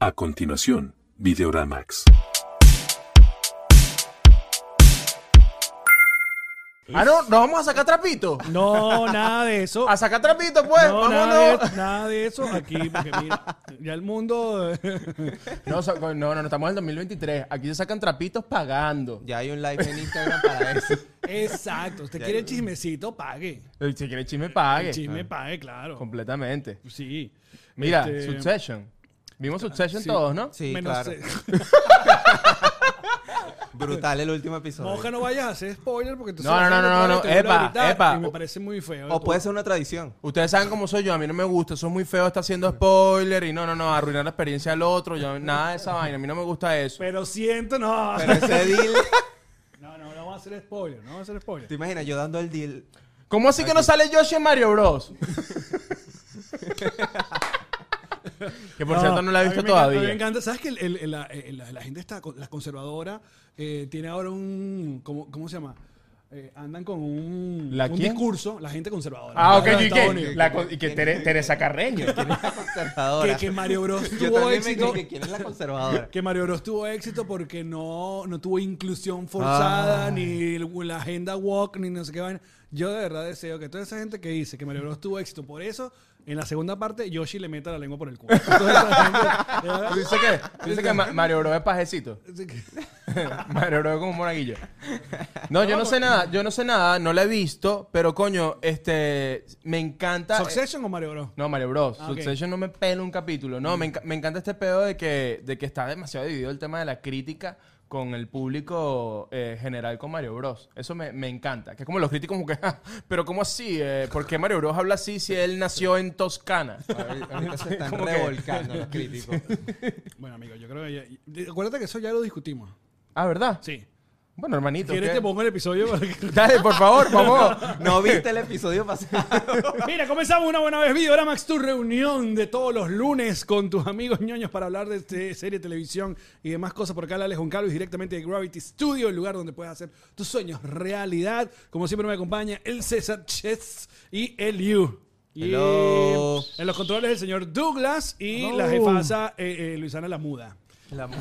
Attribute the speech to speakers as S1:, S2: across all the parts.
S1: A continuación, Videoramax.
S2: Ah, no, nos vamos a sacar trapito.
S3: No, nada de eso.
S2: A sacar trapito, pues,
S3: No, nada
S2: vámonos.
S3: de, nada de eso aquí, porque mira, ya el mundo.
S2: No, so- no, no, no, estamos en el 2023. Aquí se sacan trapitos pagando.
S4: Ya hay un live en Instagram para eso.
S3: Exacto. Usted quiere chismecito, pague.
S2: Eh, Si quiere chisme, pague.
S3: El chisme pague, claro.
S2: Completamente.
S3: Sí.
S2: Mira,
S3: Este,
S2: Succession. Vimos Succession
S3: sí.
S2: todos, ¿no?
S4: Sí,
S3: menos
S4: claro.
S3: se-
S4: Brutal el último episodio.
S3: Moja, no vayas a hacer spoiler porque entonces
S2: No,
S3: vas a
S2: no,
S3: hacer
S2: no,
S3: spoiler,
S2: no,
S3: te
S2: no,
S3: van a
S2: epa,
S3: gritar,
S2: epa.
S3: y me parece muy feo.
S4: O puede ser una tradición.
S2: Ustedes saben cómo soy yo, a mí no me gusta, eso es muy feo está haciendo spoiler y no, no, no, arruinar la experiencia al otro, yo, nada de esa vaina, a mí no me gusta eso.
S3: Pero siento, no.
S4: Pero ese deal.
S3: No, no, no vamos a hacer spoiler, no vamos a hacer spoiler.
S4: ¿Te imaginas yo dando el deal?
S2: ¿Cómo así que no sale Yoshi en Mario Bros? que por cierto no la
S3: a
S2: he
S3: mí
S2: visto
S3: me encanta, a mí
S2: todavía.
S3: me encanta. ¿Sabes que el- el- el- la, el- la- la gente está, con- la conservadora, eh, tiene ahora un, ¿cómo, cómo se llama? Eh, andan con un,
S2: ¿La
S3: un
S2: quién?
S3: discurso, la gente conservadora.
S2: Ah, ok,
S3: de
S2: ¿y
S3: Estados
S2: qué?
S3: Unidos.
S2: La co- y que Tere- Teresa Carreño.
S3: Que,
S4: Conservadora.
S3: que Mario Bros
S4: yo
S3: tuvo
S4: también me
S3: éxito.
S4: que quién es la conservadora.
S3: Que Mario Bros tuvo éxito porque no, no tuvo inclusión forzada, ni el- la agenda walk, ni no sé qué vaina. Yo de verdad deseo que toda esa gente que dice que Mario Bros tuvo éxito por eso, en la segunda parte Yoshi le meta la lengua por el culo. Toda esa gente, de verdad,
S2: Dice que, dice que Ma- Mario Bros es pajecito.
S3: así que-
S2: Mario Bros como un monaguillo. No, yo no sé nada, yo no sé nada, no la he visto, pero coño, este, me encanta...
S3: ¿Succession o Mario Bros?
S2: No, Mario Bros.
S3: Ah, ok.
S2: Succession no me pela un capítulo. No, me, enca- me encanta este pedo de que, de que está demasiado dividido el tema de la crítica con el público eh, general con Mario Bros. Eso me, me encanta. Que es como los críticos como que, "Ja, pero ¿cómo así? Eh, ¿Por qué Mario Bros habla así si él nació en Toscana?
S4: Ahorita ahorita se están
S2: Como que-
S4: revolcando los críticos.
S3: Bueno, amigo, yo creo que ya- de- Acuérdate que eso ya lo discutimos.
S2: Ah, ¿verdad?
S3: Sí.
S2: Bueno, hermanito.
S3: ¿Quieres
S2: ¿qué?
S3: te pongo el episodio? para que-
S2: Dale, por favor, vamos.
S4: No viste el episodio pasado.
S3: Mira, comenzamos una buena vez video. Max, tu reunión de todos los lunes con tus amigos ñoños para hablar de este- serie, televisión y demás cosas. Por acá, Alex Goncalves, directamente de Gravity Studio, el lugar donde puedes hacer tus sueños realidad. Como siempre me acompaña el César Chess y el Yu. Y
S4: Hello.
S3: en los controles el señor Douglas y la jefasa eh, eh, Luisana La Muda.
S4: La, mu-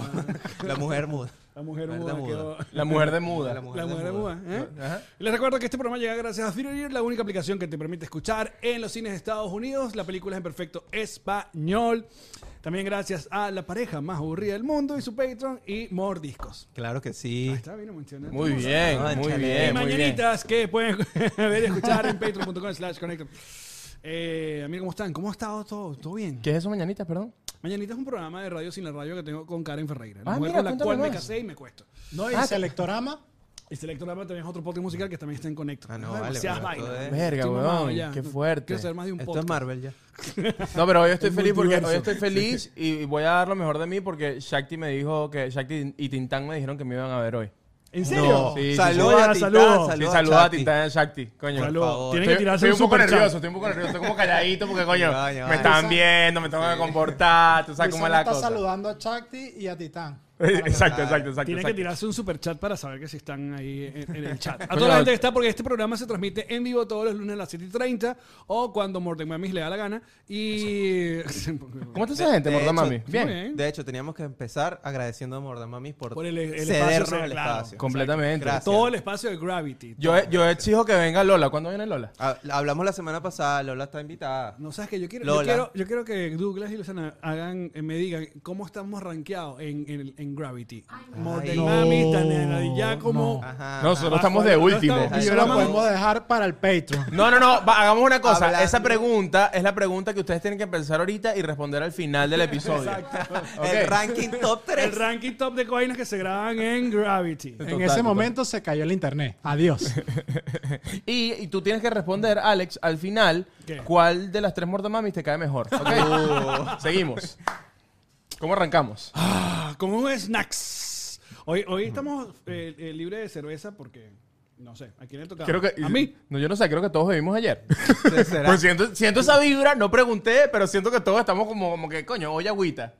S4: la mujer muda.
S3: La mujer
S4: Mujer de
S3: muda.
S4: muda.
S3: quedó-
S2: La mujer de muda.
S4: La mujer.
S3: La
S4: de
S3: mujer de
S4: Muda.
S3: Muda, ¿eh? Y Les recuerdo que este programa llega gracias a Theater, la única aplicación que te permite escuchar en los cines de Estados Unidos la película en perfecto español. También gracias a la pareja más aburrida del mundo y su Patreon y More Discos.
S4: Claro que
S3: Ahí
S4: sí.
S3: está, bien
S2: Muy
S4: Ah,
S2: bien, muy
S4: chale.
S3: Y
S2: bien. muy bien.
S3: mañanitas que pueden ver y escuchar en patreon.com slash connector. Eh, amigo, ¿cómo están? ¿Cómo ha estado todo? ¿Todo bien?
S2: ¿Qué es eso, mañanitas, perdón?
S3: Mañanita es un programa de radio sin la radio que tengo con Karen Ferreira. La
S2: Ah,
S3: mujer
S2: mira,
S3: con la
S2: cuéntame
S3: cual me
S2: más.
S3: casé y me cuesto.
S5: No, y
S2: Ah,
S5: Selectorama.
S3: Y Selectorama también es otro podcast musical que también está en Connector.
S4: Ah, no,
S3: Hay
S4: vale,
S3: demasiadas
S4: pero
S3: vainas.
S4: todo es-
S2: Verga,
S3: Estoy mamado
S2: weón.
S3: ya.
S2: Qué fuerte.
S3: Quiero saber más de un
S4: Esto es
S3: podcast.
S4: Marvel ya.
S2: No, pero hoy estoy feliz porque hoy
S3: multiverso.
S2: estoy feliz y voy a dar lo mejor de mí porque Shakti me dijo que Shakti y Tintán me dijeron que me iban a ver hoy.
S3: ¿En
S2: No.
S3: serio?
S2: Sí, sí,
S4: saludos
S3: sí.
S4: a
S3: Sí, saludos.
S4: Titán,
S2: Sí,
S4: saludos
S2: saluda a
S4: Chati.
S2: Tintán y Shakti, coño.
S3: Saludos.
S4: favor.
S3: Tienen
S2: Estoy,
S3: que tirarse
S2: estoy
S3: un,
S2: un poco
S3: superchat.
S2: nervioso, estoy un poco nervioso, estoy como calladito porque coño,
S4: Vaya,
S2: me
S4: vaya.
S2: están viendo, me tengo que comportar, tú sabes cómo es
S5: Luisana
S2: la
S5: está
S2: cosa.
S5: saludando a Chakti y a Titán.
S2: exacto, exacto, exacto.
S3: Tienen que
S2: exacto.
S3: tirarse un superchat para saber que si están ahí en, en el chat. A
S2: Coño,
S3: toda la gente que está, porque este programa se transmite en vivo todos los lunes a las 7 y 30 o cuando Morten Mamis le da la gana. Y.
S2: ¿Cómo está esa gente,
S4: de
S2: morda
S4: hecho,
S2: mami?
S3: muy
S2: Bien.
S3: bien.
S4: De hecho, teníamos que empezar agradeciendo a Mordamamis por,
S3: Por el- el
S4: cedernos
S3: espacio,
S4: el
S3: claro.
S4: espacio.
S2: Completamente.
S4: Gracias.
S3: Todo el espacio de Gravity.
S2: Yo, yo exijo que venga Lola. ¿Cuándo viene Lola?
S4: Ha- Ah, Hablamos la semana pasada, Lola está invitada.
S3: No sabes que yo quiero, yo
S4: Lola.
S3: quiero, yo quiero que Douglas y Luciana hagan, eh, me digan cómo estamos rankeados en, en, en Gravity. Morten
S4: Ay,
S3: Mamis,
S5: no.
S3: Tania y Giacomo.
S4: Ajá.
S2: Nosotros
S3: ajá.
S2: estamos de
S3: Bueno,
S2: último.
S3: estamos-
S5: Eso
S3: Ahora
S5: lo
S3: vamos-
S5: podemos dejar para el Patreon.
S2: No, no, no, va, hagamos una cosa.
S4: Hablando.
S2: Esa pregunta es la pregunta que ustedes tienen que pensar ahorita y responder al final del episodio.
S4: El ranking top 3.
S3: El ranking top de vainas que se graban en Gravity.
S5: En
S2: Total,
S5: ese
S2: total.
S5: momento se cayó el internet. Adiós.
S2: Y, y tú tienes que responder, Alex, al final,
S3: ¿Qué?
S2: cuál de las tres mordamamis te cae mejor. ¿ok? Seguimos. ¿Cómo arrancamos?
S3: con un snacks. Hoy, hoy estamos eh, eh, libre de cerveza porque no sé, ¿a quién le tocaba?
S2: Creo que,
S3: a mí.
S2: No, yo no sé, creo que todos bebimos ayer.
S4: ¿Será?
S2: Pues siento, siento esa vibra, no pregunté, pero siento que todos estamos como, como que, coño, hoy agüita.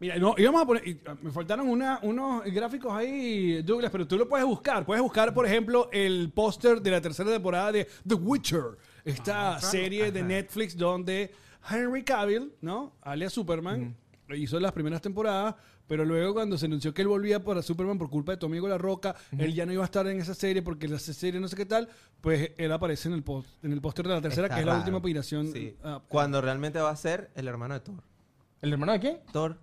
S3: Mira, no, íbamos a poner y, ah, me faltaron una- unos gráficos ahí, Douglas, pero tú lo puedes buscar. Puedes buscar, por ejemplo, el póster de la tercera temporada de The Witcher,
S4: Ah,
S3: esta serie de Netflix donde Henry Cavill, ¿no? Alias Superman hizo las primeras temporadas, pero luego cuando se anunció que él volvía para Superman por culpa de tu amigo La Roca, él ya no iba a estar en esa serie porque la serie no sé qué tal, pues él aparece en el pos- en el póster de la tercera,
S4: Está
S3: que es la
S4: raro.
S3: última operación.
S4: Sí.
S3: ah,
S4: Cuando realmente va a ser el hermano de Thor.
S2: ¿El hermano de quién?
S4: Thor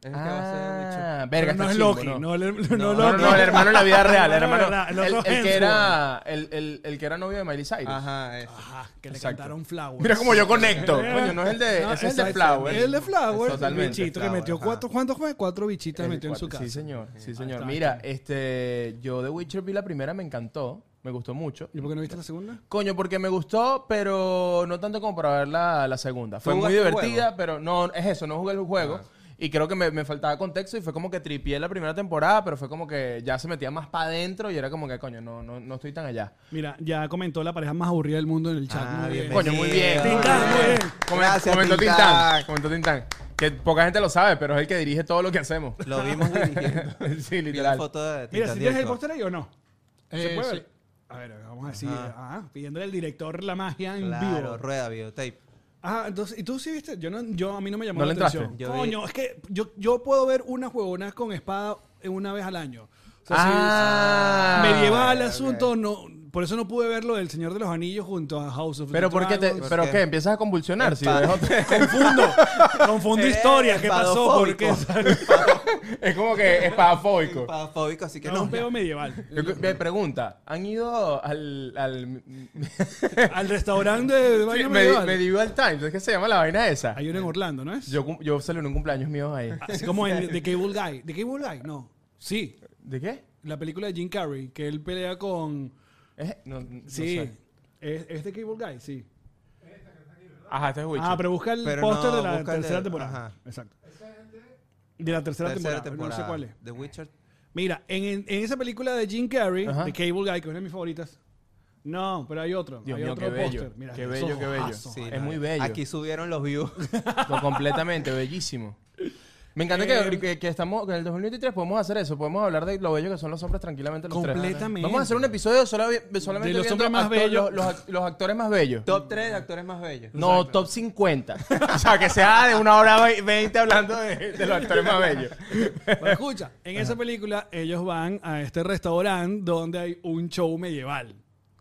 S4: es el que va a ser
S2: Ah,
S3: pero
S2: verga,
S3: no
S2: está
S3: es
S2: chimbo,
S3: Loki, no, le- no,
S4: No,
S2: No, no,
S3: Loki.
S2: no, el hermano en la vida real, el hermano.
S3: verdad,
S2: El,
S3: los dos
S2: el que
S3: Hemsworth.
S2: era, el, el- el que era novio de Miley Cyrus.
S4: Ajá, ese.
S3: Ajá, que le
S2: Exacto.
S3: cantaron Flowers.
S2: Mira cómo yo conecto.
S3: Eh,
S2: Coño, no es el de.
S3: no,
S2: ese es el de
S3: exacto,
S2: Flower.
S3: El de Flower, el
S2: Totalmente.
S3: bichito que
S4: Flower,
S3: metió
S4: ajá.
S3: cuatro, ¿cuántos fue? Cuatro bichitas
S2: El
S3: metió en
S2: cuatro-
S3: su casa.
S2: Sí, señor. Sí, señor.
S3: está,
S2: Mira, este. Yo de Witcher vi la primera, me encantó. Me gustó mucho.
S3: ¿Y por qué no viste la segunda?
S2: Coño, porque me gustó, pero no tanto como para ver la, la segunda. Fue muy
S4: jugaste el
S2: divertida, pero no, es eso, no jugué el juego. Y creo que me, me faltaba contexto y fue como que tripié la primera temporada, pero fue como que ya se metía más para adentro y era como que, coño, no, no, no estoy tan allá.
S3: Mira, ya comentó la pareja más aburrida del mundo en el chat.
S4: Ah,
S3: Muy bien.
S4: bienvenido.
S2: Coño, muy bien.
S3: Tintán,
S2: Tintán,
S3: muy bien.
S4: Gracias,
S2: Comentó
S4: Tintán.
S2: Tintán. Comentó Tintán. Que poca gente lo sabe, pero es el que dirige todo lo que hacemos.
S4: Lo vimos dirigiendo.
S2: sí,
S4: Vi la
S2: literal.
S4: foto de
S3: Mira,
S4: Titanic
S3: si tienes el
S4: Thor.
S3: póster ahí o no.
S5: Eh,
S3: ¿Se puede
S5: sí.
S3: ver? A ver, vamos a decir,
S4: Ajá.
S3: ah, pidiéndole al director la magia en
S4: Claro,
S3: vivo.
S4: rueda, videotape.
S3: Ah, entonces, ¿y tú sí viste? Yo no, yo a mí no me llamó
S2: ¿No
S3: la
S2: le entraste?
S3: atención.
S4: Yo vi-
S3: Coño, es que yo, yo puedo ver unas huevonas con espada una vez al año. O sea, sí,
S2: Ah,
S3: sí, medieval
S2: ok.
S3: asunto, no, por eso no pude ver lo del Señor de los Anillos junto a House of
S2: Pero
S3: the
S2: ¿por qué te,
S3: Dragons.
S2: pero
S4: qué?
S2: qué? empiezas a convulsionar si
S4: Espada.
S2: dejo-
S3: confundo, confundo
S4: Eh,
S3: historias, ¿qué pasó? ¿Por qué?
S2: es como que espadafóbico.
S4: Padafóbico, así que
S3: No,
S4: no.
S3: un peo medieval.
S2: Yo que- me pregunta, ¿han ido al, al
S3: Al restaurante de
S2: Sí,
S3: baño
S2: Medi-
S3: medieval.
S2: Medieval Times? ¿Es que se llama la vaina esa?
S3: Hay uno en Orlando, ¿no es?
S2: Yo, cum- yo celebro un cumpleaños mío ahí.
S3: Así como en The Cable Guy. The Cable Guy, no. Sí,
S2: ¿De qué?
S3: la película de Jim Carrey, que él pelea con...
S2: Eh, no- no
S3: Sí,
S2: sé.
S3: es, es The Cable Guy, sí.
S2: Ajá, este es Witcher.
S3: Ah, pero busca el
S4: Pero
S3: póster
S4: no,
S3: de la
S4: busca el de-
S3: tercera temporada.
S4: ajá.
S3: Exacto. De la tercera,
S4: Tercera
S3: temporada,
S4: temporada.
S3: no sé cuál es.
S4: The Witcher.
S3: Mira, en, en- en esa película de Jim Carrey,
S2: Ajá.
S3: The Cable Guy, que es una de mis favoritas. No, pero hay otro.
S2: Dios
S3: hay
S2: mío,
S3: otro
S2: qué bello.
S3: póster. Mira,
S2: Qué
S3: esos
S2: bello, qué bello.
S3: ojazos,
S4: Sí,
S3: man.
S2: Es muy bello.
S4: Aquí subieron los views.
S2: Lo completamente, bellísimo. Me encanta
S3: Eh,
S2: que, que- que estamos que en el 2023 podemos hacer eso, podemos hablar de lo bello que son los hombres tranquilamente los tres.
S3: Completamente.
S2: Vamos a hacer un episodio solo- solamente
S3: De los
S2: viendo
S3: hombres más
S2: acto-
S3: bellos.
S2: los, los act- los actores más bellos.
S4: Top 3 de actores más bellos.
S2: no, top 50. o sea, que sea de una hora y 20 hablando de, de los actores más bellos.
S3: Pero escucha, en esa película ellos van a este restaurante donde hay un show medieval.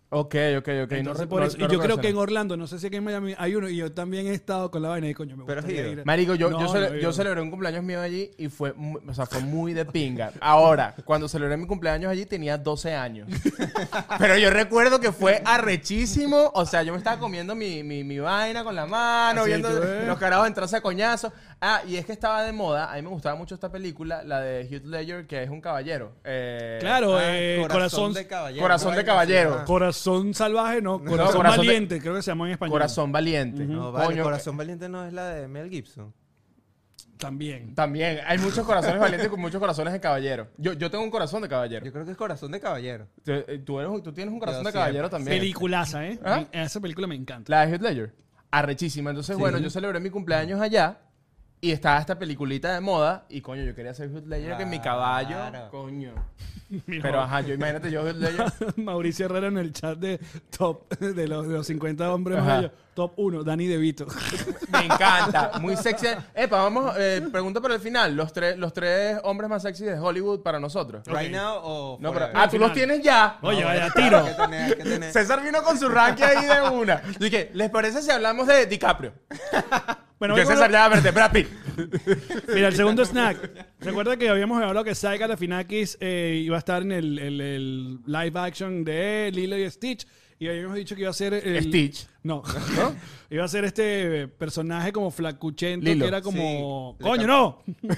S2: Ok, ok, ok. no
S3: Entonces,
S2: re-
S3: por
S2: no-
S3: eso-
S2: no
S3: y yo creo
S2: reconocen.
S3: que en Orlando, no sé si aquí en Miami hay uno, y yo también he estado con la vaina y coño, me
S4: Pero
S3: gustaría
S4: has ido.
S3: ir.
S2: Marico, yo,
S3: No,
S2: yo, cele-
S3: no he
S2: yo
S3: ido.
S2: celebré un cumpleaños mío allí y fue, mu- o sea, fue muy de pinga. Ahora, cuando celebré mi cumpleaños allí tenía 12 años. Pero yo recuerdo que fue arrechísimo. O sea, yo me estaba comiendo mi, mi, mi vaina con la mano,
S3: Así
S2: viendo
S3: tú ves.
S2: los carajos entrarse a coñazo. Ah, y es que estaba de moda. A mí me gustaba mucho esta película, la de Hugh Ledger, que es un caballero. Eh,
S3: Claro,
S4: Ah,
S3: eh, corazón, corazón,
S4: corazón, de caballero.
S2: Corazón de caballero.
S3: salvaje, no, corazón,
S2: corazón de-
S3: valiente, creo que se llama en español.
S2: Corazón valiente.
S4: No, vale,
S2: Coño,
S4: Corazón Valiente no es la de Mel Gibson.
S3: También.
S2: También, hay muchos corazones valientes con muchos corazones de caballero. Yo, yo tengo un corazón de caballero.
S4: Yo creo que es Corazón de Caballero.
S2: Tú, eh, tú eres, un- tú tienes un corazón
S4: Yo
S2: de caballero también.
S3: Peliculaza, ¿eh?
S2: ¿Ah?
S3: Me- Esa película me encanta.
S2: La de Heath Ledger. Arrechísima. Entonces, bueno, yo celebré mi cumpleaños allá y estaba esta peliculita de moda y coño, yo quería ser Heath Ledger que mi caballo,
S4: Claro.
S2: coño.
S3: Mira,
S2: Pero ajá, yo imagínate yo Heath Ledger.
S3: Mauricio Herrera en el chat de top de los, de los 50 hombres más
S2: Ajá.
S3: bellos. Top 1, Dani DeVito.
S2: Me encanta, muy sexy. Epa, vamos, eh, pregunta para el final, los tres los tres hombres más sexy de Hollywood para nosotros.
S4: Right now o
S2: No, pero
S4: forever.
S2: ah, tú los
S3: final.
S2: tienes ya.
S3: Oye, vaya
S4: Claro,
S3: tiro.
S4: ¿qué tenés? ¿Qué tenés?
S2: César vino con su ranking ahí de una. Y que, ¿les parece si hablamos de DiCaprio?
S3: Bueno,
S2: que
S3: voy con
S2: César
S3: lo-
S2: ya, verte, Brad Pitt.
S3: Mira, el segundo snack. Recuerda que habíamos hablado que Saika Tafinakis eh, iba a estar en el, el- el live action de Lilo y Stitch. Y habíamos dicho que iba a ser. El,
S2: Stitch.
S3: No. iba a ser este personaje como flacuchento
S2: Lilo.
S3: que era como.
S4: Sí, le
S3: ¡Coño,
S4: cam-
S3: no!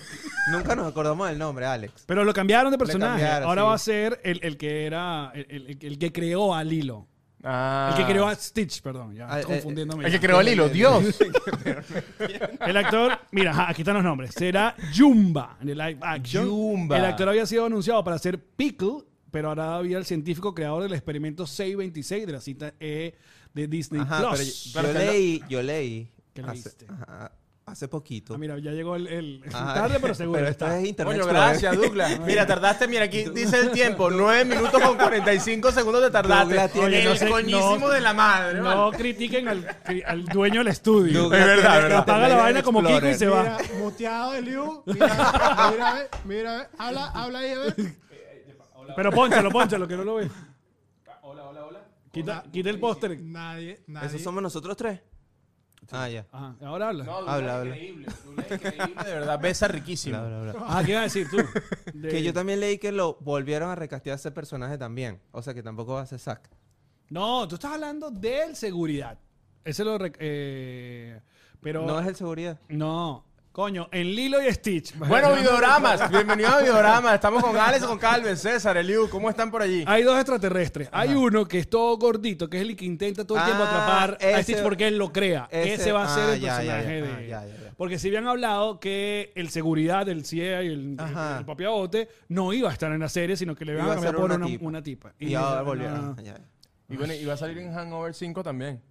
S4: Nunca nos acordamos del nombre, Alex.
S3: Pero lo cambiaron de personaje.
S4: cambiaron,
S3: Ahora
S4: sí.
S3: va a ser el, el que era. El, el- el- el que creó a Lilo.
S2: Ah.
S3: El que creó a Stitch, perdón. Ya,
S4: Ah, eh,
S3: confundiéndome.
S2: El
S3: ya.
S2: que creó el hilo, Dios.
S3: El actor, mira, ajá, aquí están los nombres. Será Jumba en el live action.
S2: Jumba.
S3: El actor había sido anunciado para ser Pickle, pero ahora había el científico creador del experimento 626 de la cita E de Disney
S4: Ajá,
S3: Plus. Ah,
S4: pero yo, yo leí, yo leí
S3: ¿Qué
S4: hace-
S3: leíste?
S4: ajá, Hace poquito.
S3: Ah, mira, ya llegó el. el-
S4: Ajá.
S3: tarde, pero seguro.
S4: Pero esto
S3: está.
S4: es Internet
S2: Coño,
S4: Explorer.
S2: gracias, Douglas. Mira, tardaste, mira, aquí dice el tiempo. 9 minutos con 45 segundos te
S4: Douglas
S2: tardaste.
S4: tiene-
S2: el
S3: no sé,
S2: coñísimo
S3: no-
S2: de la madre,
S3: No
S2: ¿vale?
S3: critiquen al, al dueño del estudio.
S4: Douglas
S2: Es verdad,
S4: tiene
S2: verdad.
S3: Apaga la
S4: Internet
S3: vaina como Kiko y
S4: Explorer.
S3: se va.
S5: Mira, muteado de Liu. Mira, mira, a ver, mira, a ver. Habla, habla ahí, a ver.
S3: Pero ponchalo, ponchalo, que no lo ve. Hola, hola, Ah, hola. Quita, quita el póster.
S5: Nadie, nadie.
S4: ¿Esos somos nosotros tres? Ah, ya.
S3: Ajá, ahora habla.
S4: Habla, habla.
S2: Increíble, Douglas, increíble, de verdad. Besa riquísimo.
S4: Bla, bla, bla.
S3: Ah, ¿qué iba a decir tú? De-
S4: Que yo también leí que lo volvieron a recastear a ese personaje también. O sea que tampoco va a ser Zack.
S3: No, tú estás hablando del seguridad. Ese lo. rec- eh, pero.
S4: No es el seguridad.
S3: No. Coño, en Lilo y Stitch.
S2: Bueno, videoramas, bienvenidos a videoramas. Estamos con Alex, con Calvin, César, Eliu, ¿cómo están por allí?
S3: Hay dos extraterrestres. Hay uno que es todo gordito, que es el que intenta todo el tiempo
S4: Ah,
S3: atrapar a
S4: ese-
S3: Stitch porque él lo crea. Ese,
S4: ese-
S3: va a ser
S4: ah,
S3: el
S4: ya, ya,
S3: personaje
S4: ya,
S3: de.
S4: ah, ya, ya, ya.
S3: Porque si habían hablado que el seguridad, el CIA y el,
S4: Ajá.
S3: el papiabote no iba a estar en la serie, sino que le iban
S4: Iba
S3: a
S4: a
S3: cambiar
S4: ser
S3: por
S4: una
S3: una,
S4: tipa.
S3: una tipa.
S4: Y ahora volvieron.
S3: no,
S4: Ah, ya, ya.
S2: Y bueno, y va a salir en Hangover 5 también.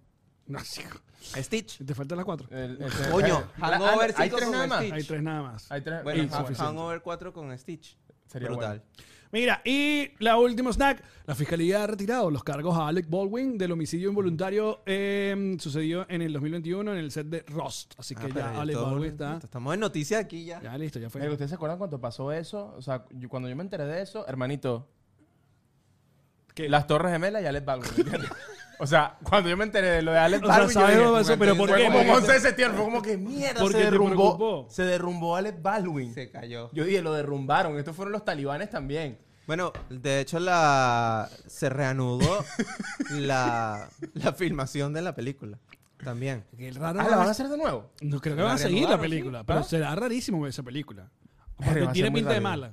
S3: no, chico.
S4: Stitch.
S3: Te faltan las cuatro.
S2: El- este-
S4: Coño,
S2: La-
S4: Hangover
S2: Hay
S4: 5
S2: tres
S4: con
S2: nada más.
S4: Stitch.
S3: Hay tres nada más.
S2: Hay tres.
S4: Bueno,
S2: y-
S4: Han-
S2: suficiente.
S4: Hangover 4 con Stitch.
S2: Sería
S4: Brutal. Ah,
S3: Mira, y la última snack. La fiscalía ha retirado los cargos a Alec Baldwin del homicidio involuntario eh, sucedido en el 2021 en el set de Rust. Así
S4: Ah,
S3: que
S4: pero
S3: ya Alec
S4: todo-
S3: Baldwin está.
S4: Estamos en noticias aquí ya.
S3: Ya listo, ya
S2: Mira,
S3: fue.
S2: ¿Ustedes se acuerdan cuando pasó eso? O sea, yo- cuando yo me enteré de eso, hermanito,
S3: ¿Qué?
S2: las Torres Gemelas ya les valgo. O sea, cuando yo me enteré de lo de Alex
S3: O sea,
S2: Baldwin, yo
S3: ¿sabes
S2: dije,
S3: lo que pasó?
S2: "Bueno,
S3: Pero ¿por
S2: fue
S3: qué?
S2: como
S3: Porque-
S2: 11 de septiembre, fue como que mierda,
S3: Porque
S2: se
S3: te
S2: derrumbó,
S3: preocupó.
S2: se derrumbó Alex Baldwin.
S4: Se cayó.
S2: Yo dije, lo derrumbaron, estos fueron los talibanes también.
S4: Bueno, de hecho la se reanudó la, la filmación de la película. También.
S3: El raro
S2: Ah, ¿la van a hacer de nuevo?
S3: No creo que
S4: La
S3: van a seguir la
S4: reanudaron,
S3: película,
S2: sí.
S3: pero
S2: ¿Ah?
S3: será rarísimo ver esa película.
S2: Verga,
S3: Porque
S2: va a
S3: tiene
S2: ser muy
S3: pinta de
S2: raro.
S3: mala.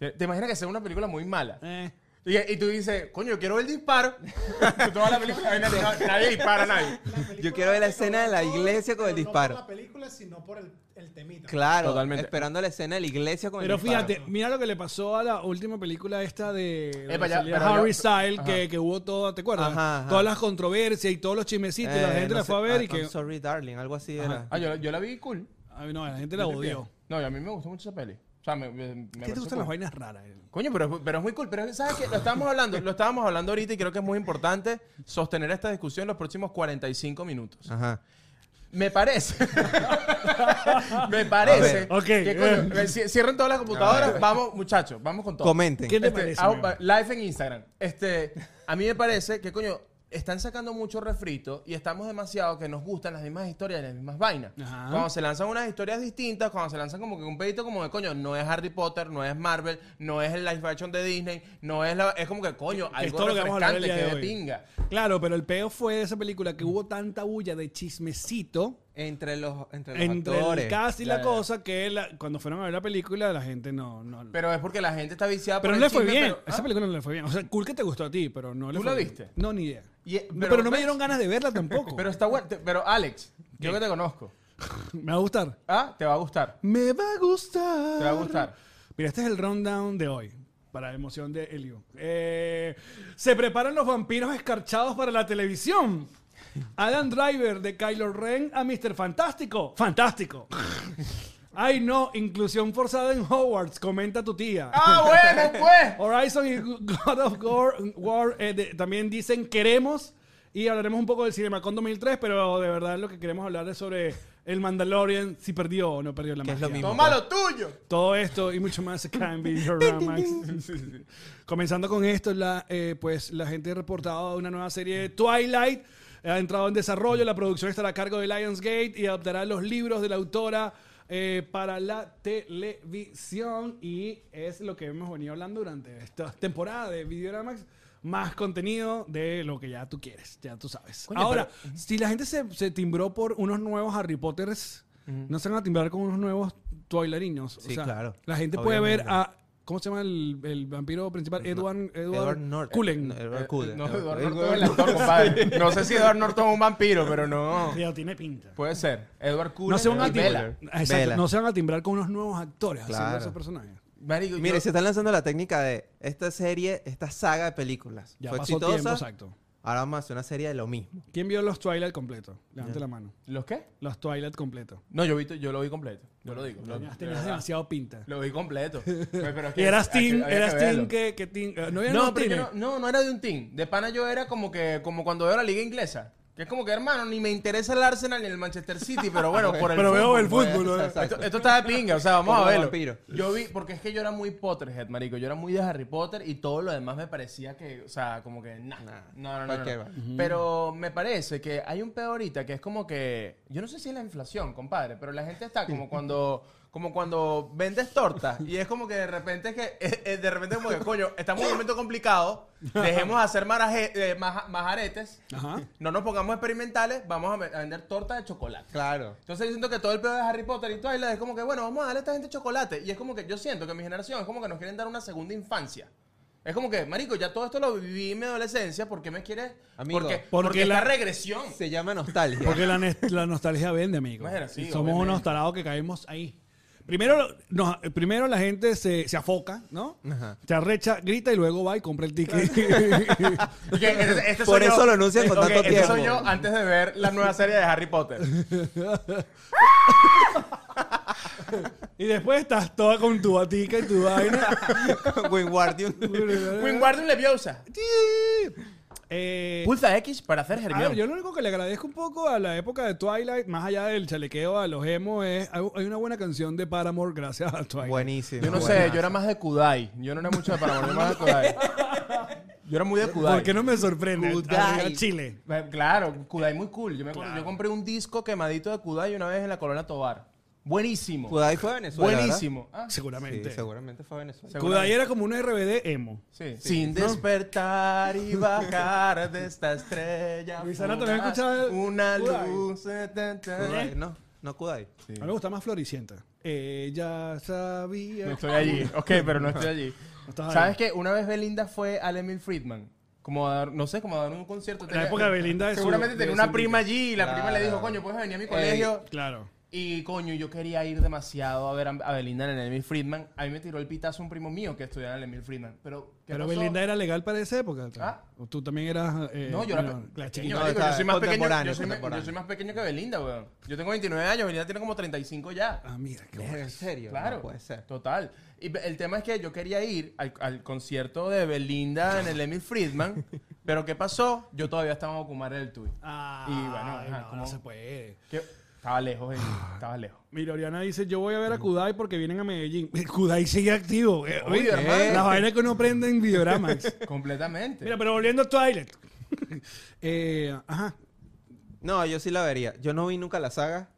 S2: ¿Te, te imaginas que sea una película muy mala?
S3: Eh.
S2: Y, y tú dices, coño, yo quiero ver el disparo. Toda la película, nadie- nadie, dispara a nadie.
S4: Yo quiero ver la escena de la iglesia con el disparo.
S5: No por la película, sino por el, el temita.
S4: Claro,
S2: Totalmente.
S4: esperando la escena de la iglesia con
S3: Pero
S4: el disparo.
S3: fíjate, mira lo que le pasó a la última película esta de donde
S2: Epa, ya,
S3: salía
S2: pero ya-
S3: Harry Styles,
S2: ajá.
S3: que, que hubo todo, ¿te acuerdas?
S4: Ajá, ajá.
S3: Todas las controversias y todos los chismecitos, y la
S4: Eh,
S3: gente
S4: no
S3: la
S4: sé,
S3: fue a ver
S4: I-
S3: y que...
S4: I'm sorry, darling, algo así era.
S2: Ah, yo, yo la vi cool.
S3: Ay, no, la gente la odió.
S2: No, y a mí me gustó mucho esa peli. O sea, me, me- me
S3: ¿Qué te
S2: pareció
S3: gustan
S2: cool.
S3: las vainas raras? eh?
S2: Coño, pero, pero es muy cool. Pero ¿sabes qué? Lo estábamos hablando, lo estábamos hablando ahorita y creo que es muy importante sostener esta discusión en los próximos 45 minutos.
S4: Ajá.
S2: Me parece. me parece.
S4: ver.
S3: Ok,
S2: que, coño,
S3: eh.
S2: ci- cierren todas las computadoras. Vamos, muchachos, vamos con todo.
S4: Comenten.
S3: ¿Qué te
S2: Este,
S3: parece?
S2: ah,
S3: amigo?
S2: live en Instagram. Este, a mí me parece que, coño, están sacando mucho refrito y estamos demasiado que nos gustan las mismas historias y las mismas vainas.
S3: Ajá.
S2: Cuando se lanzan unas historias distintas, cuando se lanzan como que un pedito como de, coño, no es Harry Potter, no es Marvel, no es el live action de Disney, no es la... Es como que, coño,
S3: es
S2: algo
S3: todo lo que vamos a hablar el
S2: refrescante, que
S3: día de
S2: de
S3: hoy.
S2: pinga.
S3: Claro, pero el peo fue de esa película que hubo tanta bulla de chismecito
S4: Entre los, entre los
S3: entre
S4: actores.
S3: el cast y
S2: Ya,
S3: la
S2: ya.
S3: cosa que la- cuando fueron a ver la película la gente no... no
S2: Pero es porque la gente está viciada
S3: pero
S2: por
S3: no le
S2: el
S3: fue
S2: chisme,
S3: bien.
S2: pero-
S3: Esa
S2: ah,
S3: película no le fue bien. O sea, cool que te gustó a ti, pero no le
S2: ¿Tú
S3: fue
S2: la
S3: bien.
S2: viste?
S3: No, ni idea.
S2: y- eh,
S3: No, pero, no me dieron ganas de verla tampoco.
S2: Pero está bueno. te- Pero, Alex, yo que te conozco.
S3: Me va a gustar.
S2: Ah, te va a gustar.
S3: Me va a gustar.
S2: Te va a gustar.
S3: Mira, este es el rundown de hoy. Para la emoción de Elio. Eh, se preparan los vampiros escarchados para la televisión. Adam Driver de Kylo Ren a Mr. Fantástico. Fantástico. Ay, no. Inclusión forzada en Hogwarts. Comenta tu tía.
S2: ¡Ah, bueno, pues!
S3: Horizon y God of Gore- War eh, de- también dicen queremos y hablaremos un poco del CinemaCon 2003, pero de verdad lo que queremos hablar es sobre el Mandalorian, si perdió o no perdió la
S4: Que
S3: magia.
S4: es lo mismo.
S2: Toma lo tuyo.
S3: Todo esto y mucho más acá en Videoramax. Sí, sí, sí. Comenzando con esto, la, eh, pues la gente ha reportado una nueva serie de Twilight. Ha entrado en desarrollo, la producción estará a cargo de Lionsgate y adaptará los libros de la autora eh, para la televisión. Y es lo que hemos venido hablando durante esta temporada de Videoramax. Más contenido de lo que ya tú quieres, ya tú sabes. Ahora, si la gente se, se timbró por unos nuevos Harry Potters, no se van a timbrar con unos nuevos Twilerinos.
S4: Sí, claro.
S3: La gente puede ver
S4: Obviamente.
S3: a. Ah, ¿Cómo se llama el, el vampiro principal? Edward, Edward,
S4: Edward Norton.
S3: Cullen. Eh,
S4: No, Edward Cullen.
S2: No, Edward
S4: Edward- Edward-
S2: Norton es el actor, compadre. No sé si Edward Norton es un vampiro, pero no.
S3: Ya tiene pinta.
S2: Puede ser. Edward Cullen.
S3: No se, van a
S2: y
S3: timbrar,
S2: Bella.
S3: Exacto,
S4: Vela.
S3: no se van a timbrar con unos nuevos actores haciendo
S4: Claro.
S3: esos personajes.
S2: Marico,
S4: Mire,
S2: yo-
S4: se está lanzando la técnica de esta serie, esta saga de películas.
S3: Ya
S4: Fue
S3: pasó
S4: exitosa.
S3: tiempo, exacto.
S4: Ahora vamos a hacer una serie de lo mismo.
S3: ¿Quién vio los Twilight completo? Levante la mano.
S2: ¿Los qué?
S3: Los Twilight completo.
S2: No, yo, vi, yo lo vi completo. Yo lo digo. Lo,
S3: Tenías
S2: de
S3: tenías
S2: verdad.
S3: demasiado pinta.
S2: Lo vi completo. Pues, pero es
S3: Y
S2: que
S3: eras
S2: hay que-
S3: team,
S2: había
S3: eras
S2: verlo.
S3: team que, que team- eh, No, había
S2: No,
S3: ningún
S2: pero yo
S3: team,
S2: no, no, no era de un team. De pana yo era como que, como cuando veo la liga inglesa. Que es como que, hermano, ni me interesa el Arsenal ni el Manchester City, pero bueno, por el
S3: Pero veo
S2: fútbol,
S3: el
S2: pues.
S3: fútbol, ¿no?
S4: Exacto.
S2: Esto, esto está de pinga, o sea, vamos
S4: Como
S2: a verlo.
S4: vampiro.
S2: Yo vi, porque es que yo era muy Potterhead, marico. Yo era muy de Harry Potter y todo lo demás me parecía que, o sea, como que, nah, no, no, no, no,
S4: cualquier
S2: no.
S4: vaina.
S2: Pero me parece que hay un pedo ahorita que es como que, yo no sé si es la inflación, compadre, pero la gente está como cuando, como cuando vendes tortas y es como que de repente es que, eh, eh, de repente como que, coño, estamos en un momento complicado, dejemos de hacer maraje- eh, maja- majaretes,
S3: Ajá.
S2: no nos pongamos experimentales, vamos a ve- a vender tortas de chocolate.
S4: Claro.
S2: Entonces yo siento que todo el pedo de Harry Potter y Twilight es como que, bueno, vamos a darle a esta gente chocolate. Y es como que yo siento que mi generación es como que nos quieren dar una segunda infancia. Es como que, marico, ya todo esto lo viví en mi adolescencia, ¿por qué me quieres?
S4: Amigo,
S2: porque,
S4: porque
S2: porque
S3: la-
S2: la regresión.
S4: Se llama nostalgia.
S3: Porque la, nes- la nostalgia vende, amigo.
S2: Bueno, sí,
S3: Somos
S2: obviamente.
S3: unos tarados que caemos ahí. Primero, nos- primero la gente se, se afoca, ¿no?
S4: Ajá.
S3: Se arrecha, grita y luego va y compra el ticket.
S2: Y que este- este
S4: Por
S2: soy
S4: eso
S2: yo.
S4: lo anuncian con
S2: Ok,
S4: tanto
S2: este soy
S4: tiempo.
S2: yo antes de ver la nueva serie de Harry Potter.
S3: y después estás toda con tu batica y tu vaina.
S4: Wingardium.
S2: Wingardium Leviosa.
S3: Eh,
S2: Pulsa X para hacer
S3: a ver,
S2: Hermione.
S3: yo lo único que le agradezco un poco a la época de Twilight, más allá del chalequeo a los emo, es hay hay una buena canción de Paramore gracias a Twilight.
S4: Buenísimo.
S2: Yo no sé, yo era más de Kudai. Yo no era mucho de Paramore, yo era más de Kudai. Yo era muy de Kudai.
S3: ¿Por qué no me sorprende?
S4: Kudai.
S3: Arriba Chile.
S2: Eh, Claro, Kudai muy cool. Yo, me acuerdo, yo compré un disco quemadito de Kudai una vez en la Colonia Tobar. Buenísimo.
S4: Kudai fue a Venezuela. ¿verdad?
S2: Buenísimo. Ah, sí,
S4: Sí,
S3: Seguramente.
S4: seguramente fue a Venezuela.
S3: Kudai era como un RBD emo.
S2: sí. Sin despertar y bajar de esta estrella.
S3: Luisana
S2: fugaz,
S3: también escuchaba
S2: Una
S3: Kudai.
S2: luz. eh, tan, tan.
S4: Kudai, No, no Kudai.
S3: A mí me gusta más Floricienta. Ella sabía.
S2: No estoy allí. Ok, pero no estoy allí.
S3: estás ahí.
S2: ¿Sabes qué? Una vez Belinda fue al Emil Friedman. Como a dar, no sé, como a dar un concierto.
S3: La época de Belinda de su-
S2: Seguramente
S3: de
S2: tenía
S3: su
S2: una
S3: liga.
S2: prima allí y la prima le dijo,
S4: Claro.
S2: coño, puedes venir a mi colegio.
S3: Claro.
S2: Y coño, yo quería ir demasiado a ver a, a Belinda en el Emil Friedman. A mí me tiró el pitazo un primo mío que estudiaba en el Emil Friedman. Pero, ¿qué
S3: Pero
S2: pasó?
S3: Belinda era legal para esa época.
S2: Ah.
S3: O tú también eras. eh,
S2: No, yo era
S3: menor,
S2: pe-
S3: la
S2: pequeño,
S3: chiquita.
S4: No,
S2: marico,
S4: está-
S2: yo, soy más pequeño,
S4: contemporáneo,
S2: yo, soy, me-
S4: contemporáneo.
S2: yo soy más pequeño que Belinda, weón. Yo tengo 29 años, Belinda tiene como 35 ya.
S3: Ah, mira, qué bueno.
S4: ¿En serio?
S2: Claro,
S4: No puede ser.
S2: total. Y be- el tema es que yo quería ir al, al concierto de Belinda en el Emil Friedman, pero ¿qué pasó? Yo todavía estaba en Ocumar del Tuy.
S3: Ah,
S2: Y bueno,
S3: ay,
S2: ajá,
S3: no,
S2: ¿cómo?
S3: no se puede.
S2: Que- Estaba lejos, gente, estaba lejos.
S3: Mira, Oriana dice: Yo voy a ver a Kudai porque vienen a Medellín. Mm. Kudai sigue activo. eh,
S2: Oye,
S3: oye,
S2: hermano.
S3: Las vainas que uno prende en videogramas.
S2: Completamente.
S3: Mira, pero volviendo a Twilight. Eh, ajá.
S4: No, yo sí la vería. Yo no vi nunca la saga,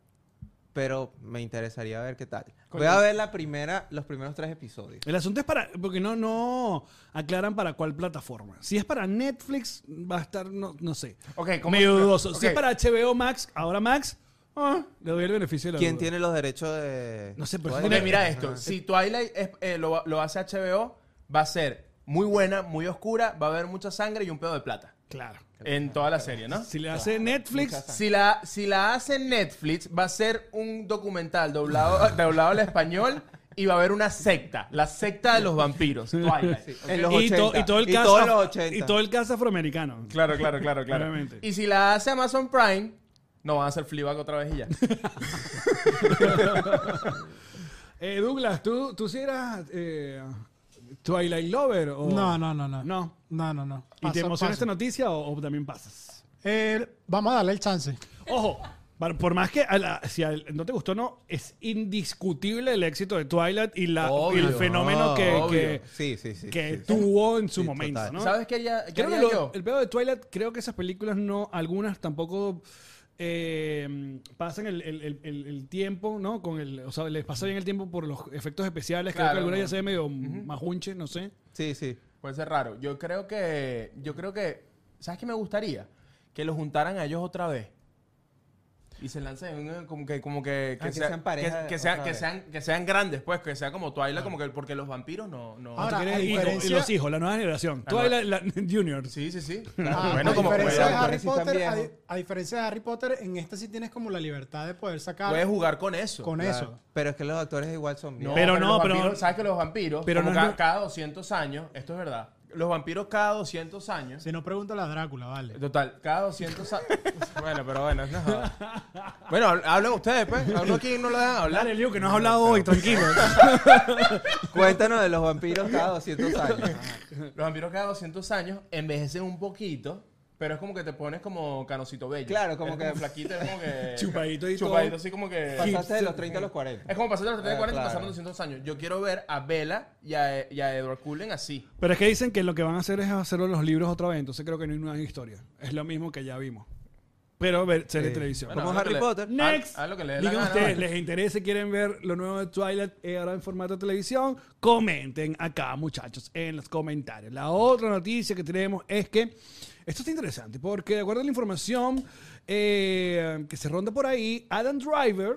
S4: pero me interesaría ver qué tal. Voy a ver la primera, los primeros tres episodios.
S3: El asunto es para. Porque no, no aclaran para cuál plataforma. Si es para Netflix, va a estar. No, no sé.
S2: Ok, ¿cómo-
S3: Medio dudoso. Si
S2: ok.
S3: es para HBO Max, ahora Max, ah, le doy el beneficio de la
S4: ¿Quién
S3: duda.
S4: tiene los derechos de...?
S3: No sé, pero
S4: Twilight?
S2: Ok,
S3: eh,
S2: mira esto. Si Twilight es- eh, lo, lo hace HBO, va a ser muy buena, muy oscura, va a haber mucha sangre y un pedo de plata.
S3: Claro.
S2: En toda la serie, ¿no?
S3: Si le hace Netflix,
S2: Si la, si la hace Netflix, va a ser un documental doblado, doblado al español y va a haber una secta. La secta de los vampiros. Twilight.
S4: En los
S3: y, to-
S4: 80.
S3: y todo el
S4: Y
S3: caso
S4: todos los 80.
S3: y todo el caso afroamericano.
S2: Claro, claro, claro, claro.
S3: Claramente.
S2: Y si la hace Amazon Prime, no van a hacer Fleabag otra vez y ya.
S3: Eh, Douglas, ¿tú, tú sí eras eh, Twilight Lover? O...
S5: No, no, no, no.
S3: No.
S5: No, no, no.
S3: ¿Y te
S5: Paso,
S3: emociona
S4: este
S5: paso.
S3: esta noticia o, o también pasas?
S5: Eh, vamos a darle el chance.
S3: Ojo, par- por más que a la- si al- no te gustó no, es indiscutible el éxito de Twilight y, la,
S2: Obvio,
S3: y el fenómeno que,
S2: obvio.
S3: que,
S4: Sí, sí, sí.
S3: que
S4: sí.
S3: tuvo en su
S4: Sí,
S3: momento,
S4: total.
S3: ¿no?
S2: ¿Sabes qué haría, qué
S3: Creo que
S2: haría
S3: lo-
S2: yo?
S3: el pedo de Twilight, creo que esas películas no, algunas tampoco eh, pasan el, el- el- el- el tiempo, ¿no? Con el, o sea, les pasa bien el tiempo por los efectos especiales. creo que
S2: Claro,
S3: algunas
S2: no.
S3: ya se ve medio majunche, no sé.
S4: Sí, sí.
S2: Puede ser raro. Yo creo que. Yo creo que. ¿Sabes qué me gustaría? Que los juntaran a ellos otra vez. Y se lancen eh, como que, como que,
S4: Ah, que sean pareja
S2: que, que sean,
S4: otra
S2: que
S4: vez.
S2: sean, que sean grandes, pues, que sea como Twilight, como que porque los vampiros no, no.
S5: Ahora,
S3: ¿Tú quieres
S5: a
S3: hijos?
S5: diferencia-
S3: Y los hijos, la nueva generación.
S2: Ah,
S3: Twilight la- Junior.
S2: sí, sí, sí.
S5: Ah,
S2: bueno,
S5: a,
S2: como
S5: diferencia
S4: pueda,
S5: de Harry
S2: puedas,
S4: parece que están
S5: Potter, a,
S4: viejos.
S5: di- a diferencia de Harry Potter, en esta sí tienes como la libertad de poder sacar
S2: puedes jugar con eso.
S5: con eso.
S4: Pero es que los actores igual son bien.
S3: Pero no,
S2: los
S3: pero-
S2: vampiros- sabes que los vampiros,
S3: pero
S2: como
S3: no
S2: ca-
S3: es
S2: cada,
S3: lo-
S2: 200 años, esto es verdad. los vampiros cada 200 años.
S5: Si no pregunta la Drácula, vale.
S2: Total, cada 200 años. bueno, pero bueno, no joda. Bueno, hab- hablen ustedes, pues. Hablo aquí y no lo dejan hablar.
S3: Dale, Liu, que no has hablado hoy, tranquilo.
S4: Cuéntanos de los vampiros cada 200 años.
S2: Los vampiros cada 200 años envejecen un poquito, pero es como que te pones como canocito bello.
S4: Claro, como
S2: Es
S4: que-
S2: flaquito, es como que.
S3: Chupadito y todo.
S2: Chupadito, así como que.
S4: Pasaste de los 30 a los 40.
S2: Es como pasar de los 30 y
S4: Ah,
S2: 40 y
S4: claro.
S2: pasaron 200 años. Yo quiero ver a Bella y a, y a Edward Cullen así.
S3: Pero es que dicen que lo que van a hacer es hacer los libros otra vez, entonces creo que no hay nueva historia. Es lo mismo que ya vimos. Pero ver serie de
S4: Sí.
S3: televisión.
S2: Bueno,
S4: Como
S2: haz lo que
S4: Harry
S2: le-
S4: Potter.
S2: haz-
S3: Next.
S2: haz lo que le dé la
S3: Digan
S2: gana,
S3: ustedes,
S2: vale.
S3: ¿les interesa? ¿Quieren ver lo nuevo de Twilight eh, ahora en formato de televisión? Comenten acá, muchachos, en los comentarios. La otra noticia que tenemos es que esto está interesante porque, de acuerdo a la información eh, que se ronda por ahí, Adam Driver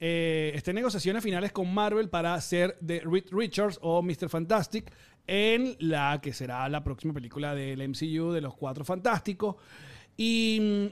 S3: eh, está en negociaciones finales con Marvel para hacer de Reed Richards o Mr. Fantastic en la que será la próxima película del MCU de los Cuatro Fantásticos. Y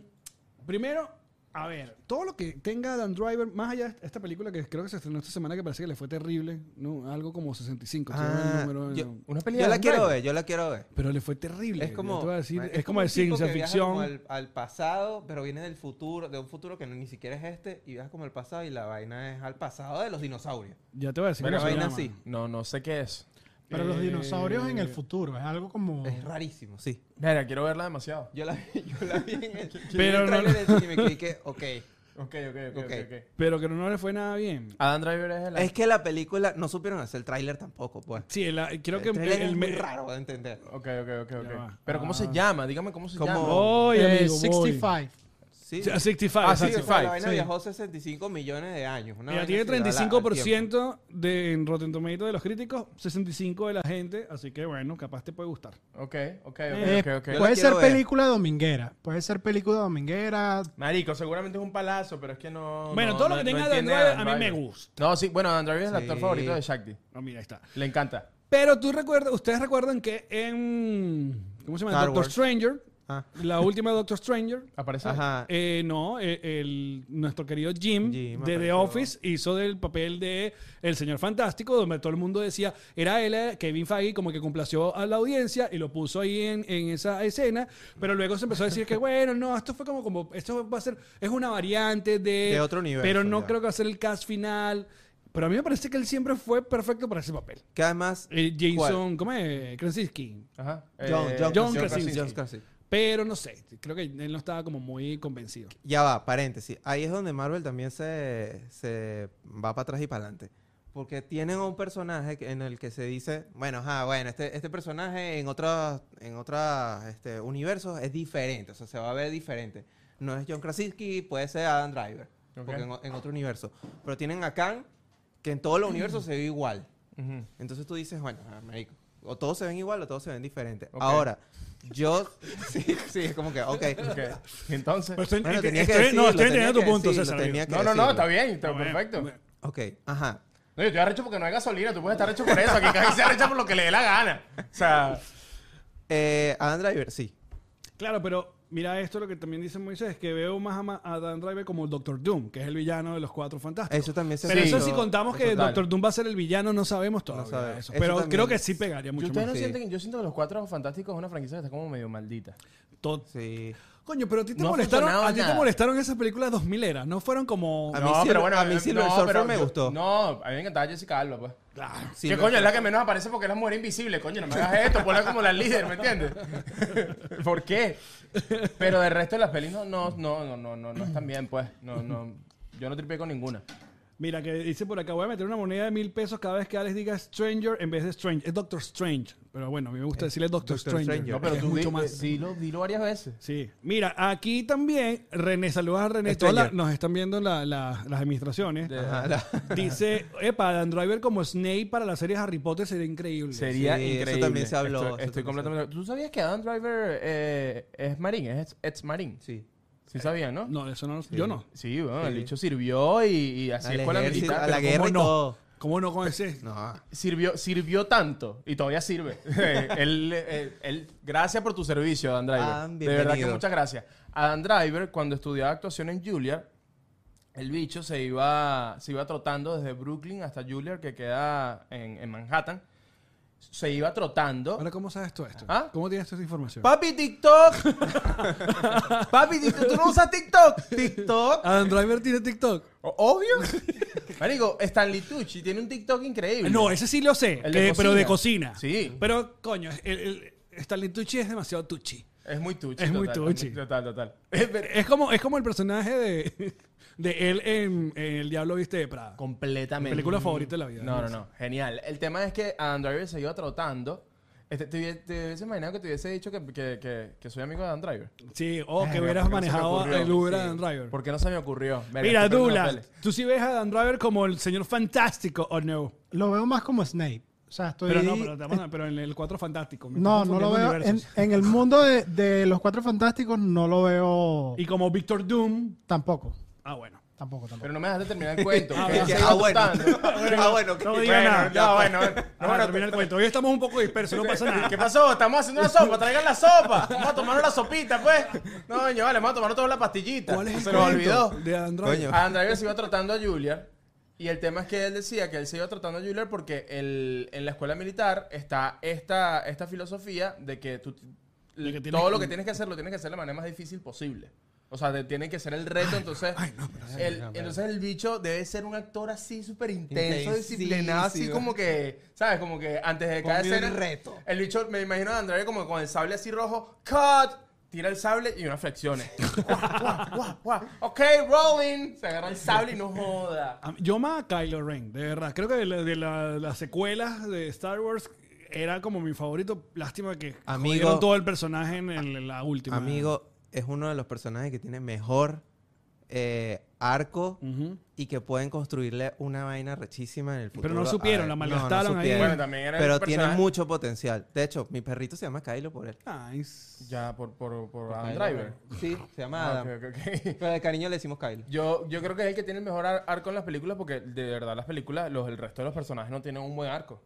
S3: mm, primero, a ver, todo lo que tenga Dan Driver, más allá de esta película que creo que se estrenó esta semana que parece que le fue terrible, ¿no? Algo como 65, estoy dando el
S4: Ah,
S3: número,
S4: yo-
S3: ¿no?
S2: Una
S4: Yo la quiero ver, yo la quiero ver.
S3: pero le fue terrible.
S4: Es
S3: yo
S4: como,
S3: te voy a decir,
S4: man,
S3: es, como
S4: un
S3: de
S4: tipo
S3: ciencia
S4: que viaja
S3: ficción.
S4: como al, al pasado, pero viene del futuro, de un futuro que ni siquiera es este, y viaja como al pasado, y la vaina es al pasado de los dinosaurios.
S3: Ya te voy a decir.
S2: Bueno,
S3: cómo se
S4: vaina
S3: llama.
S4: así.
S2: No, no sé qué es.
S5: Pero los dinosaurios en el futuro, es algo como...
S4: Es rarísimo, sí.
S2: Mira, quiero verla demasiado.
S4: Yo la vi, yo la vi en el,
S3: Pero
S4: pero
S3: no-
S4: y me quedé que, ok.
S2: Ok, ok, ok.
S4: Ok.
S2: okay, ok.
S3: Pero que no le fue nada bien.
S2: Adam Driver es el.
S4: Es que la película, no supieron hacer el tráiler tampoco, pues.
S3: Sí, la- creo
S4: El
S3: que
S4: tráiler es muy
S3: me-
S4: raro de entender.
S2: Ok, ok, ok, ok.
S3: Ya va. Ah.
S2: Pero ¿cómo se llama? Dígame cómo se
S4: Como-
S2: llama.
S3: Voy,
S5: Eh,
S3: amigo, voy.
S5: 65.
S4: Sí.
S3: Sí, a 65.
S2: Ah,
S3: exacto.
S4: Sí, o sea,
S2: 65,
S4: la vaina
S3: sí.
S4: viajó 65 millones de años. una
S3: Mira,
S4: vaina
S3: tiene
S4: así, al- al
S3: 35% de, en Rotten Tomatoes de los críticos, 65% de la gente, así que bueno, capaz te puede gustar.
S2: Ok, ok, ok,
S5: Eh,
S2: ok, ok.
S4: Yo la
S5: Puede ser
S4: quiero ver.
S5: película dominguera. Puede ser película dominguera.
S2: Marico, seguramente es un palazo, pero es que no.
S3: Bueno,
S2: no-
S3: todo lo
S2: no-
S3: que
S2: no
S3: tenga
S2: entiende
S3: Adam Driver,
S2: Adam
S3: a mí me
S2: Driver.
S3: gusta.
S2: No, sí, bueno, Adam Driver es el actor
S4: Sí.
S2: favorito de Shakti.
S3: No, mira, ahí está.
S2: Le encanta.
S3: Pero tú recuerdas, ustedes recuerdan que en. ¿Cómo se llama?
S4: Star
S3: Doctor
S4: Wars.
S3: Stranger,
S4: Ah.
S3: la última de Doctor Stranger.
S2: Aparece.
S4: Ajá.
S3: eh, no, eh, el, nuestro querido Jim,
S4: Jim
S3: de The
S4: apareció.
S3: Office hizo del papel de El Señor Fantástico, donde todo el mundo decía, era él, eh, Kevin Feige, como que complació a la audiencia y lo puso ahí en, en esa escena, pero luego se empezó a decir que, bueno, no, esto fue como, como esto va a ser, es una variante de...
S4: De otro universo,
S3: Pero no
S4: ya.
S3: creo que va a ser el cast final. Pero a mí me parece que él siempre fue perfecto para ese papel.
S4: Que además...
S3: Eh,
S4: ¿cuál?
S3: Jason, ¿cómo es? Krasinski.
S2: Ajá.
S4: John,
S2: Eh,
S4: John,
S3: John
S4: Krasinski.
S3: Krasinski.
S4: John Krasinski.
S3: Pero no sé, creo que él no estaba como muy convencido.
S4: Ya va, paréntesis. Ahí es donde Marvel también se, se va para atrás y para adelante. Porque tienen a un personaje que- en el que se dice, bueno, ah, bueno, este, este personaje en otros en otra, este, universos es diferente, o sea, se va a ver diferente. No es John Krasinski, puede ser Adam Driver,
S2: Ok.
S4: porque en, o- en otro universo. Pero tienen a Khan, que en todos los universos se ve igual.
S2: ujú.
S4: Entonces tú dices, bueno, ah, marico, o todos se ven igual o todos se ven diferentes.
S2: Ok.
S4: Ahora, yo, sí, sí, es como que, ok,
S2: Ok. Entonces.
S3: Pero estoy,
S4: Bueno,
S3: estoy-
S4: tenía que
S3: estoy- no,
S4: decirlo,
S3: estoy entendiendo tu
S4: tenía que
S3: punto,
S4: decirlo,
S3: César.
S4: tenía
S3: amigo.
S2: No, no, no,
S4: decirlo.
S2: está bien, está
S3: Bueno,
S2: perfecto.
S3: bueno.
S4: Ok, ajá.
S2: No, yo estoy arrecho porque no hay gasolina, tú puedes estar arrecho por eso. Aquí cada quien se arrecha por lo que le dé la gana. O sea,
S4: Eh, Adam Driver, sí.
S3: Claro, pero mira esto lo que también dice Moisés, que veo más a, Ma- a Dan Driver como el Doctor Doom, que es el villano de los Cuatro Fantásticos.
S4: Eso también se
S3: pero
S4: me
S3: eso
S4: hizo-
S3: si contamos que
S2: eso tal.
S3: Doctor Doom va a ser el villano, no sabemos todavía
S4: sabe.
S3: eso.
S4: Eso
S3: Pero
S4: también.
S3: creo que sí pegaría
S2: yo,
S3: mucho
S2: ustedes
S3: más.
S2: no
S4: sí.
S2: sienten, yo siento que los cuatro fantásticos es una franquicia que está como medio maldita.
S3: To-
S4: Sí.
S3: Coño, pero a ti te
S2: No ha
S3: molestaron,
S2: funcionado
S3: a ti te
S2: nada.
S3: molestaron esas películas 2000 eras, no fueron como...
S4: A mí Silver- a mí Silver Surfer me
S2: yo-
S4: gustó.
S2: No, a mí me encantaba Jessica Alba, pues.
S3: Claro.
S4: sí
S2: que
S4: me-
S2: coño, es la que menos aparece porque es la mujer invisible, coño, no me hagas esto, ponla como la líder, ¿me entiendes? ¿Por qué? Pero del resto de las pelis no, no, no, no, no, no, no están bien, pues. No, no, yo no tripié con ninguna.
S3: Mira, que dice por acá, voy a meter una moneda de mil pesos cada vez que Alex diga Stranger en vez de Strange. Es Doctor Strange, pero bueno, a mí me gusta decirle Doctor,
S4: Doctor
S3: Stranger.
S4: Stranger.
S2: No, pero
S3: que es
S2: tú
S3: mucho
S2: di-
S3: más.
S2: dilo, dilo varias veces.
S3: Sí, mira, aquí también, René, saludos a René,
S4: Stranger.
S3: todas la- nos están viendo la- la- las administraciones.
S4: Ajá, la-
S3: Dice, epa, Dan Driver como Snape para la serie Harry Potter sería increíble.
S2: Sería
S4: Sí, eso
S2: increíble.
S4: también se habló,
S2: Estoy,
S4: eso
S2: estoy
S4: también se
S2: completamente. ¿Tú sabías que Adam Driver eh, es marín? Es ex marín. Sí,
S4: Sí.
S2: sabían, ¿no?
S3: No, eso no, lo- yo no.
S2: Sí, bueno, el
S4: Sí.
S2: bicho sirvió y, y así
S4: Al
S2: es con la
S4: ejército,
S2: militar.
S4: a la
S2: pero
S4: guerra
S3: ¿Cómo
S4: y
S3: no?
S4: todo.
S3: ¿Cómo no con ese?
S4: No.
S2: Sirvió, sirvió tanto y todavía sirve. él, eh, él- gracias por tu servicio, Adam Driver.
S3: Ah,
S4: Adam,
S2: de verdad que
S4: bienvenido.
S2: muchas gracias. Adam Driver, cuando estudiaba actuación en Juilliard, el bicho se iba, se iba trotando desde Brooklyn hasta Juilliard, que queda en, en Manhattan. se iba trotando.
S3: Ahora, ¿cómo sabes tú esto?
S2: ¿Ah?
S3: ¿Cómo tienes toda esta información?
S2: Papi, TikTok. Papi, TikTok. ¿Tú no usas TikTok? TikTok.
S3: ¿Adam Driver tiene TikTok?
S2: O- Obvio. Marico, Stanley Tucci tiene un TikTok increíble.
S3: No, ese sí lo sé,
S2: El de
S3: eh, pero de
S2: cocina.
S3: cocina.
S2: Sí.
S3: Pero, coño, el, el Stanley Tucci es demasiado Tucci.
S2: Es muy Tucci.
S3: Es muy
S2: total,
S3: Tucci.
S2: Total, total.
S3: Es como, es como el personaje de, de él en, en El Diablo Viste de Prada. Mi
S2: Completamente.
S3: película favorita de la vida.
S2: No, no, no. Genial. El tema es que Adam Driver se iba trotando. Este, te, hubie- te hubiese imaginado que te hubiese dicho que, que, que, que soy amigo de Adam Driver.
S3: Sí, o que
S2: Verga,
S3: hubieras
S2: ¿por qué Ah, no se me
S3: manejado
S2: ocurrió?
S3: el Uber a
S2: Sí.
S3: Dan Driver.
S2: ¿Por qué no se me ocurrió? Verga,
S3: Mira,
S2: estoy perdiendo
S3: Douglas,
S2: papeles.
S3: ¿tú sí ves a Dan Driver como el señor fantástico o no?
S5: Lo veo más como Snape. O sea, estoy.
S3: Pero no, pero, estamos- pero en el 4 fantástico. me
S5: no,
S3: estoy
S5: no lo
S3: confundiendo
S5: veo. En,
S3: universos.
S5: en el mundo de, de los cuatro fantásticos no lo veo.
S3: Y como Victor Doom.
S5: Tampoco.
S3: Ah, bueno.
S5: Tampoco, tampoco.
S2: Pero no me dejaste terminar el cuento.
S3: Ah,
S2: que
S3: ok.
S2: se iba
S4: Ah, bueno.
S2: trotando.
S4: ah, bueno. pues.
S3: No
S4: ok.
S3: diga nada.
S2: Bueno, ya, bueno.
S3: No,
S2: bueno,
S3: termina el cuento. Hoy estamos un poco dispersos, no pasa nada.
S2: ¿Qué pasó? Estamos haciendo una sopa, traigan la sopa. Vamos a tomar la sopita, pues. No, doña, vale, vamos a tomar toda la pastillita.
S3: ¿Cuál es el
S2: se nos
S3: cuento
S2: olvidó.
S3: de Dan Driver?
S4: Coño.
S2: Adam Driver Ah, se iba tratando a Julia. Y el tema es que él decía que él se iba tratando a Julia porque el- en la escuela militar está esta, esta filosofía de que tú,
S3: De que tienes
S2: todo lo
S3: que-
S2: que tienes que hacer lo tienes que hacer de la manera más difícil posible. O sea, te- tiene que ser el reto, entonces, el, entonces el bicho debe ser un actor así súper intenso, disciplinado, así
S4: Intensísimo.
S2: como que, ¿sabes? Como que antes de cada
S4: Ponme un
S2: escena...
S4: reto.
S2: El bicho, me imagino a Andrade como con el sable así rojo. ¡Cut! Tira el sable y unas flexiones. Guau, guau, guau. ok, rolling. Se agarra el sable y no joda.
S3: A mí- Ah, Yo más a Kylo Ren, de verdad. Creo que de, la- de la- las secuelas de Star Wars era como mi favorito. Lástima que
S4: Amigo-
S3: jodieron todo el personaje en, el- en la última.
S4: Amigo, es uno de los personajes que tiene mejor eh, arco
S3: Ujú.
S4: y que pueden construirle una vaina rechísima en el futuro.
S3: Pero no
S4: a-
S3: supieron, la
S4: no,
S3: malgastaron ahí.
S4: supieron.
S2: Bueno, también era
S4: Pero
S2: el
S4: tiene
S2: personaje-
S4: mucho potencial. De hecho, mi perrito se llama Kylo por él.
S3: Nice.
S2: Ya, por, por, por Adam Ah, Driver.
S4: Sí, se llama
S2: Ah,
S4: Adam.
S2: ok, ok, ok.
S4: Pero de cariño le decimos Kylo.
S2: Yo, yo creo que es el que tiene el mejor ar- arco en las películas porque de verdad las películas, los, el resto de los personajes no tienen un buen arco.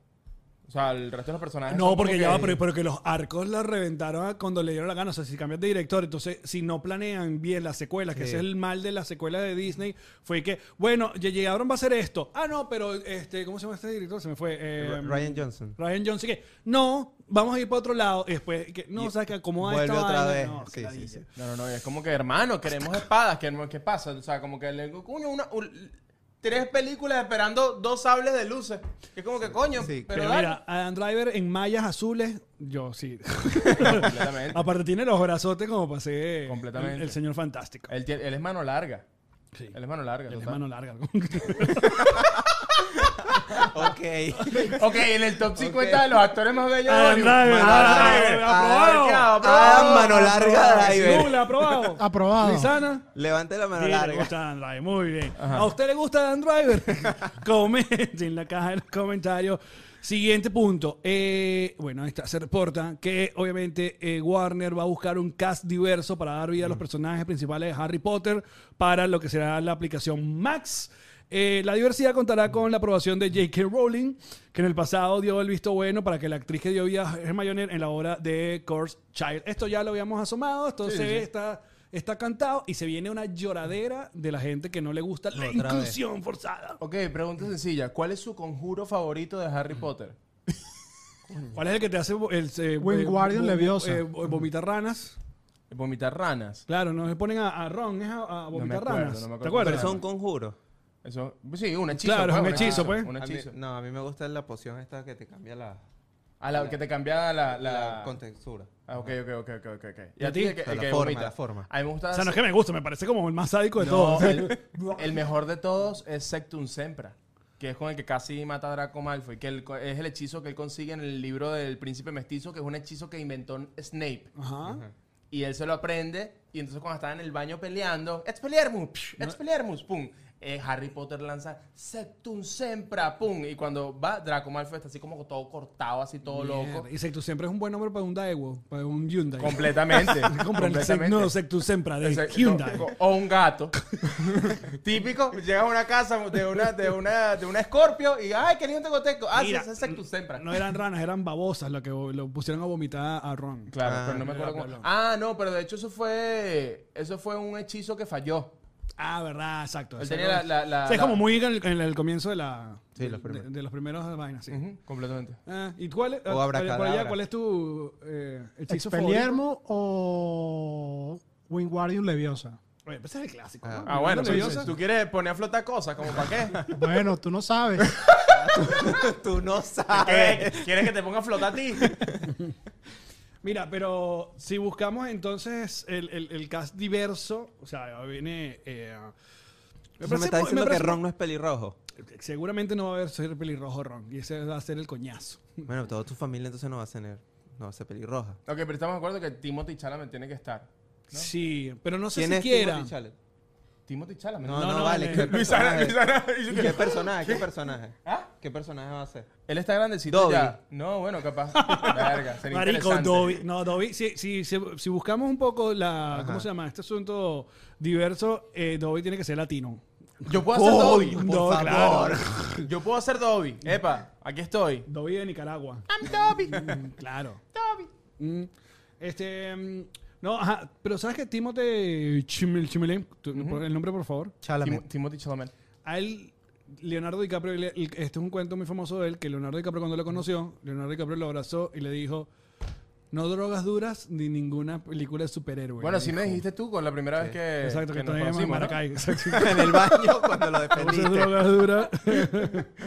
S2: O sea, el resto de los
S4: Ah,
S2: personajes... son
S3: No,
S2: como
S3: porque ya va,
S2: que-
S3: pero, pero que los arcos los reventaron a- cuando le dieron la gana. O sea, si cambias de director, entonces, si no planean bien las secuelas, que
S4: Sí.
S3: ese es el mal de las secuelas de Disney, fue que, bueno, J.J. Abrams va a hacer esto. Ah, no, pero, este, ¿cómo se llama este director? Se me fue. eh,
S4: Ryan Johnson.
S3: Ryan Johnson, que, no, vamos a ir para otro lado. Y después, que, no,
S4: Y-
S3: o sea, que acomoda
S4: vuelve
S3: esta
S4: otra
S3: vaina.
S4: vez.
S3: No,
S4: Sí,
S3: qué
S4: sí,
S3: ladilla.
S4: sí.
S2: No, no, no, es como que, hermano, queremos espadas, ¿qué, qué pasa? O sea, como que le digo, coño, una, un- tres películas esperando dos sables de luces. Que es como que, coño,
S4: Sí,
S2: pero,
S3: Pero,
S2: dale.
S3: mira, Adam Driver en mallas azules, yo sí.
S2: Completamente.
S3: Aparte tiene los brazotes como pasé el-
S2: Completamente.
S3: El, señor fantástico.
S2: él, tie- él es mano larga.
S3: Sí.
S2: Él es mano larga.
S3: El
S2: total.
S3: mano larga.
S4: Ok.
S2: Ok, en el top 50 de los actores más bellos de
S3: Adam
S2: Hollywood.
S3: Driver, Adam
S4: Mano larga.
S3: Driver,
S4: Adam-
S3: aprobado.
S2: Adam-
S4: Adam Ah, Mano Larga Driver.
S3: Douglas, aprobado.
S5: Aprobado.
S3: Lisana.
S4: Levante la mano
S3: Sí, le
S4: larga.
S3: gusta Adam Driver, muy bien. ¿A usted le gusta Adam Driver? Comente en la caja de los comentarios. Siguiente punto. Eh, bueno, ahí está. Se reporta que obviamente eh, Warner va a buscar un cast diverso para dar vida a los personajes principales de Harry Potter para lo que será la aplicación Max. Eh, la diversidad contará con la aprobación de J.K. Rowling, que en el pasado dio el visto bueno para que la actriz que dio vida a Hermione en la obra de Course Child. Esto ya lo habíamos asomado, entonces Está, está cantado y se viene una lloradera de la gente que no le gusta la
S4: Otra vez.
S3: inclusión forzada.
S2: Ok, pregunta sencilla. ¿Cuál es su conjuro favorito de Harry Potter?
S3: ¿Cuál es el que te hace vo- el eh,
S5: Wingardium
S3: vo-
S5: Leviosa.
S3: eh, vo- vomitar ranas?
S2: Vomitar ranas.
S3: Claro, no se ponen a, a Ron, es a, a vomitar
S2: acuerdo,
S3: ranas.
S2: no me acuerdo cómo
S3: ¿Te
S2: se
S3: acuerdas?
S4: Pero son conjuros.
S2: Eso, sí, un hechizo.
S3: Claro, es un hechizo, pues.
S2: Un
S4: A mí-
S2: hechizo.
S4: no, a mí me gusta la poción esta que te cambia la,
S2: A la que te cambia la...
S4: la
S2: la-
S4: contextura.
S2: Ah, ok, ok, ok, ok, ok, ok. ¿Y a
S3: ti?
S2: ti? el que- el
S4: la
S2: que
S4: forma,
S2: vomita?
S4: la forma.
S2: A mí me gusta...
S3: O sea,
S2: hacer-
S3: no es que me gusta, me parece como el más sádico de
S2: No,
S3: todos.
S2: el, el mejor de todos es Sectum Sempra, que es con el que casi mata a Draco Malfoy, que él co- es el hechizo que él consigue en el libro del Príncipe Mestizo, que es un hechizo que inventó Snape.
S3: Ajá.
S2: Y él se lo aprende, y entonces cuando estaba en el baño peleando, ¡Expelliarmus! psh, ¡Expelliarmus! ¡Pum! Eh, Harry Potter lanza Sectum Sempra, ¡pum! Y cuando va, Draco Malfoy está así como todo cortado, así todo loco.
S3: Mierda. Y Sectu siempre es un buen nombre para un Daewoo, para un Hyundai.
S2: Completamente.
S3: Compra el Sec- no, Sectu siempre de
S2: Exacto.
S3: Hyundai.
S2: O un gato. Típico, llegas a una casa de una, de una, de una Scorpio y ay, qué lindo tengo teco. Ah,
S3: Mira,
S2: sí, ese es tu sembra.
S3: No eran ranas, eran babosas las que lo pusieron a vomitar a Ron.
S2: Claro,
S4: Ah,
S2: pero no me
S3: mira,
S2: acuerdo cómo.
S3: perdón.
S2: Ah, no, pero de hecho eso fue eso fue un hechizo que falló.
S3: Ah, verdad, exacto.
S2: Él
S3: Eso
S2: tenía
S3: no-
S2: la- la- la-
S3: O sea, es
S2: la-
S3: como muy en el, en el comienzo de la.
S4: Sí,
S3: de-
S4: los primeros.
S3: De, de los primeros vainas, sí.
S2: Ujú, completamente.
S3: Ah, ¿Y cuál es,
S4: O
S3: ah, por- por allá,
S4: abracadabra.
S3: cuál es tu eh, hechizo favorito?
S5: Expeliermo o Wingardium Leviosa.
S3: Oye, pues ese es el clásico.
S4: Ah.
S3: ¿no?
S2: Ah, bueno,
S3: ¿Leviosa?
S2: pues, tú quieres poner a flotar cosas, ¿como para qué?
S5: Bueno, tú no sabes.
S4: Tú no sabes.
S2: ¿Qué? ¿Quieres que te ponga a flotar a ti?
S3: Mira, pero si buscamos entonces el, el, el cast diverso, o sea, viene. eh,
S4: Me,
S3: parece
S4: está
S3: muy-
S4: diciendo que
S3: parece
S4: Ron no es pelirrojo.
S3: muy- Seguramente no va a haber ser pelirrojo Ron, y ese va a ser el coñazo.
S4: Bueno, toda tu familia entonces no va a tener, no va a ser pelirroja.
S2: ok, pero estamos de acuerdo que Timothy Chalamet tiene que estar.
S3: Sí, pero no sé
S4: ¿Quién es
S3: siquiera.
S4: Timothy Chalamet?
S2: Timothy Chalamet.
S4: No,
S3: No,
S4: no,
S3: no,
S4: vale.
S3: vale.
S4: ¿Qué
S2: Luisana,
S4: personaje?
S2: Luisana.
S4: ¿Qué personaje? ¿Qué personaje?
S2: ¿Ah?
S4: ¿Qué personaje va a ser?
S2: Él está grandecito
S4: Dobby.
S2: ya. No, bueno, capaz. Verga, sería
S3: Marico,
S2: interesante.
S3: Dobby. No, Dobby. Si, si, si, si buscamos un poco la. ¿Cómo
S4: Ajá.
S3: se llama? Este asunto diverso, eh, Dobby tiene que ser latino.
S2: Yo puedo hacer Dobby.
S3: Por
S2: Por favor.
S3: favor.
S2: Yo puedo hacer Dobby. Epa, aquí estoy.
S3: Dobby de Nicaragua.
S2: I'm Dobby.
S3: Mm, claro. Mm. Este. mm, No, ajá. Pero ¿sabes que Timote Chimel, Chimelén, tú- por- el nombre, por favor.
S2: Tim- Timothy Chalamet.
S3: A él, Leonardo DiCaprio, le- el- este es un cuento muy famoso de él, que Leonardo DiCaprio cuando lo conoció, Leonardo DiCaprio lo abrazó y le dijo, no drogas duras ni ninguna película de superhéroe.
S2: Bueno,
S3: Le
S2: sí me
S3: dijo.
S2: dijiste tú con la primera vez que,
S3: Exacto, que,
S2: que nos
S3: todavía me
S2: conocimos, ¿no?
S3: Maracay. Exacto.
S4: En el baño cuando lo
S3: No uses
S4: defendiste.
S3: drogas duras.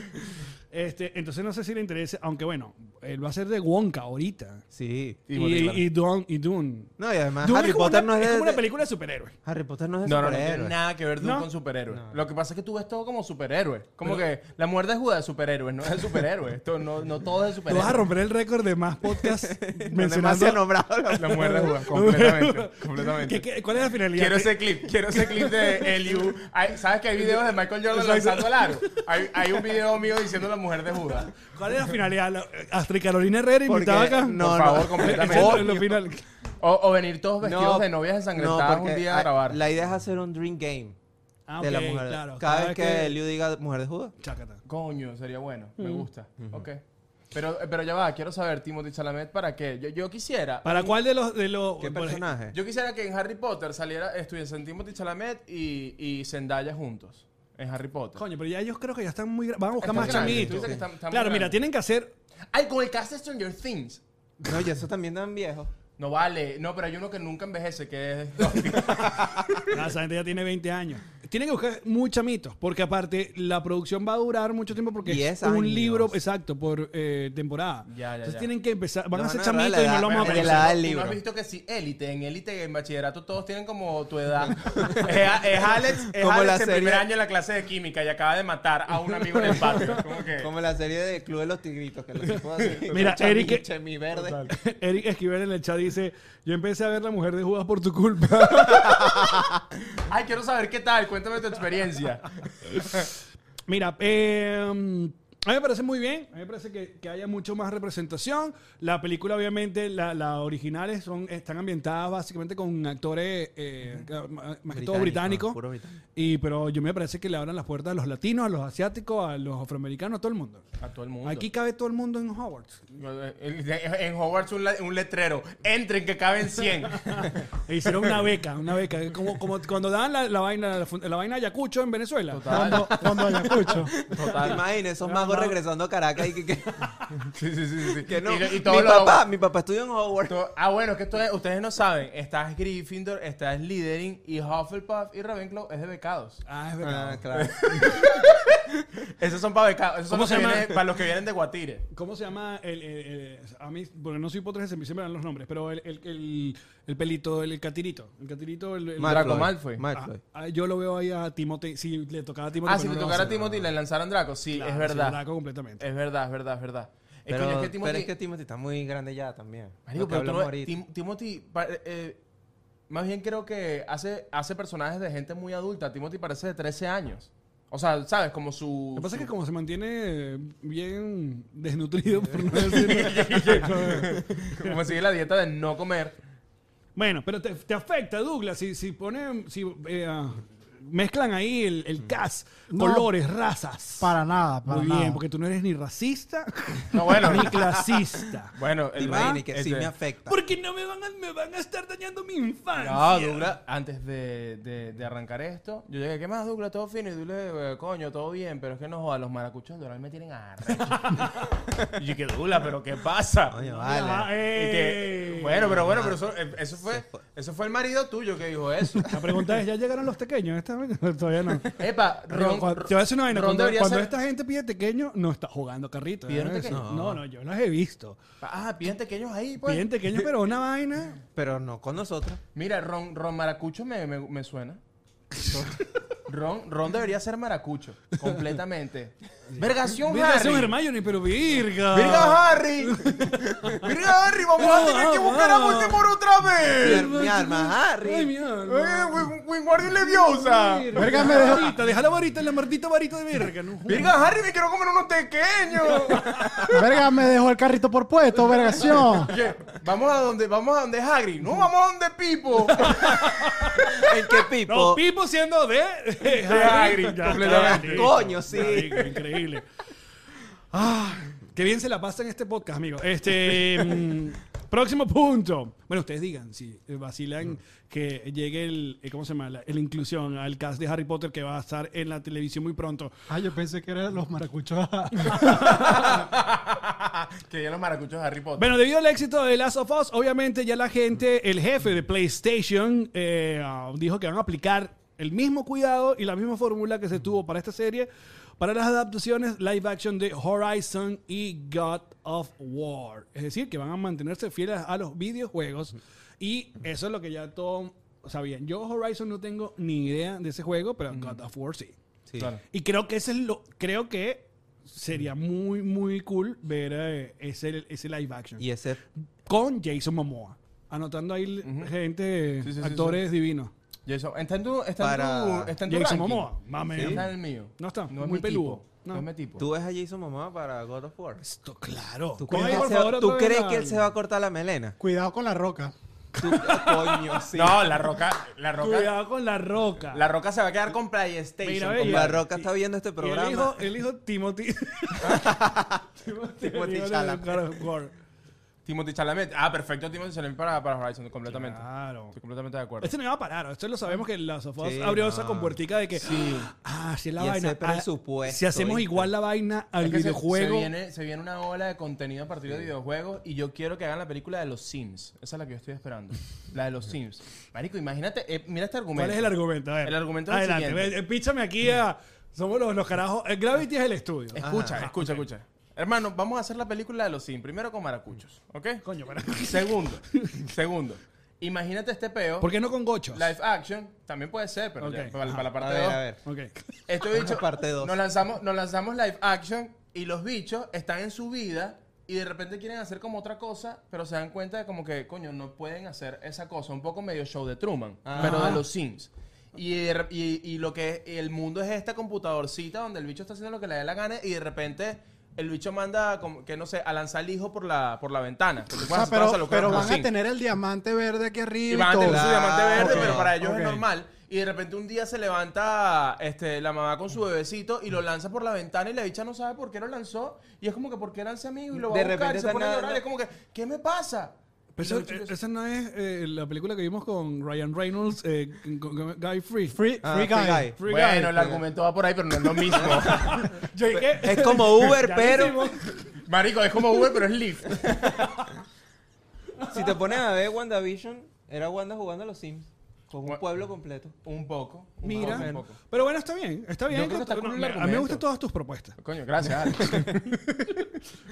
S3: este, entonces no sé si le interese, aunque bueno, él va a ser de Wonka ahorita.
S4: Sí.
S3: Y,
S2: Y bueno, y claro.
S3: y Dune. y Dune.
S4: No, y además
S3: Dune
S4: Harry
S3: es como
S4: Potter
S3: una-
S4: no es,
S3: es como
S4: de-
S3: una película de superhéroes.
S4: Harry Potter no es de
S2: No, no, no
S4: superhéroe.
S2: tiene nada que ver Dune
S3: No.
S2: con superhéroes. Lo que pasa es que tú ves todo como superhéroe. Como que la muerte es juda de superhéroes, no es de superhéroes. Esto no, no todo es de
S3: Tú vas a
S2: superhéroes.
S3: romper el récord de más podcasts
S4: Además se ha
S3: mencionando...
S4: nombrado.
S2: La muerte es juda, completamente. completamente.
S3: ¿Qué- qué- ¿Cuál es la finalidad?
S2: Quiero ese clip, quiero ese clip de Eliu. Hay- ¿Sabes que hay videos de Michael Jordan
S3: Exacto.
S2: lanzando al aro? Hay, hay un video mío diciendo la mujer de Judas.
S3: ¿Cuál es la finalidad? La- Astrid Carolina Herrera
S4: Porque-
S3: invitada acá.
S4: no,
S2: Por favor, completamente.
S3: Eso es lo final.
S2: O, o venir todos vestidos de novias ensangrentadas
S4: no,
S2: un
S4: porque
S2: día a
S4: hay-
S2: grabar.
S4: La idea es hacer un dream game
S3: Ah,
S4: de la
S3: ok,
S4: mujer.
S3: claro,
S4: cada vez que Liu diga mujer de Judas.
S3: Chácata.
S2: Coño, sería bueno. Me
S3: Mm.
S2: gusta. Ok. Pero, pero ya va, quiero saber, Timothy Chalamet, ¿para qué? Yo, yo quisiera...
S3: ¿Para cuál de los... De los
S4: ¿Qué
S3: por ej-
S4: personaje?
S2: Yo quisiera que en Harry Potter saliera, estuviesen Timothy Chalamet y, y Zendaya juntos. En Harry Potter.
S3: Coño, pero ya ellos creo que ya están muy... gra- Van a buscar
S2: Están
S3: más
S2: grandes, tú
S3: chamitos.
S2: dices que están- están muy
S3: Claro, mira,
S2: grandes.
S3: tienen que hacer...
S2: Ay, con el cast de Stranger Things.
S4: No, y eso también tan viejo.
S2: No vale. No, pero hay uno que nunca envejece, que es...
S3: Ah, esa gente ya tiene 20 años. Tienen que buscar muy chamitos, porque aparte la producción va a durar mucho tiempo porque es
S4: 10
S3: un
S4: años.
S3: libro exacto por eh, temporada.
S2: Ya, ya,
S3: Entonces
S2: ya.
S3: tienen que empezar... Van
S4: Lo
S3: a ser
S4: van a agarrar
S3: chamitos y no
S4: la
S3: lo
S4: edad,
S3: vamos a
S4: pero
S2: Pero
S4: de
S3: conocer.
S4: la edad
S2: eso, ¿tú
S4: del
S2: no
S4: libro.
S2: has visto que si élite, en élite, en bachillerato, todos tienen como tu edad. es, a- es Alex, es
S4: Como
S2: Alex
S4: la
S2: en primer
S4: serie-
S2: año en la clase de química y acaba de matar a un amigo en el patio. Como que,
S4: Como la serie de Club de los Tigritos, que lo tipo así.
S3: Mira,
S4: Chami-
S3: Eric-
S4: Chemi verde.
S3: Eric Esquivel en el chat dice, yo empecé a ver La Mujer de Judas por tu culpa.
S2: Ay, quiero saber qué tal, cuéntame tu experiencia.
S3: Mira, eh, a mí me parece muy bien, a mí me parece que, que haya mucho más representación. La película, obviamente, las la originales son, están ambientadas básicamente con actores, eh, más que todo británicos.
S4: Puro británico.
S3: Y, pero yo me parece que le abran las puertas a los latinos, a los asiáticos, a los afroamericanos, a todo el mundo.
S2: A todo el mundo.
S3: Aquí cabe todo el mundo en Hogwarts.
S2: En Hogwarts un, la- un letrero. Entren que caben 100.
S3: E hicieron una beca, una beca. Como, como cuando daban la, la vaina, la, fun- la vaina de Ayacucho en Venezuela.
S5: Fondo, fondo de Ayacucho.
S4: Total. Imagina esos magos regresando a Caracas y que, que,
S2: Sí, sí, sí. sí.
S4: que no.
S2: Y, y
S4: mi
S2: todos los-
S4: papá, mi papá estudió en Hogwarts.
S2: to- Ah, bueno, es que esto es- ustedes no saben. Estás Gryffindor, estás Slytherin y Hufflepuff y Ravenclaw es de becados.
S3: Ah, es verdad.
S4: Ah, claro.
S2: Esos son para becados. Esos son
S3: ¿Cómo
S2: los
S3: se
S2: que
S3: llama?
S2: vienen- para los que vienen de Guatire.
S3: ¿Cómo se llama el, el- el- a mí, porque no soy potres, se me siempre dan los nombres, pero el, el, el, el pelito, el, catirito, el catirito, el, el-
S2: Draco
S4: Malfoy.
S2: Malfoy.
S3: Ah,
S4: Malfoy.
S3: ah, yo lo veo ahí a Timothy, si le tocaba a Timothy.
S2: Ah,
S3: pero
S2: si
S3: no
S2: le
S3: lo va
S2: tocara
S3: a
S2: a
S3: hacer.
S2: Timothy le lanzaran Draco. Sí,
S3: Claro,
S2: es
S3: sí,
S2: verdad.
S3: Draco completamente.
S2: Es verdad, es verdad, es verdad. Es
S4: Pero,
S2: coño, es que
S4: pero
S2: Timothy...
S4: es que Timothy está muy grande ya también.
S2: Marico,
S4: Lo que
S2: pero tú no
S4: hablamos
S2: ves-
S4: ahorita.
S2: Tim- Timothy... pa- eh, más bien creo que hace, hace personajes de gente muy adulta. Timothy parece de 13 años. O sea, ¿sabes? Como su...
S3: Lo que pasa es que
S2: su-
S3: como se mantiene bien desnutrido, por no decirlo.
S2: como sigue la dieta de no comer.
S3: bueno, pero te, te afecta, Douglas, si, si ponen, si eh, ah, mezclan ahí el, el
S2: Mm.
S3: cast, colores, razas.
S5: Para nada, para
S3: Muy
S5: nada.
S3: bien, porque tú no eres ni racista
S2: No, bueno.
S3: ni clasista.
S2: Bueno,
S4: Te
S2: el
S4: imaginas que sí
S2: este-
S4: me afecta.
S3: Porque no me van a, me van a estar dañando mi infancia.
S2: No, Douglas, antes de, de- de arrancar esto, yo llegué, ¿qué más, Douglas? Todo fino. Y Douglas, eh, coño, todo bien, pero es que no joda, los maracuchos de Doral me tienen arrecho. y yo, que Douglas, ¿pero qué pasa?
S4: Coño,
S3: Ah,
S4: vale.
S2: Y que,
S3: eh.
S2: bueno, pero bueno, pero eso, eh, eso fue eso fue el marido tuyo que dijo eso.
S3: La pregunta es, ¿ya llegaron los tequeños? Esta Todavía no.
S2: Epa,
S3: Ron,
S2: Ron,
S3: cuando, te voy a decir una vaina,
S2: Ron
S3: cuando,
S2: debería
S3: cuando
S2: ser-
S3: esta gente pide tequeño, no está jugando carrito. ¿eh?
S2: ¿Pidieron tequeño?
S3: No. no, yo los he visto.
S2: Ah, piden tequeños ahí, pues.
S3: Piden tequeño, pero una vaina.
S4: Pero no con nosotros.
S2: Mira, Ron, Ron Maracucho me, me- me suena. Ron, Ron debería ser Maracucho, completamente. Vergación
S3: Virga,
S2: Harry.
S3: es un Hermione, pero virga.
S2: ¡Virga Harry! ¡Virga Harry! ¡Vamos a tener que buscar a Voldemort otra
S4: Mi,
S2: vez!
S4: ar- mi arma, Harry.
S3: Ay, mi alma.
S2: ¡Eh, Win- Wingardium Leviosa!
S3: Verga, me dejó. Varita, deja la varita, la maldita varita de verga. No,
S2: ¡Virga Harry! ¡Me quiero comer unos pequeños!
S5: Verga, me dejó el carrito por puesto, vergación.
S2: Vamos a donde, vamos a donde Hagrid. No, vamos a donde Pipo.
S4: ¿En qué pipo?
S3: No, Pipo siendo de, de
S2: Hagrid,
S3: Ya está,
S2: completamente.
S3: listo.
S4: Coño, sí.
S3: Marico, increíble. Ah, qué bien se la pasa en este podcast, amigo. Este mm, próximo punto. Bueno, ustedes digan si eh,
S4: Mm.
S3: vacilan que llegue el eh, ¿cómo se llama? La, el inclusión al cast de Harry Potter que va a estar en la televisión muy pronto.
S5: Ah, yo pensé que eran los maracuchos.
S2: que ya los maracuchos de Harry Potter.
S3: Bueno, debido al éxito de Last of Us, obviamente ya la gente, el jefe de PlayStation, eh, ah, dijo que van a aplicar el mismo cuidado y la misma fórmula que se tuvo para esta serie para las adaptaciones live action de Horizon y God of War. Es decir, que van a mantenerse fieles a los videojuegos y eso es lo que ya todos sabían. Yo Horizon no tengo ni idea de ese juego, pero God of War sí.
S4: Sí.
S2: Claro.
S3: Y creo que ese es lo, creo que sería muy, muy cool ver eh, ese, ese live action
S4: Y ese.
S3: con Jason Momoa. Anotando ahí gente,
S2: Sí, sí, sí,
S3: actores divinos.
S2: Jason, está en tu, está en
S4: Para-
S2: tu, está en tu
S3: Jason
S2: ranking.
S3: Momoa, mame.
S2: Sí. Está en el mío.
S3: No está,
S2: No es
S3: muy
S2: mi
S3: peludo.
S2: tipo.
S3: No.
S2: No. es mi tipo.
S4: Tú ves a Jason Momoa para God of War.
S3: Esto, claro.
S4: ¿Tú
S3: Pon
S4: crees,
S3: ahí,
S4: que,
S3: por
S4: se-
S3: favor,
S4: tú
S3: otra vez
S4: crees
S3: la-
S4: que él se va a cortar la melena?
S5: Cuidado con la roca.
S4: Tú, coño, sí.
S2: No, la roca, la roca,
S3: Cuidado con la roca.
S2: la roca se va a quedar con PlayStation.
S3: Mira, ve,
S2: con
S3: y-
S4: La Roca
S3: y-
S4: está viendo
S3: y
S4: este
S3: el
S4: programa.
S3: hijo, el hijo Timothy.
S4: Timothy
S3: el hijo de
S4: Chalamet.
S3: God of War.
S2: Timothy Chalamet. Ah, perfecto, Timothy Chalamet para, para Horizon, completamente.
S3: Claro.
S2: Estoy completamente de acuerdo.
S3: Este no iba a parar. Esto lo sabemos que la sofá
S4: Sí,
S3: abrió
S4: no.
S3: esa compuertica de que.
S2: Sí.
S3: Ah, si es la
S4: Y ese
S3: vaina. ah,
S4: presupuesto,
S3: si hacemos
S4: ¿viste?
S3: igual la vaina al
S2: Es que se- Se,
S3: videojuego.
S2: viene, se viene una ola de contenido a partir de videojuegos y yo quiero que hagan la película de los Sims. Esa es la que yo estoy esperando. La de los Sims. Marico, imagínate, eh, mira este argumento.
S3: ¿Cuál es el argumento? A ver.
S2: El argumento es el
S3: Adelante.
S2: siguiente.
S3: ve, eh, Píchame aquí a. Somos los, los carajos. eh, Gravity es el estudio.
S2: Ah, Escucha, escucha, escucha. Hermano, vamos a hacer la película de los Sims. Primero con maracuchos, ¿ok?
S3: Coño, para.
S2: Segundo, segundo. Imagínate este peo.
S3: ¿Por qué no con gochos?
S2: Live action también puede ser, pero
S3: Ok.
S2: ya, para, para la
S4: A
S2: parte
S4: ver,
S2: dos.
S4: a ver.
S3: Ok.
S2: Estos bichos.
S4: parte dos.
S2: Nos lanzamos, nos lanzamos live action y los bichos están en su vida y de repente quieren hacer como otra cosa, pero se dan cuenta de como que, coño, no pueden hacer esa cosa. Un poco medio show de Truman, pero de los Sims. Y, de re- y- y lo que es- el mundo es esta computadorcita donde el bicho está haciendo lo que le dé la gana y de repente el bicho manda, como que no sé, a lanzar el hijo por la, por la ventana. Que tú
S5: O
S2: puedes
S5: sea,
S2: hacer- puedes hacer
S5: pero,
S2: lo que
S5: pero
S2: hagas
S5: van
S2: con
S5: a
S2: Sims.
S5: tener el diamante verde aquí arriba.
S2: Y van a tener su
S4: Claro,
S2: diamante verde,
S4: ok,
S2: pero para ellos
S5: ok.
S2: es normal. Y de repente un día se levanta este, la mamá con su bebecito y lo lanza por la ventana y la bicha no sabe por qué lo lanzó. Y es como que por qué era ese amigo y lo va
S4: De
S2: a buscar y
S4: repente
S2: se pone a
S4: están
S2: llorar. y
S4: na-
S2: es como que, ¿qué me pasa?
S3: Pero
S2: Y los
S3: eso-
S2: bichos que-
S3: esa no es eh, la película que vimos con Ryan Reynolds, eh, con- con Guy Free.
S5: Free,
S4: Ah,
S5: free
S4: Free
S5: guy.
S4: Guy.
S3: Free
S2: bueno,
S3: Guy.
S2: el argumento va por ahí, pero no es lo mismo.
S3: Yo dije, eh,
S4: Es como Uber,
S3: ya lo
S4: pero
S3: hicimos.
S2: Marico, es como Uber, pero es Lyft.
S4: si te pones a ver WandaVision, era Wanda jugando a los Sims. Con
S2: Gua-
S4: un pueblo completo.
S2: Un poco. un poco,
S3: Mira,
S2: un poco.
S3: pero bueno, está bien, está bien.
S2: creo que está
S3: No,
S2: cool el
S3: mira, a mí me
S2: argumento.
S3: gustan todas tus propuestas.
S2: Coño, gracias. Alex.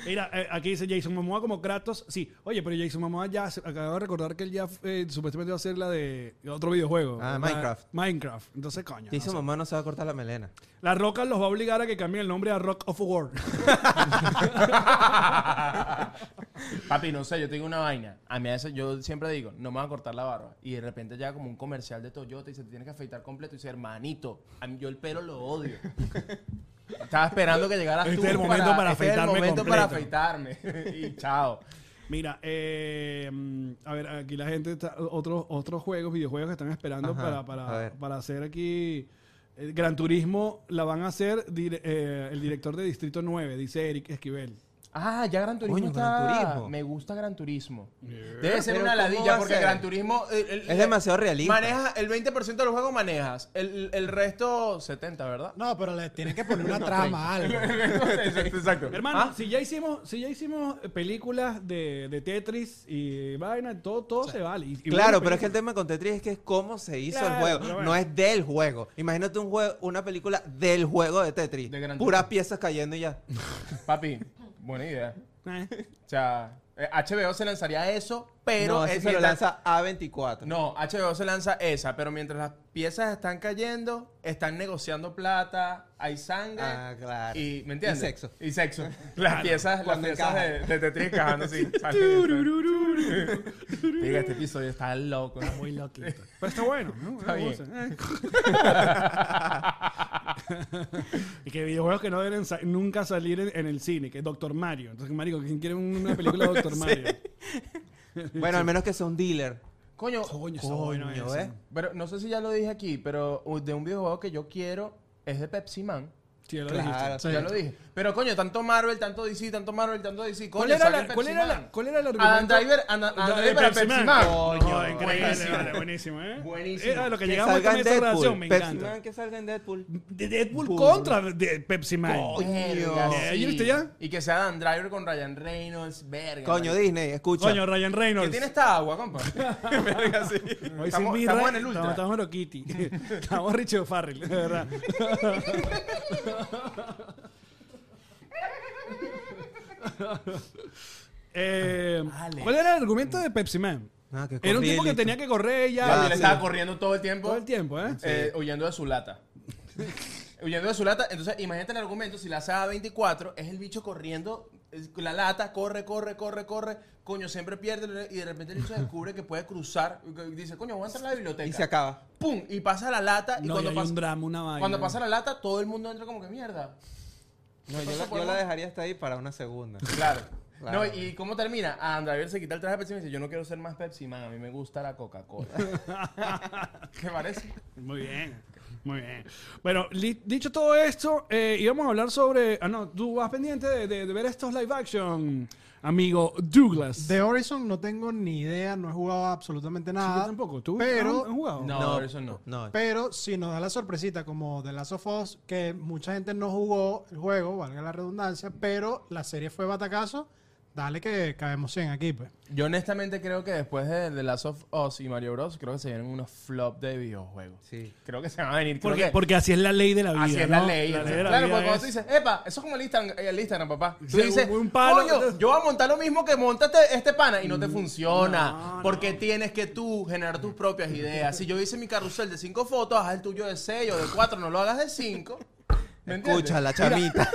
S3: Mira, eh, aquí dice Jason Momoa como Kratos. Sí, oye, pero Jason Momoa ya se- acabo de recordar que él ya eh, supuestamente va a hacer la de otro videojuego.
S4: Ah,
S3: La-
S4: Minecraft.
S3: Minecraft. Entonces, coño.
S4: Dice
S3: no sé.
S4: mamá no se va a cortar la melena.
S3: La Roca los va a obligar a que cambien el nombre a Rock of War.
S2: Papi, no sé, yo tengo una vaina. A mí a veces yo siempre digo, no me va a cortar la barba. Y de repente llega como un comercial de Toyota y se te tiene que afeitar completo y dice, hermanito, a mí, yo el pelo lo odio. Estaba esperando que llegaras
S3: Este
S2: tú.
S3: es el momento para
S2: este es el
S3: afeitarme
S2: momento para
S3: completo.
S2: afeitarme. y chao.
S3: Mira, eh, mm, a ver, aquí la gente está. Otros, otros juegos, videojuegos que están esperando
S4: Ajá,
S3: para,
S4: a
S3: para,
S4: ver.
S3: para hacer aquí. El Gran Turismo la van a hacer dire- eh, el director de Distrito 9, dice Eric Esquivel.
S2: Ah, ya Gran Turismo
S4: Coño,
S2: está.
S4: Gran Turismo.
S2: Me gusta Gran Turismo. Debe ser
S4: Pero
S2: una
S4: ¿cómo va
S2: ladilla
S4: a
S2: porque
S4: ser?
S2: Gran Turismo. el-
S3: Eh,
S2: el-
S4: Es demasiado realista.
S2: Manejas el 20% del juego, manejas. El, el resto, 70, ¿verdad?
S5: No, pero le tienen que poner una trama, algo.
S2: exacto, exacto.
S3: Hermano,
S2: Ah,
S3: si ya hicimos, si ya hicimos películas de, de Tetris y vaina, todo, todo se vale. Y- y
S4: Claro,
S3: buenas
S4: pero es que
S3: películas.
S4: el tema con Tetris es que es cómo se hizo
S3: Claro,
S4: el juego,
S3: pero bueno.
S4: no es del juego. Imagínate un juego, una película del juego de Tetris,
S2: De Gran
S4: puras
S2: Turismo.
S4: piezas cayendo y ya.
S2: papi, buena idea.
S3: Eh,
S2: O sea, eh, HBO se lanzaría eso, pero.
S4: no,
S2: es
S4: eso se lo
S2: mientras-
S4: lanza A24.
S2: No, HBO se lanza esa, pero mientras las piezas están cayendo, están negociando plata, hay sangre.
S4: Ah,
S3: eh,
S4: claro.
S2: Y, ¿me entiendes?
S4: Y sexo.
S2: Y sexo. Las piezas, las
S4: cuando
S2: piezas de,
S4: encajan.
S2: de Tetris encajando así. sale eso. Diga, este episodio está loco. ¿no?
S5: Muy loquito.
S3: Eh, pero está bueno, ¿no?
S2: Está
S3: Me
S2: bien.
S3: gusta, eh. y que videojuegos que no deben sa- nunca salir en, en el cine, que es Doctor Mario. Entonces, marico, ¿quién quiere una película de Doctor Mario?
S4: Bueno, al menos que sea un dealer.
S2: Coño,
S3: Coño, está bueno
S4: Coño,
S3: eso.
S4: ¿ves?
S2: pero no sé si ya lo dije aquí, pero uh, de un videojuego que yo quiero es de Pepsi Man.
S3: Sí, ya lo dijiste.
S4: Claro.
S5: Sí.
S2: Ya lo dije. Pero coño, tanto Marvel, tanto DC, tanto Marvel, tanto DC. Coño,
S3: ¿Cuál era,
S2: saquen
S3: la, ¿cuál,
S2: Pepsi
S3: era
S2: Man.
S3: la, ¿Cuál era el argumento? Ah,
S2: Adam Driver, Adam, Adam
S3: de
S2: Driver para
S3: Pepsi
S2: Pepsi
S3: Man.
S2: Man.
S3: Coño, increíble,
S2: buenísimo.
S3: vale, buenísimo, ¿eh?
S2: Buenísimo.
S3: Era lo que
S4: Que
S3: llegamos
S4: salga
S3: con
S4: en
S3: esta relación,
S4: Deadpool.
S3: me
S4: Pepsi
S3: encanta.
S4: Man que salga en Deadpool.
S3: De Deadpool contra de Pepsi Man.
S4: Coño.
S2: Verga,
S3: ¿Y
S2: sí.
S3: viste ya?
S2: Y que sea Dan Driver con Ryan Reynolds, verga.
S4: Coño,
S2: marico.
S4: Disney, escucha.
S3: Coño, Ryan Reynolds.
S2: ¿Qué tiene esta agua, compa? verga, sí.
S3: Hoy
S2: Estamos,
S3: sin birra,
S2: estamos en el ultra.
S3: Estamos, estamos en lo Kitty. estamos Richie O'Farrell, de verdad. Eh,
S2: Vale.
S3: ¿Cuál era el argumento de Pepsi Man?
S4: Ah, que
S3: Era un
S4: corría
S3: tipo que
S4: listo.
S3: tenía que correr ya.
S2: Papi,
S4: Ah,
S2: él
S4: sí.
S2: estaba corriendo todo el tiempo,
S3: Todo el tiempo, ¿eh?
S2: eh, huyendo de su lata. huyendo de su lata. Entonces, imagínate el argumento, si la hace a 24, es el bicho corriendo, es- la lata, corre, corre, corre, corre. Coño, siempre pierde y de repente el bicho descubre que puede cruzar. y Dice, coño, voy a entrar a la biblioteca.
S4: Y se acaba.
S2: ¡Pum! Y pasa la lata. Y
S3: No,
S2: cuando
S3: y hay
S2: pasa,
S3: un drama, una vaina.
S2: Cuando pasa la lata, todo el mundo entra como que mierda.
S4: No, yo
S2: Entonces,
S4: la, yo
S2: podemos-
S4: la dejaría hasta ahí para una segunda.
S2: Claro.
S4: Claro.
S2: No, ¿y cómo termina? A Driver se quita el traje de Pepsi y me dice, yo no quiero ser más Pepsi Man, a mí me gusta la Coca-Cola. ¿Qué parece?
S3: Muy bien. Muy bien. Bueno, li- dicho todo esto, eh, íbamos a hablar sobre. Ah, no, tú vas pendiente de, de- de ver estos live action, amigo Douglas.
S5: De Horizon no tengo ni idea, no he jugado absolutamente
S3: Sí,
S4: Ah,
S5: nada.
S3: yo tampoco. ¿Tú
S5: pero-
S3: ¿han- han jugado?
S2: No, eso no.
S4: No.
S5: Pero si nos da la sorpresita, como The Last of Us, que mucha gente no jugó el juego, valga la redundancia, pero la serie fue batacazo, dale que cabemos 100 aquí, pues.
S2: Yo honestamente creo que después de The Last of Us y Mario Bros, creo que se vienen unos flop de videojuegos.
S4: Sí.
S2: Creo que se van a venir. creo
S3: Porque,
S2: que
S3: porque así es la ley de la vida.
S2: así es la
S3: ¿no?
S2: ley.
S3: La ley de la
S2: claro,
S3: vida
S2: porque cuando
S3: es-
S2: tú dices, epa, eso es como el Instagram, el Instagram papá. Tú
S3: Sí,
S2: dices,
S3: un- un palo. Mm,
S2: coño, yo voy a montar lo mismo que monta este- este pana y no te funciona. porque tienes que tú generar tus propias ideas. Si yo hice mi carrusel de cinco fotos, haz el tuyo de seis o de cuatro, no lo hagas de cinco. ¿Me entiendes?
S4: Escucha, la chamita.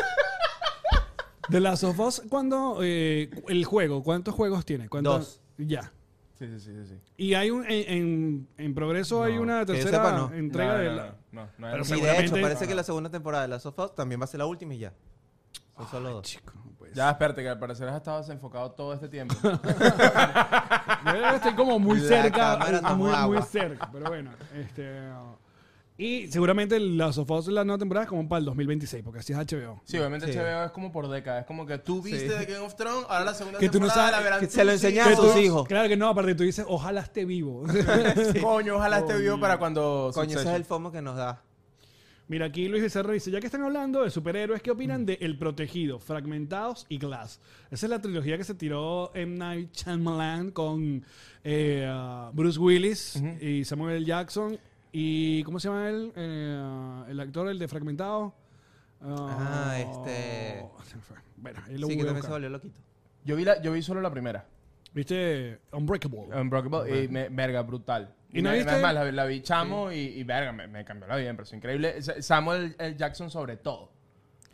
S3: De Last of Us, ¿cuándo, eh, el juego? ¿Cuántos juegos tiene? ¿Cuántos? Ya.
S2: Sí, sí, sí, sí, sí.
S3: Y hay un. En, en- en progreso hay
S4: No,
S3: una
S4: que yo
S3: tercera
S4: sepa, no.
S3: entrega
S2: No, no,
S3: de
S2: no,
S3: la.
S2: no, no, no, no.
S3: Pero
S4: y de hecho,
S3: seguramente-
S4: parece que la segunda temporada de Last of Us también va a ser la última y ya. Son solo dos.
S3: Chico, no puede
S2: Ya, espérate, que al parecer has estado desenfocado todo este tiempo.
S3: Yo estoy como muy
S4: La
S3: cerca.
S4: cámara
S3: Muy,
S4: tomó
S3: muy
S4: agua.
S3: cerca. Pero bueno, este. Y seguramente Last of Us la nueva temporada es como para el 2026, porque así es HBO.
S2: Sí, obviamente
S4: Sí.
S2: HBO es como por décadas. Es como que tú viste
S4: Sí.
S2: de Game of Thrones, ahora la segunda
S3: Que tú no
S2: temporada
S3: sabes-
S2: la verán
S4: que
S2: tus
S4: se lo
S2: hijos.
S4: enseñaron a sus hijos.
S3: Claro que no, aparte tú dices, ojalá esté vivo.
S2: Coño, ojalá este video para cuando...
S4: Coño, ese es
S2: Succession.
S4: el FOMO que nos da.
S3: Mira, aquí Luis Becerra dice, ya que están hablando de superhéroes, ¿qué
S4: Mm.
S3: opinan de El Protegido, Fragmentados y Glass? Esa es la trilogía que se tiró M. Night Shyamalan con eh, ah, Bruce Willis y Samuel L. Jackson y... ¿Cómo se llama él? Eh, ah, el actor, el de Fragmentado.
S4: Ah, este-
S3: se me fue. Bueno, él lo
S4: Sí, que
S3: voy a
S4: también se
S3: buscar.
S4: volvió loquito.
S2: Yo vi, la, yo vi solo la primera.
S3: ¿Viste? Unbreakable.
S4: Ah.
S2: Unbreakable y me- verga, brutal.
S3: ¿Y
S2: Y,
S3: no
S2: me-
S3: viste?
S2: además, la, la vi chamo y, y verga, me, me cambió la vida, me pareció increíble. Sa- Samuel L. Jackson sobre todo.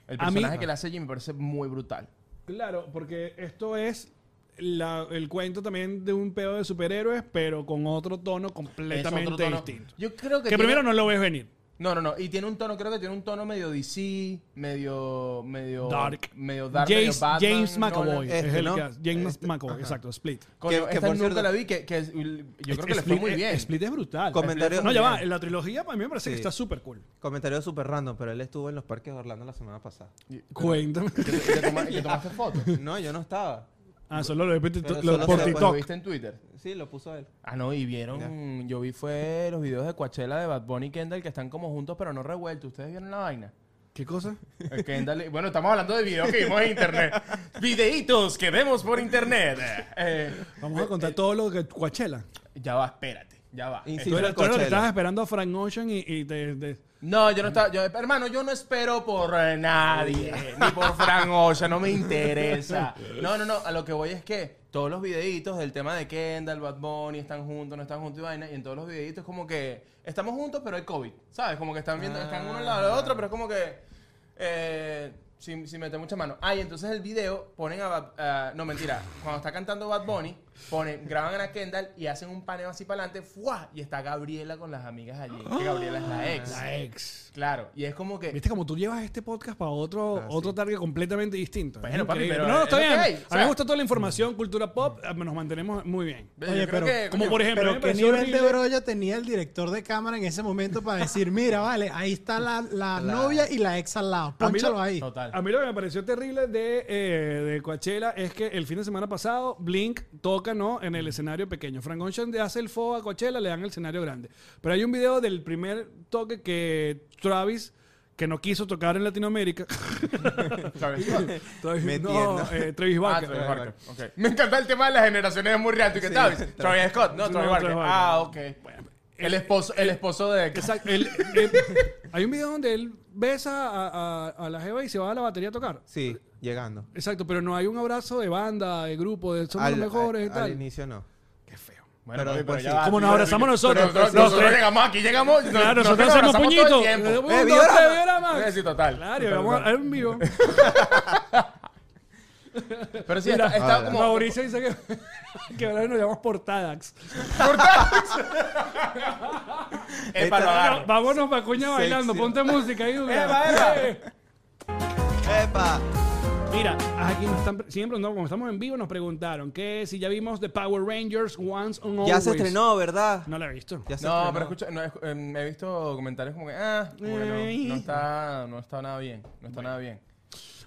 S2: El
S3: A mí-
S2: personaje que le hace Jimmy me parece muy brutal.
S3: Claro, porque esto es la- el cuento también de un pedo de superhéroes, pero con otro tono
S2: Es otro
S3: completamente
S2: tono.
S3: distinto.
S2: Yo creo que...
S3: Que
S2: tiene-
S3: primero no lo ves venir.
S2: No, no, no. Y tiene un tono, creo que tiene un tono medio DC, medio. medio
S3: Dark.
S2: Medio dark,
S3: James,
S2: medio Batman.
S3: James
S2: Nolan.
S3: McAvoy.
S4: Este,
S3: es el
S4: ¿no?
S3: que hace- James McAvoy, exacto, Split.
S2: Coño,
S4: Que- que
S2: esta
S4: por
S2: nunca
S4: cierto-
S2: la vi, que, que es- yo creo que le fue
S3: Split-
S2: muy bien.
S3: Split es brutal.
S4: Comentario-
S3: No, ya va. La trilogía a mí me parece que
S4: Sí.
S3: está súper cool.
S4: Comentario súper random, pero él estuvo en los parques de Orlando la semana pasada.
S3: Cuéntame.
S2: ¿Y te- y te toma- y te tomaste fotos?
S4: No, yo no estaba.
S3: Ah, solo lo repente lo-
S4: Pero solo
S3: por
S2: Pero,
S4: se
S2: pues, ¿Lo
S3: TikTok.
S2: viste en Twitter?
S4: Sí, lo puso él.
S2: Ah, no, y vieron, yo vi fue los videos de Coachella de Bad Bunny y Kendall que están como juntos pero no revueltos. ¿Ustedes vieron la vaina?
S3: ¿Qué cosa?
S2: El Kendall, y- bueno, estamos hablando de videos que vimos en internet. Videitos que vemos por internet. Eh,
S3: Vamos a contar todo lo que Coachella.
S2: ya va, espérate, ya va.
S4: Insisto.
S3: Tú
S4: fue
S3: eras- tú eras lo que
S4: Coachella.
S3: estabas esperando a Frank Ocean y, y te, te-
S2: No, yo no estaba. yo- hermano, yo no espero por eh, nadie, ni por Fran Ocean, no me interesa. No, no, no, a lo que voy es que todos los videitos del tema de Kendall, Bad Bunny, están juntos, no están juntos y vaina, y en todos los videitos como que estamos juntos, pero hay COVID, ¿sabes? Como que están viendo, están uno al lado del otro, pero es como que. Eh, sin, sin meter mucha mano. Ah, y entonces el video ponen a. Bad- ah, no, mentira. Cuando está cantando Bad Bunny, ponen, graban a Kendall y hacen un paneo así para adelante. ¡Fua! Y está Gabriela con las amigas allí. Que Gabriela es la ex.
S3: la ex.
S2: Claro, y es como que.
S3: ¿Viste como tú llevas este podcast para otro, otro target completamente distinto?
S2: Ah, Bueno,
S3: Es
S2: papi,
S3: increíble.
S2: pero
S3: No, no,
S2: es
S3: está
S2: lo
S3: bien.
S2: que hay,
S3: a mí me
S2: ¿sabes?
S3: gusta toda la información, cultura pop, eh, nos mantenemos muy bien.
S2: Ve, yo
S5: Oye,
S2: creo
S5: pero
S2: que,
S3: Como
S2: coño,
S3: por ejemplo, a mí
S5: Pero
S3: me
S5: qué
S3: pareció
S5: nivel de
S3: horrible-
S5: brolla tenía el director de cámara en ese momento para decir, mira, vale, ahí está la, la novia y la ex al lado.
S3: A mí lo-
S5: Pónchalo ahí.
S2: Total.
S3: A mí lo que me pareció terrible de, eh, de Coachella es que el fin de semana pasado Blink toca ¿no? en el escenario pequeño. Frank Ocean le hace el fo a Coachella, le dan el escenario grande. Pero hay un video del primer toque que Travis, que no quiso tocar en Latinoamérica.
S2: ¿sabes?
S3: Travis,
S4: Metiendo.
S3: no, eh, Travis
S2: Ah,
S3: Barker.
S2: Travis Barker, ok. Me encanta el tema de las generaciones de muy real. ¿Tú qué sabes? Travis Scott, no,
S3: Sí,
S2: Travis
S3: no,
S2: Barker.
S3: Travis eh,
S2: Ah, ok. El esposo, el esposo de.
S3: Exacto. Él- él- hay un video donde él besa a, a- a la Jeva y se va a la batería a tocar.
S4: Sí, llegando.
S3: Exacto, pero no hay un abrazo de banda, de grupo, de somos
S4: Al-
S3: los mejores y
S4: al- Al
S3: tal.
S4: inicio no.
S3: Qué feo.
S2: Bueno,
S4: Pero
S2: papi,
S4: después
S2: ya
S4: sí.
S2: va,
S3: Como
S2: sí,
S3: nos
S2: pero-
S3: abrazamos nosotros.
S2: Nosotros,
S3: Los
S2: nosotros
S3: tres.
S2: llegamos aquí, llegamos.
S3: Claro, nosotros hacemos puñitos. Eh, un,
S4: Eh,
S3: dos,
S4: Biorama.
S3: tres, Biorama.
S2: Sí, total.
S3: Claro, y
S2: Total,
S3: vamos a
S2: total.
S3: ver un vivo.
S2: Pero sí,
S3: Mira, Ah,
S2: está- está
S4: ahora.
S2: como.
S3: Mauricio dice que, que ahora nos llamamos Portadax.
S2: Es para lo agarro.
S3: Vámonos para cuña
S4: Sexy.
S3: bailando, ponte música ahí. Duda.
S2: Eva, Eva.
S3: Eh.
S4: ¡Epa!
S3: Mira, ah, aquí nos están pre- siempre no, como estamos en vivo nos preguntaron que si ya vimos The Power Rangers Once on Always.
S4: Ya se estrenó, ¿verdad?
S3: No la he visto.
S4: Ya se
S2: No,
S4: estrenó.
S2: pero escucha, no, es- em, he visto comentarios como que, ah, como que no, no está, no está nada bien, no está nada bien.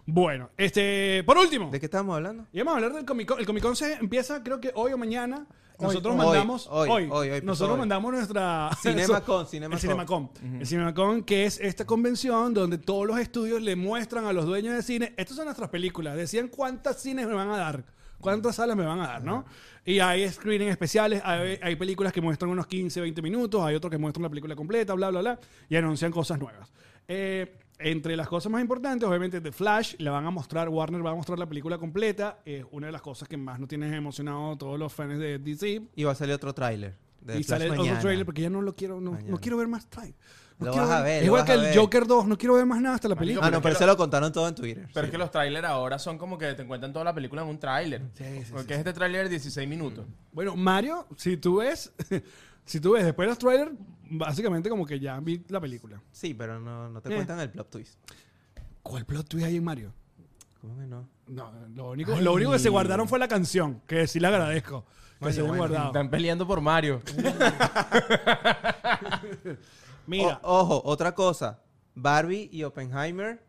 S3: Bueno, este, por último.
S4: ¿De qué estábamos hablando?
S3: Y vamos a hablar del Comic Con. El Comic Con se empieza, creo que hoy o mañana. Nosotros
S4: hoy,
S3: mandamos. Hoy,
S4: hoy, hoy, hoy,
S3: nosotros
S4: hoy.
S3: mandamos nuestra.
S4: CinemaCon, CinemaCon.
S3: El CinemaCon. El CinemaCon, que es esta convención donde todos los estudios le muestran a los dueños de cine. Estas son nuestras películas. Decían cuántas cines me van a dar. ¿Cuántas salas me van a dar, no? Y hay screenings especiales, hay, hay películas que muestran unos 15, 20 minutos, hay otros que muestran la película completa, bla, bla, bla, y anuncian cosas nuevas. Eh, entre las cosas más importantes, obviamente, The Flash, la van a mostrar, Warner va a mostrar la película completa. Es una de las cosas que más nos tiene emocionado a todos los fans de DC.
S4: Y va a salir otro tráiler. de
S3: y
S4: Flash
S3: sale
S4: mañana. Ah,
S3: otro trailer porque ya no lo quiero, no,
S4: Mañana.
S3: no quiero ver más trailer. No
S4: Lo
S3: quiero
S4: vas a ver, lo
S3: Igual
S4: vas
S3: que
S4: a
S3: el
S4: ver.
S3: Joker 2, no quiero ver más nada hasta la película.
S4: Ah, no, pero se lo contaron todo en Twitter.
S2: Pero es que los trailers ahora son como que te cuentan toda la película en un tráiler.
S4: Ah,
S2: Porque es este tráiler de 16 minutos.
S3: Bueno, Mario, si tú ves, si tú ves después de los trailers, básicamente como que ya vi la película.
S4: Sí, pero no, no te
S3: Eh.
S4: cuentan el plot twist.
S3: ¿Cuál plot twist hay en Mario?
S4: ¿Cómo que no?
S3: No, lo único, lo único que se guardaron fue la canción, que sí le agradezco. Que se hayan guardado.
S2: Están peleando por Mario.
S3: Mira,
S4: O- ojo, otra cosa. Barbie y Oppenheimer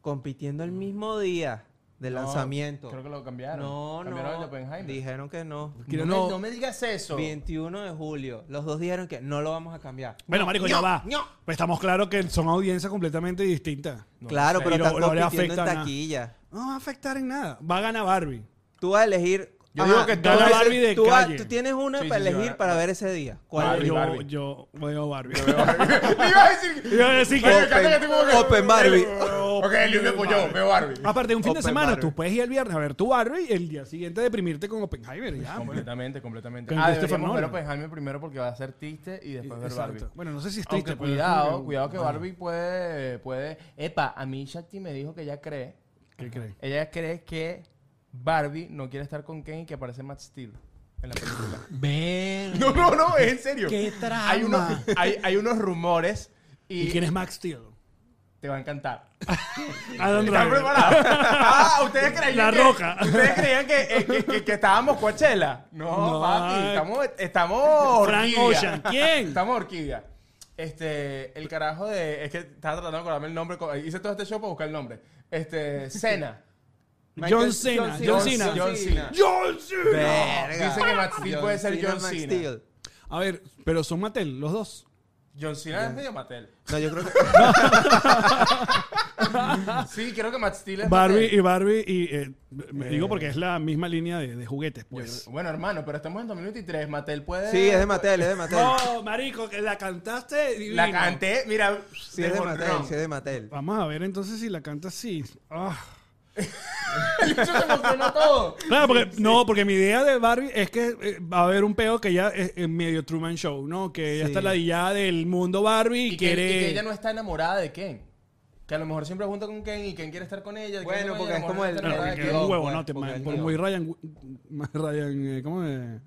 S4: compitiendo el mismo día de
S2: No,
S4: lanzamiento.
S2: Creo que lo cambiaron.
S4: no,
S2: Cambiaron el de
S4: no.
S2: Oppenheimer.
S4: Dijeron que no.
S3: quiero-
S2: no, me-
S3: no-
S2: no Me, digas eso.
S4: 21 de julio. Los dos dijeron que no lo vamos a cambiar.
S3: Bueno, marico, ya va. Pues estamos claros que son audiencias completamente distintas.
S4: claro,
S3: sé.
S4: pero
S3: Y lo-
S4: están
S3: lo le
S4: compitiendo en
S3: afecta, ¿no?
S4: taquilla.
S3: No va a afectar en nada. Va a ganar Barbie.
S4: Tú vas a elegir.
S2: Yo digo que
S4: tú
S3: gana
S4: dices-
S3: Barbie de
S4: tú, vas-
S3: calle.
S4: tú tienes una
S2: Sí,
S4: para
S2: sí, sí,
S4: elegir
S2: va-
S4: para ver ese día. ¿Cuál?
S2: Barbie,
S3: yo,
S2: Barbie.
S3: yo veo Barbie.
S2: Me iba a decir.
S3: Yo iba a decir que-
S2: Oye, canta que este tipo que-
S4: Open Barbie.
S2: Ok, Luis me apoyó. Veo Barbie. Ah,
S3: Aparte, un fin de
S4: Open
S3: semana,
S4: Barbie.
S3: tú puedes ir el viernes a ver tu Barbie y el día siguiente deprimirte con Oppenheimer. Ya. pues.
S2: Completamente, completamente.
S3: Con
S2: Ah,
S3: Christopher
S2: deberíamos ver
S3: Nolan.
S2: Oppenheimer primero porque va a ser triste y después ver
S3: Exacto.
S2: Barbie.
S3: Bueno, no sé si es triste.
S2: Aunque
S3: pero es como
S2: cuidado,
S3: que-
S2: cuidado que
S3: Vale.
S2: Barbie puede, puede... Epa, a mí Shakti me dijo que ella cree,
S3: ¿Qué crees?
S2: ella cree que Barbie no quiere estar con Ken y que aparece Matt Steele en la película.
S5: Ver.
S2: no, no, no, es en serio.
S5: Qué
S2: Hay
S5: trama.
S2: unos, hay, hay unos rumores y
S3: ¿Y
S2: y
S3: quién es Max Steel?
S2: te va a encantar. ¿Están
S3: Adam Driver.
S2: preparados? Ah, ustedes creían
S3: La
S2: que,
S3: Roca.
S2: Ustedes creían que, eh, que, que- que estábamos Coachella. No,
S3: No.
S2: papi, estamos, estamos
S3: Frank
S2: orquídea.
S3: Ocean. ¿Quién?
S2: Estamos orquídea. Este, el carajo de. Es que estaba tratando de acordarme el nombre. co- Hice todo este show para buscar el nombre. Este, Cena.
S3: John Cena. John Cena.
S2: John Cena.
S3: John Cena.
S4: Verga.
S2: Dicen que Max Steel
S4: John
S2: puede ser John
S4: Max
S2: Cena.
S4: Steel.
S3: A ver, pero son Mattel, los dos.
S2: John Cena es medio Mattel.
S4: No, yo creo que.
S2: Sí, creo que Matt Steele es
S3: Barbie
S2: Mattel.
S3: y Barbie y... eh, me digo porque es la misma línea de, de juguetes, pues.
S2: Bueno, hermano, pero estamos en 2023. Mattel puede.
S4: Sí, es de Mattel, es de Mattel.
S3: No, marico, que la cantaste divino.
S2: La canté, mira.
S4: Sí, es de
S2: borrón.
S4: Mattel, sí, es de Mattel.
S3: Vamos a ver entonces si la canta así. Ah.
S2: El bicho se emocionó todo.
S3: Claro, porque, no, porque mi idea de Barbie es que eh, va a haber un peo que ya es es medio Truman Show, ¿no? Que ya
S4: Sí.
S3: está la idea del mundo Barbie y,
S2: Y que,
S3: quiere...
S2: y que ella no está enamorada de Ken. Que a lo mejor siempre junta con Ken y Ken quiere estar con ella. que
S4: Bueno,
S2: Ken no
S4: porque
S2: vaya,
S4: es
S2: a lo
S4: como
S2: mejor
S4: el-
S2: está enamorada
S3: Claro, porque
S2: de Ken.
S3: es un huevo,
S4: pues,
S3: ¿no? Te-
S4: porque
S3: man-
S4: es
S3: Por
S4: mío.
S3: muy Ryan... Ryan... eh, ¿Cómo es?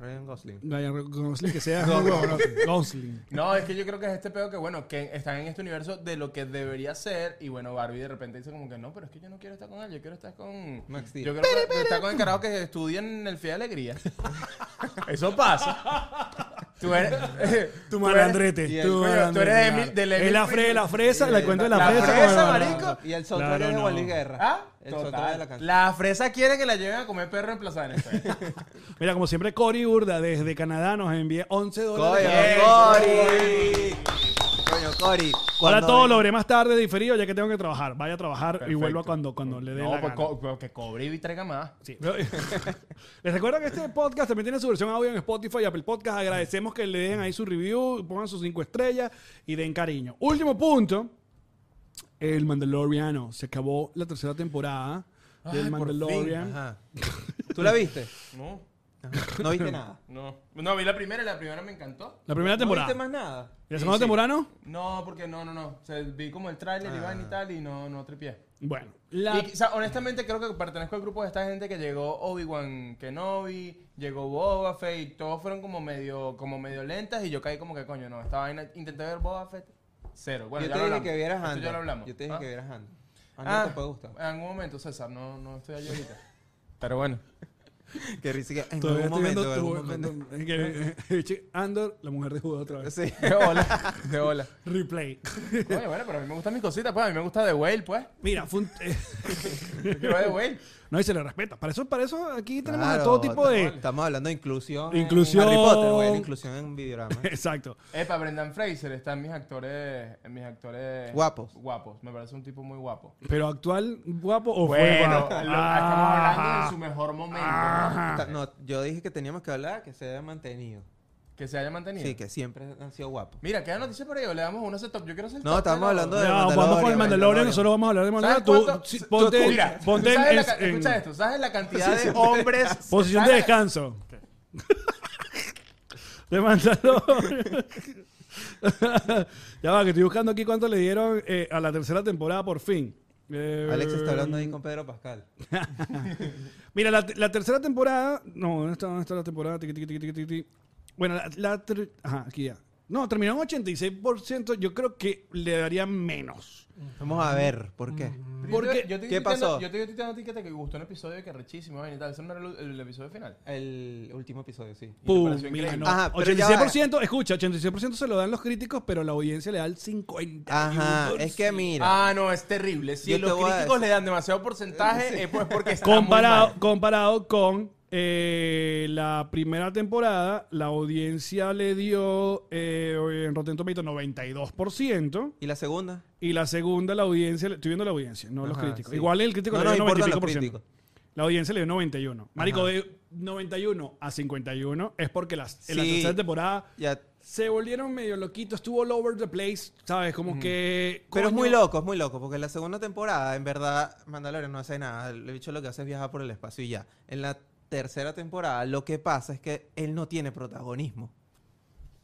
S4: Ryan Gosling.
S3: Ryan Gosling, que sea... muy huevo, ¿no? Gosling.
S2: No, es que yo creo que es este pedo que, bueno, que están en este universo de lo que debería ser. Y bueno, Barbie de repente dice como que no, pero es que yo no quiero estar con él, yo quiero estar con.
S4: Max Steel.
S2: Yo quiero estar con el carajo que estudia en el Fiel de Alegría. Eso pasa. Tú eres.
S3: Tu
S2: tú
S3: malandrete.
S4: y el
S3: Tu
S2: coño, tú
S3: malandrete.
S2: eres de Emil- del
S3: Es
S2: Emil
S3: la
S2: Friedman.
S3: fre- la fresa, la cuenta de la
S2: La
S3: fresa.
S2: fresa,
S3: bueno,
S2: marico.
S4: Y
S3: Claro,
S4: el software es de
S3: no.
S4: Juan Luis Guerra.
S2: ¿Ah?
S4: El software de
S2: Total.
S4: la
S2: La,
S4: canción.
S2: fresa quiere que la lleven a comer perro en Plaza Venezuela.
S3: Mira, como siempre, Cory Urda desde Canadá nos envía 11 dólares.
S4: Coño,
S2: Bien,
S4: Cori. Coño, Cori.
S3: Ahora
S4: Cuando
S3: todo
S4: venga-
S3: lo veré más tarde diferido, ya que tengo que trabajar. Vaya a trabajar y
S2: Perfecto.
S3: vuelva cuando, cuando le dé
S2: no,
S3: la
S2: pues
S3: gana.
S2: co- co- que cobre y traiga más.
S3: Sí. Les recuerdo que este podcast también tiene su versión audio en Spotify y Apple Podcast. Agradecemos que le den ahí su review, pongan sus cinco estrellas y den cariño. Último punto. El Mandaloriano. Se acabó la tercera temporada del
S2: Ay, por fin.
S3: Mandalorian.
S4: Ajá. ¿Tú la viste?
S2: No,
S4: No viste nada.
S2: no. No, vi la primera y la primera me encantó.
S3: La primera
S4: ¿No viste
S3: temporada.
S4: más nada?
S3: ¿Y la segunda
S2: Sí, sí.
S3: temporada no?
S2: No, porque no, no, no. O sea, vi como el tráiler y
S4: Ah.
S2: van y tal y no, no tripié.
S3: Bueno. La...
S2: Y, o sea, honestamente creo que pertenezco al grupo de esta gente que llegó Obi-Wan Kenobi, llegó Boba Fett, y todos fueron como medio, como medio lentas y yo caí como que coño, no, esta vaina, intenté ver Boba Fett, cero. Bueno,
S4: yo
S2: ya
S4: te
S2: lo
S4: dije
S2: hablamos.
S4: que vieras
S2: Esto
S4: Andor.
S2: ya lo hablamos.
S4: Yo te dije
S2: ¿Ah?
S4: que vieras Andor. Andor
S2: Ah,
S4: te puede gustar.
S2: En algún momento, César, no, no estoy allí ahorita. Pero bueno.
S4: Que risa que en
S3: Todavía
S4: algún
S3: estoy viendo
S4: momento, en algún
S3: tu-
S4: momento.
S3: que- Andor, la mujer de Judas otra vez.
S4: Sí.
S2: De hola, de hola.
S3: Replay.
S2: Oye, bueno, pero a mí me gustan mis cositas, pues. A mí me gusta The Whale, pues.
S3: Mira, fue un-
S2: Yo quiero ver The Whale.
S3: no, y se le respeta. Para eso, para eso aquí tenemos
S4: Claro,
S3: a todo tipo de...
S4: Estamos hablando de inclusión.
S3: Inclusión.
S4: En Harry Potter, bueno, inclusión en videorama.
S3: Exacto.
S2: Epa, Brendan Fraser está en mis actores... En mis actores...
S4: Guapos.
S2: Guapos. Me parece un tipo muy guapo.
S3: ¿Pero actual guapo o fue
S2: Bueno,
S3: guapo?
S2: lo- estamos
S3: Ah,
S2: hablando de su mejor momento. ¿no?
S4: Ta- No, yo dije que teníamos que hablar que se haya mantenido.
S2: Que se haya mantenido.
S4: Sí, que siempre han sido guapos.
S2: Mira, queda noticia por ahí. o Le damos uno a ese top. Yo quiero ser
S4: No, estamos hablando de
S3: Ah, No, vamos con el Mandalorian, nosotros vamos a hablar de
S2: ¿Sabes
S3: Mandalorian.
S2: cuánto?
S3: Tú, sí,
S2: Tú-
S3: ponte,
S2: tú- mira,
S3: ponte
S2: tú sabes la
S3: en-
S2: ca-
S3: en
S2: escucha esto. ¿Sabes la cantidad de hombres...
S3: posición
S2: ¿sabes
S3: de
S2: la-
S3: descanso. De Mandalorian. ya va, que estoy buscando aquí cuánto le dieron eh, a la tercera temporada por fin. Eh,
S4: Alex está hablando ahí con Pedro Pascal.
S3: Mira, la, la tercera temporada. No, ¿dónde está, dónde está la temporada? Tiqui, tiqui, tiqui, tiqui, tiqui. Bueno, la, la ter- Ajá, aquí ya. No, terminó en 86%. Yo creo que le daría menos.
S4: Vamos a ver, ¿por qué?
S3: ¿Por
S2: Yo te-
S3: qué?
S2: yo te estoy
S4: ¿Qué
S2: tuiteando-
S4: pasó?
S2: Yo te estoy tuiteando a ti que te gustó un episodio que rechísimo y tal. Ese no era el, el episodio final.
S4: El último episodio, sí.
S2: Y te
S3: Pum,
S2: pareció
S3: mira,
S2: increíble.
S3: no.
S4: Ajá, pero ya
S3: 86%, escucha, 86% se lo dan los críticos, pero la audiencia le da el 50%.
S4: Ajá, es que mira.
S2: Ah, no, es terrible. Si
S4: Yo te
S2: los
S4: voy a
S2: críticos
S4: decir-
S2: le dan demasiado porcentaje, es pues porque está muy
S3: Comparado,
S2: mal.
S3: comparado con eh, la primera temporada, la audiencia le dio eh, en Rotten Tomatoes 92%.
S4: ¿Y la segunda?
S3: Y la segunda, la audiencia, le- estoy viendo la audiencia, no los
S4: Ajá,
S3: críticos.
S4: sí.
S3: Igual el crítico
S4: No
S3: le
S4: nos
S3: dio
S4: importan
S3: 95%.
S4: los críticos.
S3: La audiencia le dio 91. Marico,
S4: Ajá.
S3: de 91 a 51 es porque las, en la
S4: Sí.
S3: tercera temporada
S4: Ya.
S3: se volvieron medio loquitos, estuvo all over the place, ¿sabes? Como que...
S4: Mm. Pero es
S3: coño,
S4: muy loco, es muy loco, porque en la segunda temporada, en verdad, Mandalorian no hace nada. El bicho lo que hace es viajar por el espacio y ya. En la tercera temporada, lo que pasa es que él no tiene protagonismo.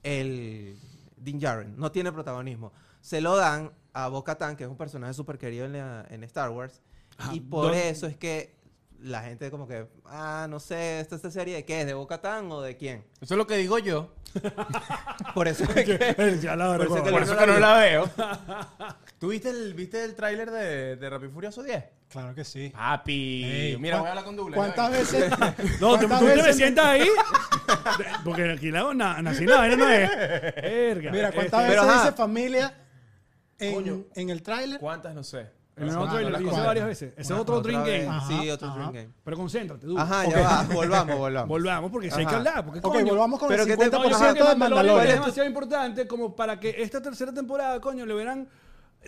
S4: El Din Djarin no tiene protagonismo. Se lo dan a Bo-Katan, que es un personaje súper querido en, la- en Star Wars.
S3: Ajá,
S4: y por
S3: Ah, ¿dónde-
S4: eso es que la gente como que, ah, no sé, ¿esta, esta serie de qué es? ¿De Bo-Katan o de quién?
S2: Eso es lo que digo yo.
S3: Ah.
S4: Por eso es que...
S3: Ya la
S4: Por eso
S3: verdad.
S4: que
S2: Por
S4: no
S2: eso
S4: la
S2: que
S4: vi.
S2: no la veo. ¿Tú viste el, viste el tráiler de, de Rápido y Furioso 10?
S5: Claro que sí.
S2: Papi.
S5: Ey,
S2: Mira,
S5: ¿cuán-
S2: voy a hablar con Douglas.
S5: ¿Cuántas
S2: ¿no?
S5: veces?
S3: No, tú,
S5: ¿cuántas
S3: tú te me
S5: veces-
S3: sientas ahí. De- Porque aquí la na, nací la vaina no es. Verga.
S5: Mira,
S3: Este,
S5: ¿cuántas veces
S4: Pero, ajá.
S5: dice familia
S2: Coño.
S5: en, en el tráiler?
S2: ¿Cuántas? No sé.
S3: En el otro
S5: Ah, no
S3: lo
S5: las
S3: hice
S5: cuadras.
S3: varias veces. Ese es
S4: Una-
S3: otro
S4: Ah, otra
S3: Dream
S4: vez.
S3: Game.
S4: Sí,
S5: Ajá,
S4: otro
S5: ajá.
S4: Dream Game.
S3: Pero concéntrate, tú.
S4: Ajá,
S3: Ok,
S4: ya va. Volvamos, volvamos.
S3: Volvamos porque si hay que
S4: Ajá.
S3: hablar. Porque
S5: Ok,
S3: coño,
S5: volvamos con el
S4: pero que
S5: 50%
S4: te-
S3: Yo
S4: Ajá.
S3: creo que
S5: de
S3: Mandalorian es
S5: Mandalorian.
S3: demasiado importante como para que esta tercera temporada, coño, le verán.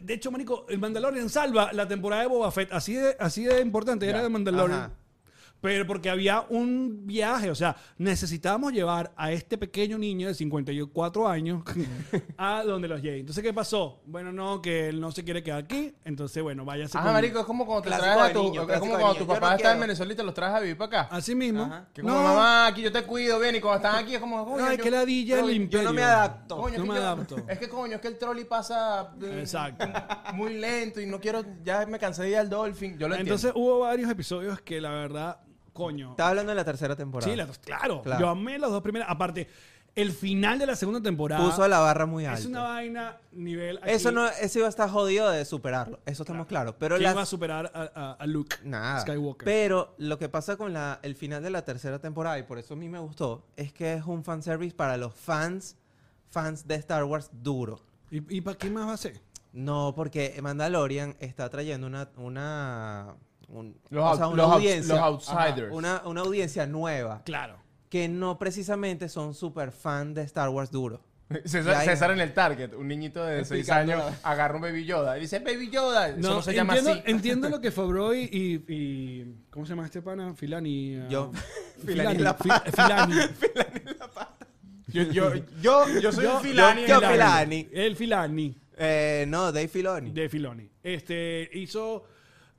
S3: De hecho, marico, el Mandalorian salva la temporada de Boba Fett. Así de, así de importante era el Mandalorian.
S4: Ajá.
S3: Pero porque había un viaje, o sea, necesitábamos llevar a este pequeño niño de 54 años a donde los Jedi. Entonces, ¿qué pasó? Bueno, no, que él no se quiere quedar aquí. Entonces, bueno, váyase
S2: Ah,
S3: con-
S2: marico, es como cuando te
S4: Clásico
S2: traes a
S4: de
S2: tu...
S4: niño,
S2: es
S4: clásico
S2: como
S4: de
S2: cuando
S4: niño.
S2: tu
S4: Yo no
S2: papá está
S4: quiero. Ah,
S2: en Venezuela y te los traes a vivir para acá.
S3: Así mismo.
S2: Que como
S3: No,
S2: mamá, aquí yo te cuido, bien, y cuando están aquí es como... coño,
S3: No, es
S2: yo-
S3: que ladilla el
S4: Yo
S3: imperio.
S4: no me adapto.
S2: Coño,
S3: No
S2: es que
S3: me
S2: yo-
S3: adapto.
S2: Es que coño, es que el trolley pasa eh,
S3: Exacto.
S2: muy lento y no quiero, ya me cansé de ir al Dolphin. Yo lo
S3: Entonces, hubo varios episodios que la verdad, coño.
S4: Estaba hablando de la tercera temporada.
S3: Sí, las dos, claro.
S4: Claro.
S3: Yo amé las dos primeras. Aparte, el final de la segunda temporada
S4: Puso la barra muy alta.
S3: es una vaina nivel. aquí.
S4: Eso no, eso iba a estar jodido de superarlo. Eso estamos claros. Pero
S3: ¿Quién
S4: las-
S3: va a superar a, a- a Luke
S4: nada.
S3: Skywalker?
S4: Pero lo que pasa con la, el final de la tercera temporada, y por eso a mí me gustó, es que es un fanservice para los fans, fans de Star Wars duro.
S3: ¿Y, para qué más va a ser?
S4: No, porque Mandalorian está trayendo una, una, un-
S2: Los
S4: o
S2: out-
S4: sea, una
S2: los out-
S4: audiencia.
S2: los outsiders.
S4: Una, una audiencia nueva.
S3: Claro.
S4: Que no precisamente son super fan de Star Wars duro. Ya,
S2: César,
S4: ya.
S2: César en el Target, un niñito de 6
S4: Explicando
S2: años agarra un Baby Yoda y dice Baby Yoda. Eso no, se llama
S3: entiendo,
S2: así.
S3: Entiendo lo que Favreau y, y- y- ¿Cómo se llama este pana? Filani. ah,
S4: Yo.
S3: Filani.
S4: Filani la
S3: Fi- Filani.
S2: Yo, yo, yo, yo soy un Filani.
S4: yo-
S2: en la-
S4: Filani.
S3: El Filani.
S4: Eh, no, Dave Filoni.
S3: de Filoni. Este hizo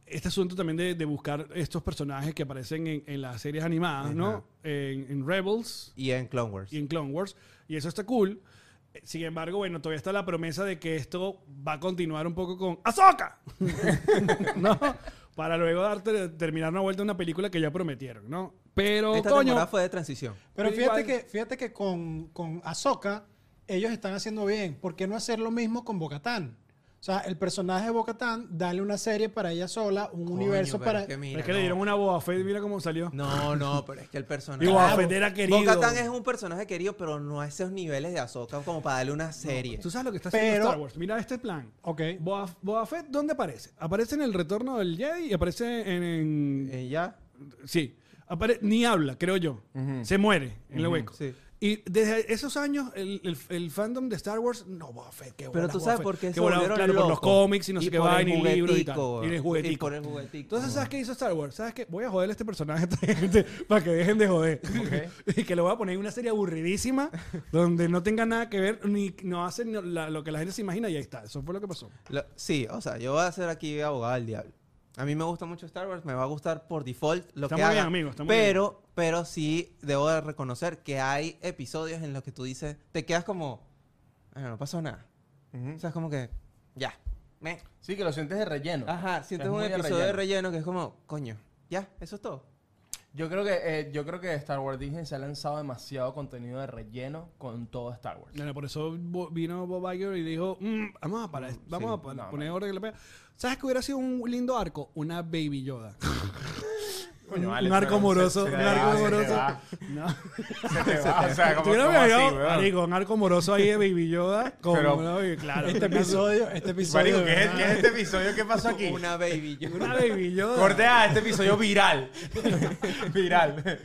S3: este asunto también de, de buscar estos personajes que aparecen en, en las series animadas, ¿no? En, en Rebels
S4: y en Clone Wars.
S3: y en Clone Wars. Y eso está cool. Eh, Sin embargo, bueno, todavía está la promesa de que esto va a continuar un poco con ¡Azoka! ¿No? Para luego darte, terminar una vuelta a una película que ya prometieron, ¿no? Pero,
S4: Esta
S3: Oh, coño.
S4: temporada fue de transición.
S5: Pero fíjate
S3: Igual-
S5: que, fíjate que con, con Ahsoka, ellos están haciendo bien. ¿Por qué no hacer lo mismo con Bocatán? O sea, el personaje de Bocatán, darle una serie para ella sola, un universo
S4: Coño, pero
S5: para.
S4: es que mira,
S3: es que
S4: no.
S3: le dieron una Boba Fett, mira cómo salió.
S4: No, no, pero es que el personaje.
S3: Y Boba Fett era querido.
S4: Bo-Katan es un personaje querido, pero no a esos niveles de Ahsoka como para darle una serie.
S3: Tú sabes lo que está haciendo
S5: Pero-
S3: Star Wars. Mira este plan.
S5: Ok.
S3: Boba, Boba Fett, ¿dónde aparece? Aparece en el retorno del Jedi y aparece en. en-
S4: Eh, ya.
S3: sí. Apare- ni habla, creo yo. Se muere en el hueco.
S4: sí.
S3: Y desde esos años, el, el- el fandom de Star Wars, no, Boba Fett, qué
S4: Pero
S3: bola,
S4: tú
S3: Boba
S4: sabes
S3: Fett.
S4: por qué se
S3: Qué bola,
S4: volvieron
S3: claro, por los
S4: locos.
S3: cómics y no sé
S4: Y
S3: qué
S4: por el
S3: vaina, y libros y
S4: juguetico,
S3: tal.
S4: weón.
S3: Y el
S4: Y
S3: juguetico.
S4: por el juguetico.
S3: Entonces, ¿sabes qué hizo Star Wars? ¿Sabes qué? Voy a joderle este personaje a esta gente para que dejen de joder. y que lo voy a poner en una serie aburridísima donde no tenga nada que ver ni no hacen no- la- lo que la gente se imagina y ahí está. Eso fue lo que pasó.
S4: Lo- sí, o sea, yo voy a ser aquí abogado del diablo. A mí me gusta mucho Star Wars, me va a gustar por default lo
S3: Está
S4: que
S3: muy bien,
S4: hagan,
S3: amigo, está muy
S4: pero, pero sí debo de reconocer que hay episodios en los que tú dices, te quedas como, "Ah, no pasó nada. O sea, es como que, ya. Me.
S2: Sí, que lo sientes de relleno.
S4: Ajá, sientes
S2: Es
S4: un
S2: muy de
S4: episodio de
S2: relleno.
S4: relleno que es como, coño, ya, eso es todo.
S2: Yo creo que eh, yo creo que Star Wars Disney se ha lanzado demasiado contenido de relleno con todo Star Wars.
S3: Bueno, por eso bo- vino Bob Iger y dijo, "Mm, vamos a, parar- vamos a pa-
S2: no,
S3: poner orden en la pega". ¿Sabes que hubiera sido un lindo arco? Una Baby Yoda.
S2: Coño,
S3: un
S2: vale,
S3: arco
S2: pero se-
S3: amoroso,
S2: se
S3: un
S2: te va,
S3: arco
S2: se te
S3: amoroso.
S2: va,
S3: No.
S2: se te va, o sea, Ah, como-
S3: Tuviera
S2: como así,
S3: pegado,
S2: weón.
S3: marico, un arco moroso ahí de Baby Yoda. Como
S2: Pero-
S3: una baby- claro.
S5: Este episodio, este episodio.
S2: Marico, ¿qué es,
S5: ¿verdad?
S2: qué es este episodio? ¿Qué pasó aquí?
S4: Una baby. yo-
S3: Una Baby Yoda.
S2: Corte a este episodio viral. viral.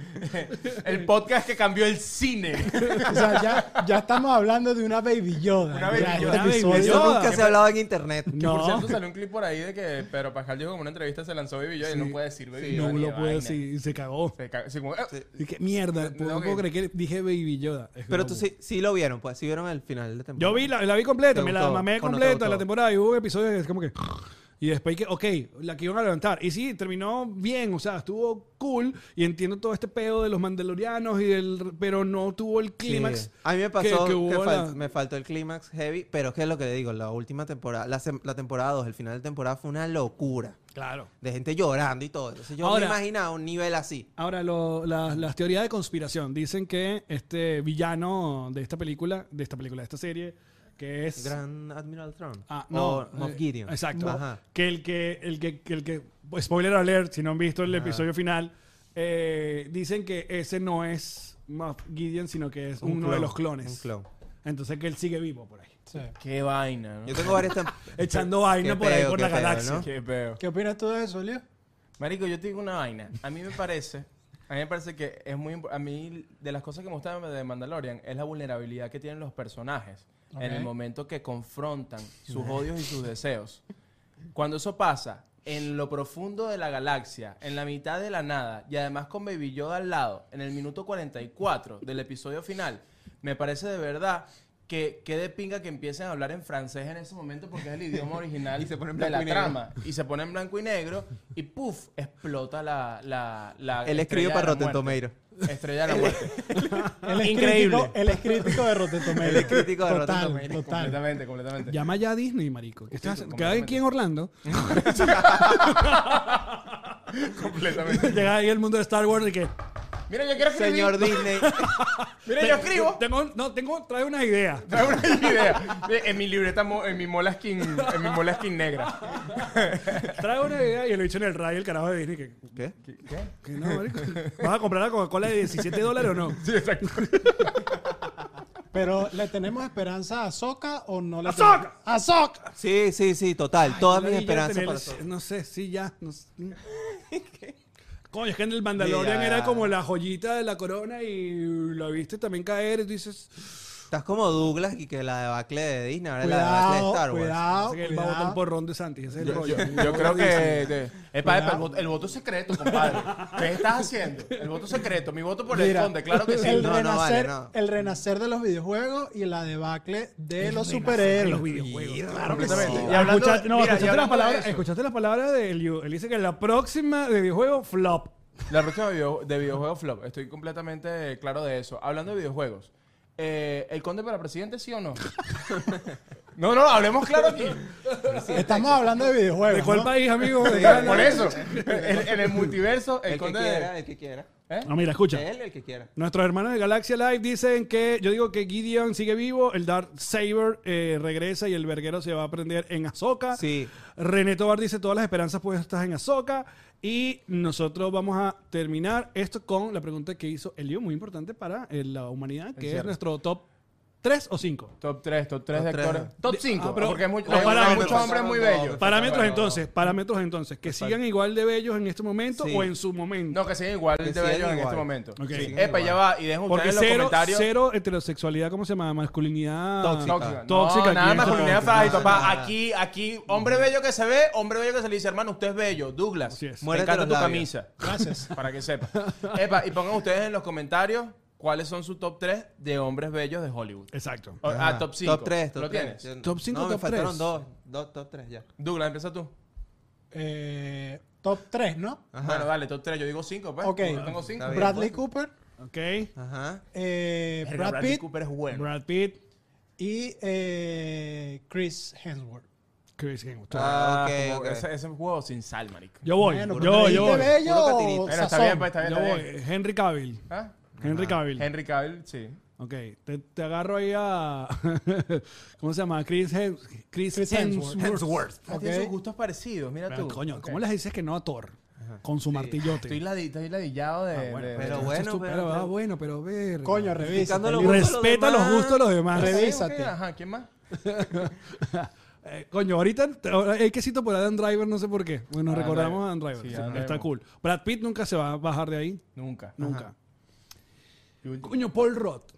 S2: El podcast que cambió el cine.
S5: O sea, ya, ya estamos hablando de una Baby Yoda.
S2: Una Baby
S5: Ya,
S2: Yoda.
S5: este
S3: Una Baby
S5: episodio-
S3: Yoda.
S4: Eso nunca se ha hablado en internet.
S2: Que por
S3: No.
S2: cierto salió un clip por ahí de que Pedro Pascal dijo como en una entrevista se lanzó Baby Yoda y él no puede decir Baby Yoda.
S3: No
S2: ni
S3: lo
S2: de
S3: puedo
S2: vaina.
S3: decir. y Se cagó.
S2: Se caga- así como, eh,
S3: Y que mierda. pues,
S2: No,
S3: No
S2: que-
S3: puedo creer que dije Baby Yoda. Es
S4: Pero
S3: como-
S4: tú sí, sí lo vieron, pues sí vieron el final de temporada.
S3: Yo vi la, la vi completa,
S4: ¿Te
S3: me la
S4: gustó
S3: mamé
S4: o no te
S3: completa
S4: gustó?
S3: la temporada y hubo episodios que es como que. Y después que, ok, la que iban a levantar. Y sí, terminó bien, o sea, estuvo cool. Y entiendo todo este pedo de los mandalorianos, y del, pero no tuvo el clímax.
S4: Sí. A mí me
S3: que-
S4: pasó que,
S3: que hubo
S4: fal-
S3: la-
S4: me faltó el clímax heavy, pero es que es lo que le digo, la última temporada, la, sem- la temporada 2, el final de temporada fue una locura.
S3: Claro.
S4: De gente llorando y todo. Entonces yo
S3: Ahora-
S4: me imaginaba un nivel así.
S3: Ahora, lo- la- las teorías de conspiración dicen que este villano de esta película, de esta película, de esta serie, que es...
S4: Gran Admiral Thrawn.
S3: Ah,
S4: O
S3: no.
S4: Moff
S3: eh,
S4: Gideon.
S3: Exacto.
S4: Ajá.
S3: Que el que, el que, que el que, spoiler alert, si no han visto el episodio final, eh, dicen que ese no es Moff Gideon, sino que es
S4: Un
S3: uno de
S4: clon,
S3: los clones.
S4: Un clon.
S3: Entonces que él sigue vivo por ahí.
S5: Sí.
S2: Qué vaina, ¿no?
S4: Yo tengo varias tem-
S3: Echando vaina
S4: Qué
S3: por ahí
S4: peo,
S3: por
S4: qué
S3: la
S4: peo,
S3: galaxia.
S4: ¿no?
S2: Qué peo.
S5: ¿Qué opinas tú de eso, Leo?
S2: Marico, yo te digo una vaina. A mí me parece, a mí me parece que es muy impo- a mí de las cosas que me gustan de Mandalorian es la vulnerabilidad que tienen los personajes en
S5: Ok.
S2: el momento que confrontan sus odios y sus deseos. Cuando eso pasa en lo profundo de la galaxia, en la mitad de la nada y además con Baby Yoda al lado, en el minuto 44 del episodio final, me parece de verdad que que de pinga que empiecen a hablar en francés en ese momento porque es el idioma original
S4: Y se ponen
S2: de
S4: blanco
S2: la
S4: y negro.
S2: trama y se pone en blanco y negro y puff, explota la... la, la
S4: Él escribe
S2: estrella
S4: para
S2: de la
S4: Rotten
S2: muerte.
S4: Tomato.
S2: Estrella de la muerte.
S5: Él es
S2: Increíble.
S5: Crítico, él es crítico de Rotten Tomatoes.
S4: Él es crítico de Rotten
S5: Total,
S4: Tomatoes.
S5: Total.
S2: completamente, completamente.
S3: Llama ya a Disney, marico. ¿Qué estás haciendo? Queda
S2: completamente.
S3: aquí en Orlando.
S2: completamente.
S3: Llega ahí el mundo de Star Wars y que...
S2: Mira, yo quiero escribir.
S4: Señor Disney.
S2: Mira, yo escribo.
S3: Tengo, no, tengo, trae unas ideas.
S2: Trae una idea. En mi libreta, mo- en mi molaskin, en mi molaskin negra.
S3: Trae una idea y el bicho en el radio, el carajo de Disney, que,
S4: ¿Qué?
S2: ¿Qué?
S3: que no, marico. ¿Vas a comprar la Coca-Cola de 17 dólares o no?
S2: Sí, exacto.
S5: Pero ¿le tenemos esperanza a Soca o no le
S3: ¡A Sokka!
S5: tenemos- ¡A Soca!
S4: Sí, sí, sí, total. Todas mis
S3: Maravilla
S4: esperanzas
S3: tener
S4: para
S3: ese-
S4: todo.
S3: No sé, sí, ya. no sé. Coño, es que en el Mandalorian
S4: Mira.
S3: era como la joyita de la corona y la viste también caer y tú dices,
S4: Estás como Douglas y que la debacle de Disney ahora es la debacle de
S5: Cuidado,
S4: Star Wars.
S5: cuidado,
S3: "Parece que él va a votar
S5: cuidado.
S3: por Ron de Santi, ese es el rollo.
S2: Yo creo que. de- Epa, epa,
S5: Cuidado.
S2: el voto, el voto es secreto, compadre. ¿Qué estás haciendo? El voto es secreto. Mi voto por el
S5: Mira,
S2: conde, claro que sí.
S5: El,
S4: No, no
S5: renacer,
S4: vale, no.
S5: el renacer de los videojuegos y la debacle de los
S3: En
S5: superhéroes.
S3: los videojuegos.
S4: Claro que
S2: Completamente.
S4: sí.
S2: Y hablando
S3: Escuchaste-
S2: de-
S3: no,
S2: mira, y
S3: escuchaste, las
S2: hablando de
S3: palabras,
S2: eso.
S3: escuchaste las palabras de Liu. Él dice que la próxima de videojuego, flop.
S2: La próxima video- de videojuego flop. Estoy completamente claro de eso. Hablando de videojuegos. eh, ¿El conde para presidente, sí o no? no, no, hablemos claro aquí.
S5: Estamos hablando de videojuegos.
S3: ¿De cuál
S5: ¿no?
S3: país, amigo?
S2: Por eso. En, en el multiverso, el,
S4: El que
S2: conde.
S4: quiera, el que quiera.
S3: No, mira, escucha.
S4: Él, el que quiera.
S3: Nuestros hermanos de Galaxia Live dicen que yo digo que Gideon sigue vivo, el Dark Saber eh, regresa y el verguero se va a prender en Azoka.
S4: Sí.
S3: René Tobar dice todas las esperanzas puestas en Azoka. Y nosotros vamos a terminar esto con la pregunta que hizo Elio, muy importante para eh, la humanidad, que es
S2: cierre.
S3: nuestro top 3 o 5.
S2: Top 3, top 3
S4: Top
S2: de
S4: tres.
S2: actores. Top 5.
S3: Ah, pero-
S2: porque hay, mucho-
S3: los
S2: hay- hay
S3: parámetros.
S2: muchos hombres muy bellos.
S3: Parámetros
S2: Bueno,
S3: entonces, parámetros entonces, que sigan igual de bellos en este momento
S4: Sí.
S3: o en su momento.
S2: No, que siguen igual de
S4: sigan
S2: bellos en
S4: igual.
S2: este momento.
S3: Ok.
S2: Sí.
S3: Sigan
S2: Epa, ya va. Y dejen
S3: Porque
S2: ustedes en los
S3: cero,
S2: comentarios.
S3: cero heterosexualidad, ¿cómo se llama? Masculinidad
S4: Tóxica.
S2: Tóxica.
S3: Tóxica
S2: No,
S3: aquí
S2: nada
S3: en
S2: más
S3: Colombia.
S2: masculinidad frágil,
S4: No,
S2: papá.
S4: nada.
S2: Aquí, aquí, hombre bello que se ve, hombre bello que se le dice, hermano, usted es bello. Douglas,
S3: Así es.
S2: me
S4: Muérete
S2: encanta
S4: los
S2: tu
S4: labios.
S2: camisa. Gracias. Para que sepa. Epa, y pongan ustedes en los comentarios cuáles son sus top 3 de hombres bellos de Hollywood.
S3: Exacto.
S2: O- ah, top 5.
S4: Top 3, top
S2: ¿Lo
S4: tres.
S2: tienes?
S4: Yo-
S3: Top cinco,
S4: No, me
S3: top
S4: faltaron
S3: tres.
S4: dos. Dos, top 3 ya.
S2: Douglas, empieza tú.
S5: Eh, top 3, ¿no?
S4: Ajá.
S2: Bueno, dale, top 3. Yo digo 5, pues.
S5: Ok.
S2: Yo tengo 5.
S4: Está bien.
S5: Bradley Cooper,
S3: Ok.
S4: Ajá.
S5: eh, Brad Pitt
S2: Cooper es bueno.
S3: Brad Pitt,
S5: y eh, Chris Hemsworth.
S3: Chris Hemsworth.
S4: Ah,
S2: como
S4: ok, ok.
S2: Ese, ese es un juego sin sal, marico.
S3: Yo voy,
S5: Bueno,
S3: yo,
S5: pero
S3: yo
S5: ¿dijiste
S3: voy.
S5: bello
S4: Puro
S5: o
S4: catirito.
S2: Bueno, está
S5: sazón?
S2: bien, pues está bien.
S3: Yo
S2: Está
S3: voy.
S2: bien.
S3: Henry Cavill.
S2: ¿Ah?
S3: Henry Cavill.
S2: Henry Cavill, sí.
S3: Ok, te, te agarro ahí a. ¿Cómo se llama? Chris, Hem- Chris,
S5: Chris Hemsworth.
S3: Hemsworth.
S2: Ah, Tiene sus gustos parecidos, mira
S3: Pero,
S2: tú.
S3: coño, ¿cómo
S2: Ok.
S3: les dices que no a Thor? Con su martillote.
S2: Estoy, ladi- estoy ladillado de.
S3: Ah, bueno,
S2: de-
S4: pero
S2: de-
S4: bueno,
S3: Esto es tu-
S4: pero-
S3: pero, ah,
S4: pero-
S3: bueno, pero ver.
S5: Coño, revisa.
S4: Buscando los gustos de los
S3: Respeta los
S4: demás.
S3: gustos de los demás.
S5: Re-
S2: Ok,
S5: revísate.
S2: ok, Ajá, ¿quién más?
S3: Eh, coño, ahorita te- ahora hay quesito por Adam Driver, no sé por qué. Bueno,
S2: Adam
S3: recordamos
S2: Driver.
S3: a Adam Driver.
S2: Sí,
S3: Sí,
S2: Adam
S3: está
S2: Driver.
S3: cool. Brad Pitt nunca se va a bajar de ahí.
S2: Nunca.
S3: Nunca.
S2: Y último.
S3: Coño, Paul Roth.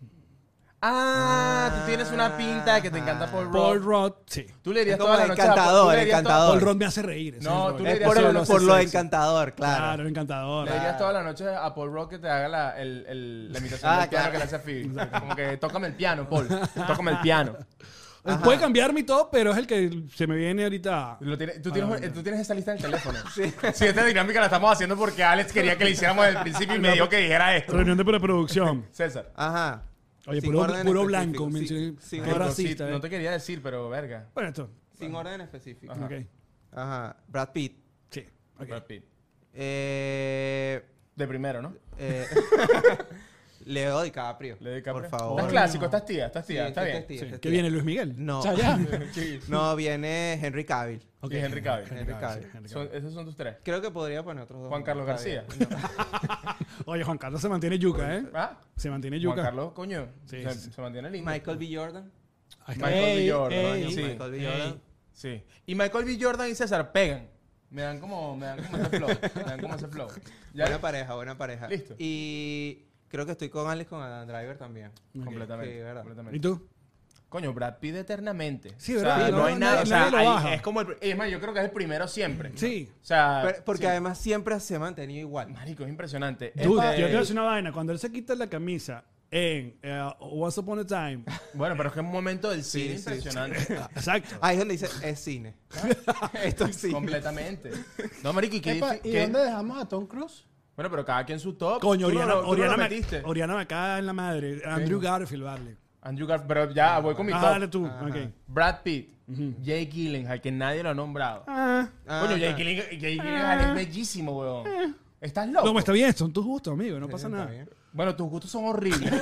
S2: Ah, tú tienes una pinta de que te encanta Paul
S3: Paul
S2: Rudd.
S3: Roth, sí.
S2: Tú le dirías
S4: Es como
S2: toda la
S4: el
S2: noche a Paul-
S4: encantador,
S2: tú le dirías toda-
S4: encantador.
S3: Paul Roth me hace reír. ese
S2: No,
S3: es
S2: tú
S3: el rollo.
S2: le
S4: Es
S2: dirías
S4: por,
S2: solo,
S4: lo-
S2: no
S4: por
S2: sé
S4: lo
S2: sexy.
S4: encantador,
S3: Claro,
S4: claro.
S3: encantador.
S2: Le dirías toda la noche a Paul Rock que te haga la, el, el- la imitación
S4: Ah,
S2: del piano
S4: claro.
S2: que le hace a Phoebe. Como que tócame el piano, Paul. Tócame el piano.
S4: Ajá.
S3: Puede cambiarme y todo, pero es el que se me viene ahorita.
S2: Lo tiene- tú, tienes, eh, tú tienes esa lista en el teléfono. sí. esta dinámica la estamos haciendo porque Alex quería que le hiciéramos desde el principio y me dijo que dijera esto.
S3: Reunión de preproducción.
S2: César.
S4: Ajá.
S3: Oye,
S4: Sin
S3: puro,
S4: orden en
S3: puro
S4: específico,
S3: blanco. me
S4: sin-
S3: mencioné.
S4: sin
S3: Qué
S4: orden.
S3: racista,
S2: Sí,
S3: eh.
S2: no te quería decir, pero verga.
S3: Bueno, esto.
S4: Sin orden específico.
S3: Ok.
S4: Ajá. Brad Pitt.
S3: Sí. ok.
S2: Brad Pitt.
S4: Eh,
S2: De primero, ¿no?
S4: eh, Leo DiCaprio.
S2: Le doy capre.
S4: Por favor.
S2: Estás clásico, estás tía, estás
S4: Sí,
S2: tía, está
S4: este
S2: bien.
S4: es tío,
S3: Sí,
S4: este es
S3: Que
S4: tío.
S3: viene Luis Miguel.
S4: No.
S3: O sea, ya.
S2: Sí,
S4: No, viene Henry Cavill.
S3: Ok.
S2: Sí, Henry Cavill.
S4: Henry Cavill.
S3: sí, Henry
S2: Son- esos son tus tres.
S4: Creo que podría poner otros dos.
S2: Juan
S4: ¿no?
S2: Carlos
S4: Está bien.
S3: Oye, Juan Carlos se mantiene yuca, ¿eh?
S2: ¿Ah?
S3: Se mantiene
S2: Juan
S3: yuca.
S2: Carlos, coño.
S3: Sí,
S2: se,
S3: sí, sí.
S2: se mantiene lindo.
S4: Michael B. Jordan.
S3: Ahí está.
S2: Michael B.
S5: Ey,
S2: Jordan.
S5: ey,
S2: sí,
S4: Michael B. Jordan.
S2: sí. Y Michael B. Jordan y César pegan. Me dan como, me dan como ese flow. Me dan como ese flow. Ya,
S4: Buena pareja, buena pareja.
S2: Listo.
S4: Y creo que estoy con Alex con Adam Driver también.
S2: completamente.
S4: Sí, verdad.
S2: completamente.
S3: ¿Y tú?
S2: Coño, Brad Pitt eternamente.
S3: Sí,
S2: O sea,
S3: ¿verdad?
S2: no,
S3: No,
S2: hay
S3: no,
S2: nada. o sea,
S3: nadie lo
S2: ahí
S3: baja.
S2: es como el. Es más, yo creo que es el primero siempre.
S3: Sí.
S2: O sea.
S4: Pero- porque
S2: sí.
S4: además siempre se ha mantenido igual.
S2: Marico, es impresionante.
S3: Dude,
S2: Este-
S3: yo te voy a decir una vaina. Cuando él se quita la camisa en eh, Once Upon a Time. ah,
S2: Bueno, pero es que es un momento del cine
S4: Sí, sí,
S2: impresionante.
S3: Exacto.
S4: Ahí es donde dice, es cine. Esto es cine.
S2: Completamente. No, marico, ¿y qué
S5: Epa,
S2: difi-
S5: ¿Y
S2: qué-
S5: dónde dejamos a Tom Cruise?
S2: Bueno, pero cada quien su top.
S3: Coño,
S2: Tú no
S3: Oriana,
S2: lo- tú no
S3: Oriana,
S2: lo
S3: me,
S2: metiste.
S3: Oriana me caga en la madre. Andrew Garfield, vale.
S2: Andrew Garfield, pero ya voy con mi
S3: Ah,
S2: top.
S3: dale tú.
S4: Ajá.
S3: Ok.
S2: Brad Pitt, Jake Gyllenhaal, que nadie lo ha nombrado.
S3: Ah.
S4: Ajá.
S2: Coño, Jake Gyllenhaal, Jake Gyllenhaal es bellísimo, weón. Estás loco.
S3: No, pero está bien, son tus gustos, amigo, no pasa
S4: Está
S3: nada.
S4: bien.
S2: Bueno, tus gustos son horribles.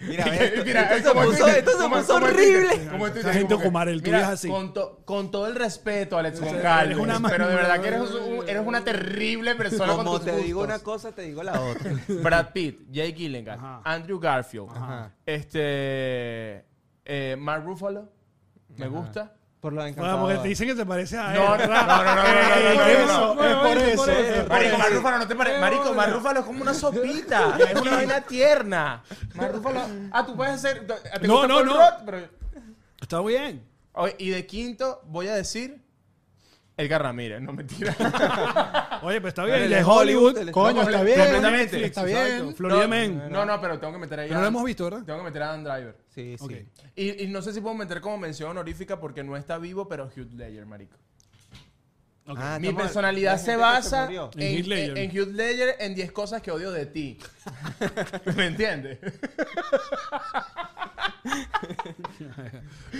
S4: Mira, ve, esto,
S2: Mira,
S4: esto
S2: como
S4: se
S2: el
S4: puso,
S2: Twitter,
S4: esto se
S2: como-
S4: puso
S2: como el Twitter,
S4: horrible.
S2: como el Twitter,
S3: Esa gente
S2: como que,
S3: Omar, el tuyo
S2: mira,
S3: es así.
S2: Con, to- con todo el respeto, Alex
S3: eres
S2: Goncalves,
S3: una ma-
S2: pero de verdad que eres, un- eres una terrible persona
S4: Como
S2: con tus
S4: te digo una
S2: gustos.
S4: cosa, te digo la otra.
S2: Brad Pitt, Jake Gyllenhaal,
S3: Ajá.
S2: Andrew Garfield,
S4: Ajá.
S2: este... eh, Mark Ruffalo, me gusta.
S4: Por lo
S3: Ah, porque te
S4: encantador.
S3: dicen que te parece a él.
S2: No, no, no, no, no, no, no, no, no, no.
S5: es por eso, es
S2: Marico, Mar Ruffalo no te parece. Marico, Mar Ruffalo es como una sopita. Es una vaina tierna. Mar Ruffalo. Ah, tú puedes hacer. ¿te
S3: No,
S2: gusta
S3: no,
S2: Paul
S3: no.
S2: Rudd? Pero-
S3: Está bien.
S2: Oye, y de quinto voy a decir. Edgar Ramírez, no mentira.
S3: Oye, pero está
S4: Él
S3: bien.
S4: es
S3: Él es Hollywood.
S4: Hollywood, él es-
S5: Coño,
S2: Comple-
S5: está bien.
S2: completamente.
S5: Está
S3: Exacto,
S5: bien.
S3: Florida
S2: no,
S3: Man.
S2: No, no, pero tengo que meter ahí.
S3: Pero
S2: a-
S3: no lo hemos visto, ¿verdad?
S2: Tengo que meter a Dan Driver.
S4: Sí, sí.
S3: Ok.
S2: Y, y no sé si puedo meter como mención honorífica porque no está vivo, pero Hugh Ledger, marico.
S3: Ok.
S4: Ah,
S2: Mi
S4: estamos- la
S2: personalidad
S4: gente
S2: se
S4: que
S2: basa
S4: murió.
S3: En
S2: en,
S3: Heath Ledger.
S2: en Heath Ledger en 10 cosas que odio de ti. ¿Me entiendes?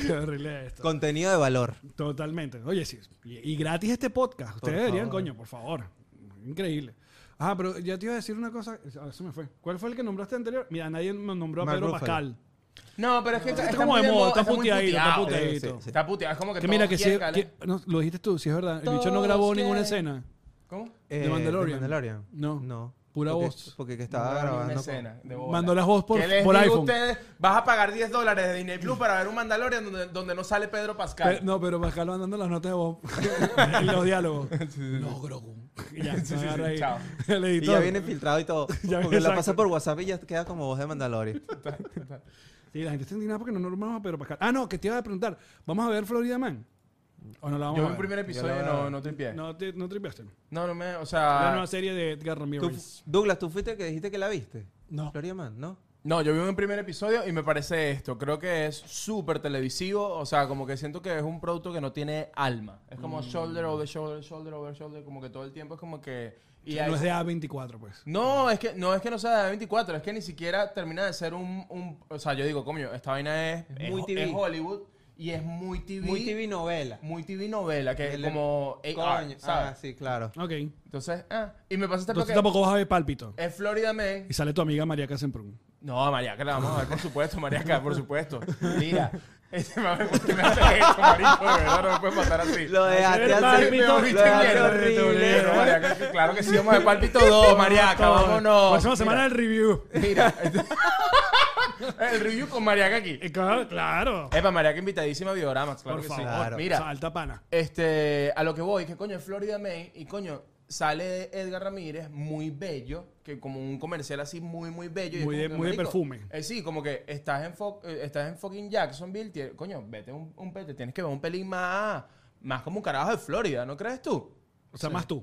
S3: Qué horrible esto.
S4: Contenido de valor.
S3: Totalmente. Oye, sí. Y, y gratis este podcast. Ustedes deberían, coño, por favor. Increíble. Ah, pero ya te iba a decir una cosa. Ah, Eso me fue. ¿Cuál fue el que nombraste anterior? Mira, nadie me nombró a
S4: Mark
S3: Pedro
S4: Ruffalo.
S3: Pascal.
S2: No, pero es que está,
S3: Está
S2: está
S3: como
S2: muy
S3: de moda, está
S2: muy
S3: puteadito, está
S2: puteado.
S3: puteadito.
S4: Sí, sí, sí.
S2: Está puteado, es como que,
S3: Que
S2: todo
S3: mira, que sí.
S2: quiere calar.
S3: que- no, lo dijiste tú, si es verdad. El bicho no
S2: Todos
S3: grabó ninguna
S2: quieren.
S3: escena.
S2: ¿Cómo?
S4: Eh,
S3: ¿De Mandalorian?
S4: Mandalorian?
S3: No.
S4: No.
S3: Pura
S4: Porque-
S3: voz.
S4: Porque que
S2: No,
S4: estaba
S2: no,
S4: grabando.
S2: una
S4: con-
S2: escena de bola.
S3: Mandó las voz por,
S2: ¿Qué les
S3: por
S2: digo a
S3: iPhone.
S2: ustedes? Vas a pagar 10 dólares de Disney Plus para ver un Mandalorian donde, donde no sale Pedro Pascal.
S3: Pe- no, pero Pascal va dando las notas de voz en los diálogos. No, Grogu. Y Ya,
S2: Sí, sí,
S3: agarra
S2: sí,
S3: ahí
S2: chao.
S3: El
S4: Y
S3: editor.
S4: ya viene filtrado y todo.
S3: Ya viene
S4: porque la pasa
S3: exacto.
S4: por WhatsApp y ya queda como voz de Mandalorian.
S3: Sí, la gente está indignada porque no normamos a Pedro Pascal. Ah, no, que te iba a preguntar. ¿Vamos a ver Florida Man? ¿O no la vamos
S2: Yo
S3: a
S2: vi
S3: ver?
S2: el primer episodio
S4: Yo
S2: y
S4: la-
S2: no, no tripié. No.
S3: No, te, no tripeaste.
S2: no, me. O
S3: la
S2: sea.
S3: nueva serie de Edgar
S4: Tú-
S3: Ramírez.
S4: Douglas, tú fuiste el que dijiste que la viste.
S5: No.
S4: Gloria Man, ¿no?
S2: No, yo vi un primer episodio y me parece esto. Creo que es súper televisivo. O sea, como que siento que es un producto que no tiene alma. Es como shoulder over shoulder, shoulder over shoulder. Como que todo el tiempo es como que. Y hay-
S3: No es de A24, pues.
S2: No, es que no es que no sea de 24, es que ni siquiera termina de ser un, un- o sea, yo digo, coño, esta vaina es,
S4: muy
S2: es-
S4: TV.
S2: es Hollywood y es muy TV,
S4: Muy TV novela.
S2: muy TV novela, que es
S4: El-
S2: como AR,
S4: Coño. Ah,
S2: ¿sabes?
S4: sí, claro.
S3: Ok. Entonces
S2: Entonces, ah, y me pasa este
S3: tú
S2: toque
S3: tampoco vas a ver Pálpito.
S2: es Florida Man.
S3: Y sale tu amiga María Casemprún.
S2: No, Mariaca, la vamos a ver, por supuesto, Mariaca, por supuesto. Mira, este mame, ¿por qué me haces esto, marico? De verdad, no me puede pasar así.
S4: Lo dejaste
S3: ver,
S4: hacer.
S3: Barbie,
S4: Lo
S3: no,
S4: dejaste
S2: no,
S4: horrible.
S2: Pero, mariaca, que claro que sí, vamos a ver Palpito 2, Mariaca, vámonos.
S3: Próxima
S2: Mira,
S3: semana el review.
S2: Mira, este, el review con Mariaca aquí.
S3: Eh, Claro. claro.
S2: Epa, Mariaca invitadísima a Videogramas, claro
S3: Por
S2: que
S3: favor.
S2: sí.
S4: Claro.
S2: Mira,
S3: Salta pana.
S2: este, a lo que voy, que coño, es Florida Main y coño, sale Edgar Ramírez muy bello, que como un comercial así muy, muy bello. y es
S3: Muy de-
S2: como que,
S3: muy de
S2: marico,
S3: perfume.
S2: eh, sí, como que estás en, fo- eh, estás en fucking Jacksonville, tie- coño, vete un, un pete, tienes que ver un pelín más, más como un carajo de Florida, ¿no crees tú?
S3: O sea, más tú.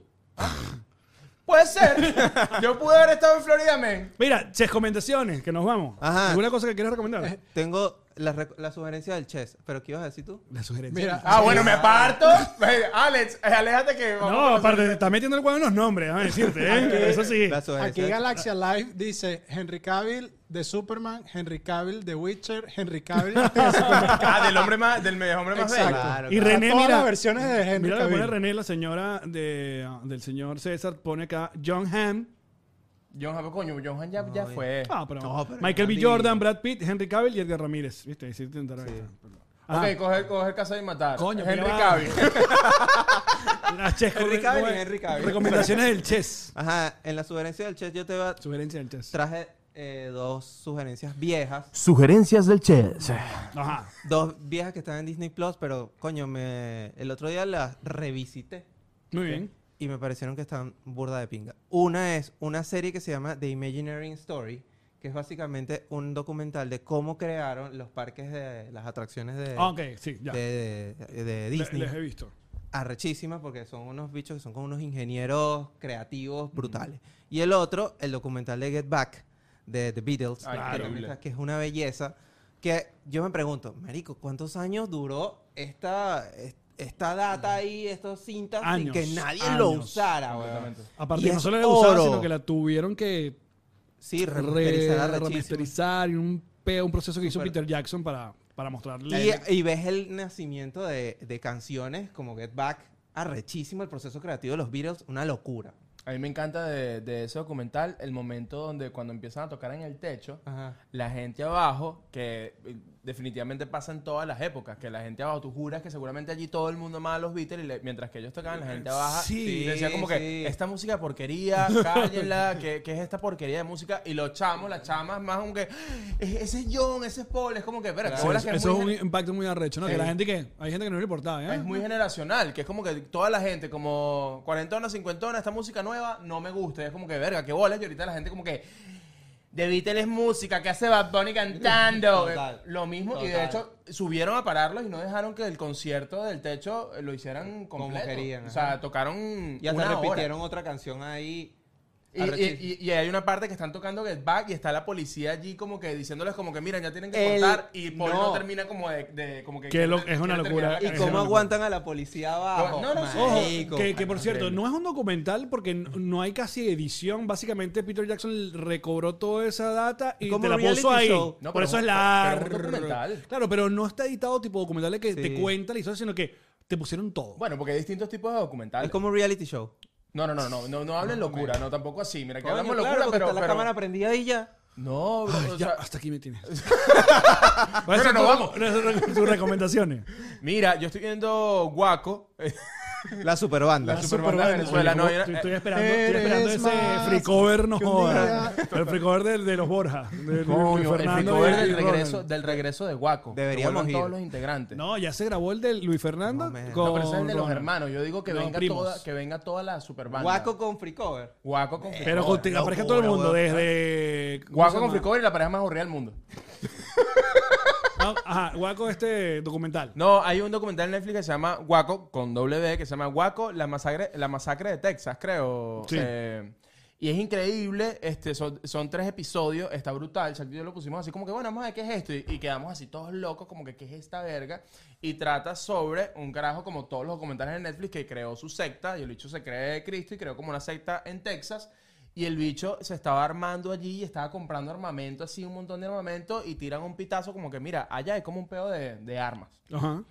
S2: Puede ser. Yo pude haber estado en Florida Main.
S3: Mira, ches, recomendaciones, que nos vamos.
S4: Ajá.
S3: ¿Alguna cosa que quieras recomendar?
S4: Tengo la, rec- la sugerencia del chess. ¿Pero qué ibas a decir tú?
S3: La sugerencia.
S5: Mira,
S2: Ah, bueno, me parto. Ve, Alex, eh, aléjate que.
S3: No, aparte, te está metiendo el huevo en los nombres, a decirte,
S4: Ah,
S3: ¿eh? Eso sí.
S4: La sugerencia.
S5: Aquí Galaxia Live dice Henry Cavill de Superman, Henry Cavill de Witcher, Henry Cavill de Superman.
S2: Ah, del hombre más, del medio hombre más
S5: Exacto.
S2: bello.
S4: Claro,
S3: Y
S4: claro.
S3: René,
S5: Todas las
S3: mira.
S5: versiones de Henry
S3: Mira lo que
S5: Cavill.
S3: pone René, la señora de, ah, del señor César, pone acá John Hamm.
S2: John Hamm, coño, John Hamm ya, ya fue.
S3: Ah, pero,
S4: No, pero
S3: Michael B.
S4: Andy-
S3: Jordan, Brad Pitt, Henry Cavill y Edgar Ramírez. ¿Viste? Ahí sí te Ah, entraron. Ajá.
S2: Ok, coger, coger casa y matar.
S3: Coño,
S2: Henry
S3: pero-
S2: Cavill.
S3: Las chess-
S4: Henry Cavill
S3: ah, ¿cómo
S4: y
S3: es?
S4: Henry Cavill.
S3: Recomendaciones del chess.
S4: Ajá, en la sugerencia del chess yo te va-
S3: Sugerencia del chess.
S4: traje eh, dos sugerencias viejas.
S6: Sugerencias del Chess.
S3: Ajá.
S4: Dos viejas que están en Disney Plus, pero coño, me, el otro día las revisité
S3: Muy bien.
S4: y me parecieron que están burda de pinga. Una es una serie que se llama The Imagineering Story, que es básicamente un documental de cómo crearon los parques de las atracciones de,
S3: Ah, Ok, sí, ya.
S4: Eh, de- de-
S3: Le-
S4: de Disney.
S3: les he visto.
S4: arrechísimas porque son unos bichos que son como unos ingenieros creativos brutales. Y el otro, el documental de Get Back de The Beatles,
S2: Ay,
S4: que
S2: claro.
S4: también está- que es una belleza, que yo me pregunto, Marico, ¿cuántos años duró esta, es- esta data ahí, estas cintas,
S3: Años,
S4: sin que nadie lo
S3: años.
S2: Ah,
S4: usara? weón?
S2: Completamente.
S3: Aparte,
S4: Y
S3: no
S4: es
S3: solo la usaron,
S4: oro.
S3: sino que la tuvieron que
S4: Sí, remasterizada,
S3: re-
S4: arrechísima.
S3: remasterizar y un, pe- un proceso que hizo
S4: Súper.
S3: Peter Jackson para, para mostrarle.
S4: Y, y ves el nacimiento de, de canciones como Get Back, arrechísimo el proceso creativo de los Beatles, una locura.
S2: A mí me encanta de, de ese documental el momento donde cuando empiezan a tocar en el techo,
S4: Ajá.
S2: la gente abajo, que eh, definitivamente pasa en todas las épocas, que la gente abajo, tú juras que seguramente allí todo el mundo amaba a los Beatles y le- mientras que ellos tocaban, la gente abajo
S4: Sí,
S2: decía como
S4: sí.
S2: que esta música es porquería, cállenla, que, que es esta porquería de música y los chamos, las chamas más como que "E- ese es John, ese es Paul, es como que, espera,
S3: Sí,
S2: que bolas
S3: eso
S2: que
S3: eso es
S2: muy
S3: un
S2: gen-
S3: impacto muy arrecho, ¿no? Que
S2: Sí.
S3: la gente que. Hay gente que no le importaba, ¿eh?
S2: es muy generacional, que es como que toda la gente, como cuarentona, cincuentona, esta música nueva no me gusta. Y es como que, verga, qué bolas. Y ahorita la gente como que, The Beatles es música, ¿qué hace Bad Bunny cantando?
S4: Total.
S2: Eh, lo mismo, y de
S4: Total.
S2: hecho subieron a pararlos y no dejaron que el concierto del techo eh, lo hicieran
S4: Como
S2: completo.
S4: querían,
S2: o sea,
S4: ajá.
S2: tocaron
S4: Y hasta
S2: una hora.
S4: repitieron otra canción ahí.
S2: Y, y-
S4: Arrechísimo.
S2: y- y hay una parte que están tocando Get Back y está la policía allí como que diciéndoles como que miren ya tienen que
S4: El-
S2: cortar y Paul no,
S4: no.
S2: termina como de, de- como que
S3: Que lo-
S2: quiere-
S3: es una
S2: quiere
S3: locura.
S2: terminar
S4: ¿Y
S2: la
S3: Ese
S4: cómo
S3: no lo
S4: aguantan a la policía abajo?
S2: No, no, sí.
S4: Marico.
S3: Que, que, por
S2: Ay,
S3: cierto,
S2: increíble.
S3: no es un documental porque n- no hay casi edición. Básicamente, Peter Jackson recobró toda esa data y
S4: Como
S3: te la
S4: reality
S3: puso ahí.
S4: show.
S2: No,
S3: por
S2: pero
S3: eso
S2: es
S3: es
S2: un-
S3: largo.
S2: pero es un documental.
S3: Claro, pero no está editado tipo documental de que te
S4: Sí.
S3: cuenta la historia, sino que te pusieron todo.
S2: Bueno, porque hay distintos tipos de documentales.
S4: Es como un reality show.
S2: No, no, no, no, no, no hablen locura, no, tampoco así. Mira, que
S4: Coño,
S2: hablamos
S4: claro,
S2: locura,
S4: porque
S2: pero.
S4: está la
S2: pero-
S4: cámara prendida ahí ya.
S2: No,
S3: Ay,
S2: o
S3: ya,
S2: sea,
S3: hasta aquí me tienes.
S2: Bueno,
S3: bueno,
S2: nos vamos.
S3: Tus recomendaciones.
S2: mira, yo estoy viendo Guaco, eh,
S4: La super banda.
S2: la eh, superbanda de Venezuela. No,
S3: Oye,
S2: Era-
S3: estoy, estoy esperando, estoy
S5: Eres
S3: esperando ese
S5: más
S3: free cover, no
S5: que un
S3: joda. El free cover de, de los Borja. De
S2: Coño, el
S3: Fernando
S2: fricor
S3: y- y
S2: del
S3: Ronald.
S2: regreso, del regreso de Guaco. que
S4: Deberíamos
S2: vuelvan
S4: ir.
S2: todos los integrantes. No,
S3: No, ya se grabó el de Luis Fernando.
S4: No, man.
S3: con
S2: pero ese es el de los
S3: Ronald.
S2: hermanos. Yo digo que
S3: No,
S2: venga
S3: primos.
S2: toda, que venga toda la superbanda.
S4: Guaco con free cover.
S2: Guaco con
S3: Pero
S2: Fricor.
S3: con que aparezca todo el mundo, desde. ¿cómo se
S2: Guaco con
S3: llama?
S2: Fricor y la pareja más horrible del mundo.
S3: No, Ah, ajá, Guaco este documental.
S2: No, hay un documental en Netflix que se llama Guaco, con W, que se llama Guaco, la masacre, la masacre de Texas, creo.
S3: Sí.
S2: Eh, y es increíble, este, son, son tres episodios, está brutal. Shakti y yo lo pusimos así como que, bueno, vamos a ver qué es esto. Y, y quedamos así todos locos, como que, ¿qué es esta verga? Y trata sobre un carajo, como todos los documentales de Netflix, que creó su secta. Y el bicho se cree de Cristo y creó como una secta en Texas. Y el bicho se estaba armando allí y estaba comprando armamento, así un montón de armamento. Y tiran un pitazo, como que, mira, allá hay como un pedo de- de armas.
S3: Ajá.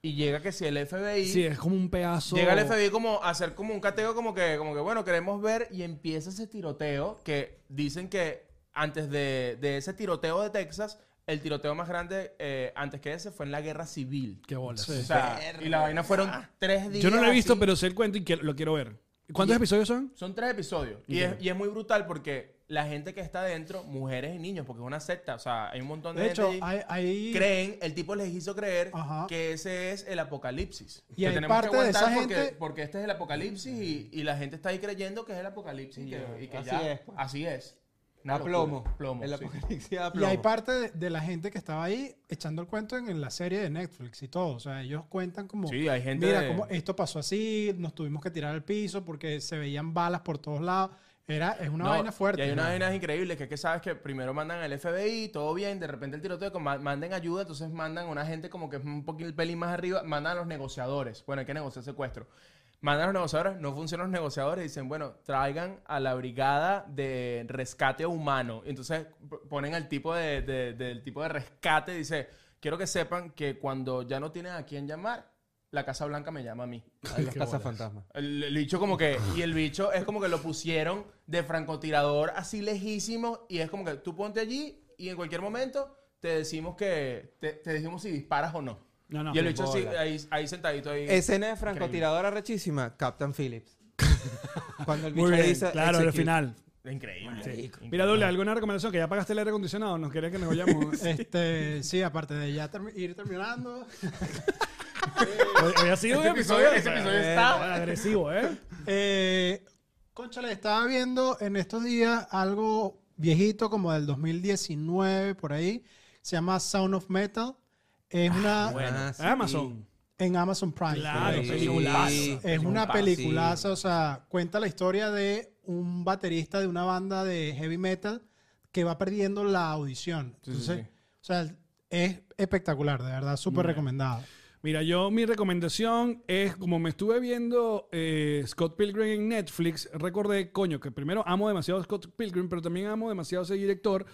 S2: Y llega que si el FBI.
S3: Sí, es como un pedazo.
S2: Llega el FBI como a hacer como un cateo, como que, como que bueno, queremos ver. Y empieza ese tiroteo que dicen que antes de, de ese tiroteo de Texas, el tiroteo más grande eh, antes que ese fue en la guerra civil.
S3: Qué bolas.
S2: O sea, y la vaina fueron tres días.
S3: Yo no lo he visto,
S2: así.
S3: pero sé el cuento y que- lo quiero ver. ¿Cuántos
S2: Y-
S3: episodios son?
S2: Son tres episodios. Y, es, y es muy brutal porque la gente que está adentro, mujeres y niños, porque es una secta. O sea, hay un montón de,
S5: De hecho,
S2: gente. allí.
S5: hay, hay-
S2: creen, el tipo les hizo creer
S5: Ajá.
S2: que ese es el apocalipsis.
S5: Y
S2: que
S5: hay
S2: tenemos
S5: parte
S2: que
S5: de
S2: aguantar
S5: esa
S2: porque,
S5: gente-
S2: porque este es el apocalipsis y, y la gente está ahí creyendo que es el apocalipsis y que, y que
S4: Así
S2: ya
S4: es, pues.
S2: así es. Una
S4: A
S2: locura.
S4: plomo.
S2: Plomo,
S4: El
S2: sí.
S4: apocalipsis a
S5: Y hay
S4: plomo.
S5: parte de, de la gente que estaba ahí echando el cuento en, en la serie de Netflix y todo. O sea, ellos cuentan como.
S2: Sí, hay gente
S5: Mira,
S2: de-
S5: como esto pasó así, nos tuvimos que tirar al piso porque se veían balas por todos lados. Era, es una
S2: No,
S5: vaina fuerte.
S2: Y hay unas vainas increíbles que es que sabes que primero mandan al FBI, todo bien, de repente el tiroteo, como ma- manden ayuda, entonces mandan a una gente como que es un poquito el pelín más arriba, mandan a los negociadores. Bueno, hay que negociar secuestro. Mandan a los negociadores, no funcionan los negociadores, dicen, bueno, traigan a la brigada de rescate humano. Y entonces p- ponen al tipo de, de- del tipo de rescate, dice, quiero que sepan que cuando ya no tienen a quién llamar, la Casa Blanca me llama a mí.
S4: Las casas fantasmas.
S2: El, el bicho como que... Y el bicho es como que lo pusieron de francotirador así lejísimo y es como que tú ponte allí y en cualquier momento te decimos que... Te, te decimos si disparas o no.
S3: No, no.
S2: y el bicho así, ahí, ahí sentadito ahí...
S4: Escena de francotiradora rechísima, Captain Phillips. Cuando el bicho
S3: Muy
S4: le
S3: bien,
S4: dice.
S3: claro, al
S4: "Execute".
S3: final.
S2: Increíble. Increíble.
S3: Mira, Dule, ¿alguna recomendación? Que ya pagaste el aire acondicionado, nos querías que nos vayamos. Eh,
S5: Este, sí, aparte de ya termi- ir terminando.
S3: Hoy hoy ha sido un
S2: Este episodio,
S3: episodio
S2: este episodio
S3: eh,
S2: está-
S3: agresivo, ¿eh?
S5: Eh, le estaba viendo en estos días algo viejito, como del 2019, por ahí. Se llama Sound of Metal. Es una
S4: Ah, sí.
S3: Amazon.
S5: en Amazon Prime.
S2: Ah,
S3: Claro,
S4: Sí.
S3: peliculazo.
S5: Es una
S4: Sí.
S5: peliculaza, o sea, cuenta la historia de un baterista de una banda de heavy metal que va perdiendo la audición.
S2: Sí, sí,
S5: Entonces,
S2: sí.
S5: o sea, es espectacular, de verdad, súper recomendado.
S3: Mira, yo mi recomendación es, como me estuve viendo eh, Scott Pilgrim en Netflix, recordé, coño, que primero amo demasiado a Scott Pilgrim, pero también amo demasiado a ese director.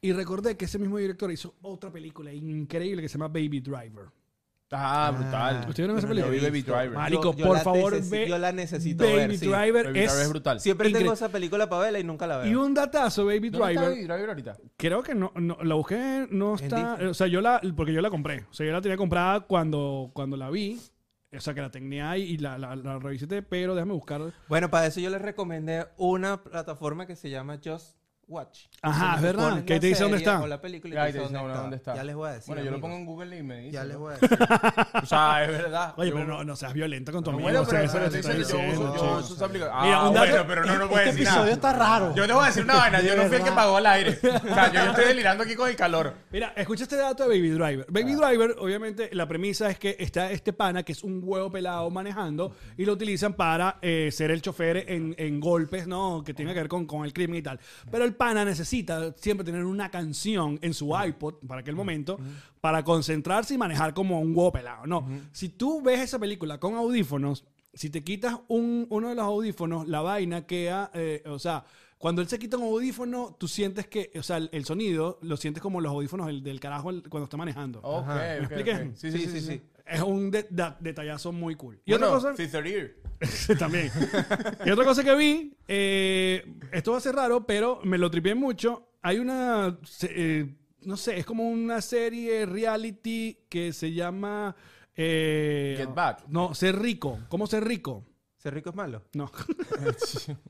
S3: Y recordé que ese mismo director hizo otra película increíble que se llama Baby Driver.
S2: Ah, brutal.
S4: Ah.
S3: ¿Ustedes vieron esa película?
S2: Yo vi Baby Driver.
S3: Vale. Marico,
S4: Yo- yo
S3: por
S4: la
S3: favor,
S4: necesi-
S3: ve
S4: Yo la necesito
S3: Baby
S4: ver. sí.
S3: Driver
S2: Baby
S3: es...
S2: Driver es brutal.
S4: Siempre tengo
S3: Increíble.
S4: esa película para verla y nunca la veo.
S3: Y un datazo, Baby
S2: ¿Dónde está
S3: Driver.
S2: Baby Driver ahorita?
S3: Creo que no, no la busqué, no
S4: En
S3: está.
S4: Disney.
S3: O sea, yo la. Porque yo la compré. O sea, yo la tenía comprada cuando, cuando la vi. O sea, que la tenía ahí y la, la, la revisité, pero déjame buscar.
S4: Bueno, para eso yo les recomendé una plataforma que se llama Just Watch.
S3: Ajá,
S4: Entonces,
S3: es
S4: tú
S3: verdad,
S4: pones
S3: que
S4: la
S3: te dice dónde
S4: serie
S3: está.
S4: O la película y
S2: Ahí
S4: te dice dónde, está. Ya les voy a decir.
S2: Bueno, yo lo
S4: amigos.
S2: pongo en Google y me dice.
S4: Ya les voy a decir.
S2: O sea, es verdad.
S3: Oye,
S2: Yo-
S3: pero no, no seas violento con tu
S2: No,
S3: amigo.
S2: bueno,
S3: o sea,
S2: pero
S3: eso
S2: pero
S3: lo
S2: te
S3: estoy
S2: dicen, yo
S3: diciendo,
S2: uso- yo
S3: chico.
S2: uso esa aplicación.
S3: Mira,
S2: Ah,
S3: un dato-
S2: bueno, pero no, no puedes
S5: Este
S2: decir
S5: episodio
S2: nada.
S5: está raro.
S2: Yo te voy a decir una vaina, yo no fui el que
S5: verdad.
S2: pagó el aire. O sea, yo, yo estoy delirando aquí con el calor.
S3: Mira, escucha este dato de Baby Driver. Baby Driver, obviamente, la premisa es que está este pana que es un huevo pelado manejando y lo utilizan para eh, ser el chofer en, en golpes, ¿no? Que tiene que ver con, con el crimen y tal. Pero el pana necesita siempre tener una canción en su iPod para aquel momento para concentrarse y manejar como un huevo pelado, ¿no? Si tú ves esa película con audífonos, si te quitas un- uno de los audífonos, la vaina queda, eh, o sea, cuando él se quita un audífono, tú sientes que, o sea, el, el sonido lo sientes como los audífonos del, del carajo el- cuando está manejando.
S2: Ok,
S4: ¿Me
S2: ok,
S3: expliqué?
S2: ok. Sí, sí, Oh, sí. sí, sí.
S3: Es un de- da- detallazo muy cool. Y
S2: Bueno,
S3: otra cosa,
S2: Fifth Ear.
S3: también. Y otra cosa que vi, eh, esto va a ser raro, pero me lo tripié mucho. Hay una, se- eh, no sé, es como una serie reality que se llama... eh,
S2: Get Back.
S3: No, Ser Rico. ¿Cómo Ser Rico?
S4: ¿Ser rico es malo?
S3: No.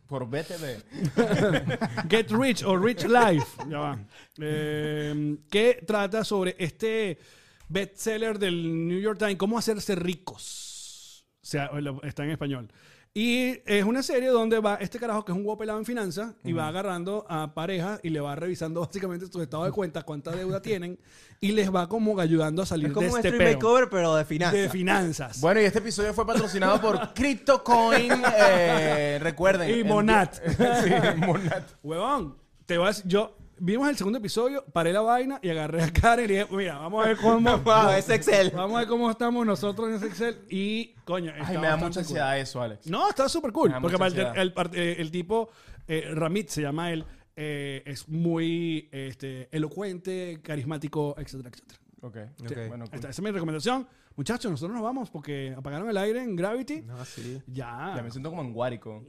S2: Por BTV.
S3: Get Rich o Rich Life, ya va. Eh, que trata sobre este bestseller del New York Times, cómo hacerse ricos. O sea, lo- está en español. Y es una serie donde va este carajo que es un guapo pelado en finanzas y va agarrando a parejas y le va revisando básicamente su estado de cuenta, cuánta deuda tienen y les va como ayudando a salir
S4: Es como
S3: de
S4: un
S3: este
S4: stream
S3: peo
S4: makeover, pero de finanzas.
S3: de finanzas.
S2: Bueno, y este episodio fue patrocinado por CryptoCoin. eh, recuerden.
S3: Y
S2: en-
S3: Monat.
S2: sí, Monat.
S3: Huevón, te vas. Yo vimos el segundo episodio, paré la vaina y agarré a Karen y dije, mira, vamos a ver cómo.
S4: Wow, es Excel.
S3: Vamos a ver cómo estamos nosotros en ese Excel. Y, coño, está
S2: Ay, me da
S3: bastante
S2: mucha
S3: cool.
S2: ansiedad eso, Alex.
S3: No, está súper cool.
S2: Me da
S3: Porque
S2: mucha
S3: aparte el,
S2: ansiedad.
S3: par- eh, el tipo, eh, Ramit se llama él, eh, es muy este, elocuente, carismático, etcétera, etcétera.
S2: Ok.
S4: Ok.
S2: Bueno, cool.
S3: Esta- esa es mi recomendación. Muchachos, nosotros nos vamos porque apagaron el aire en Gravity.
S4: No, sí.
S3: Ya.
S2: Ya me siento como en Guárico.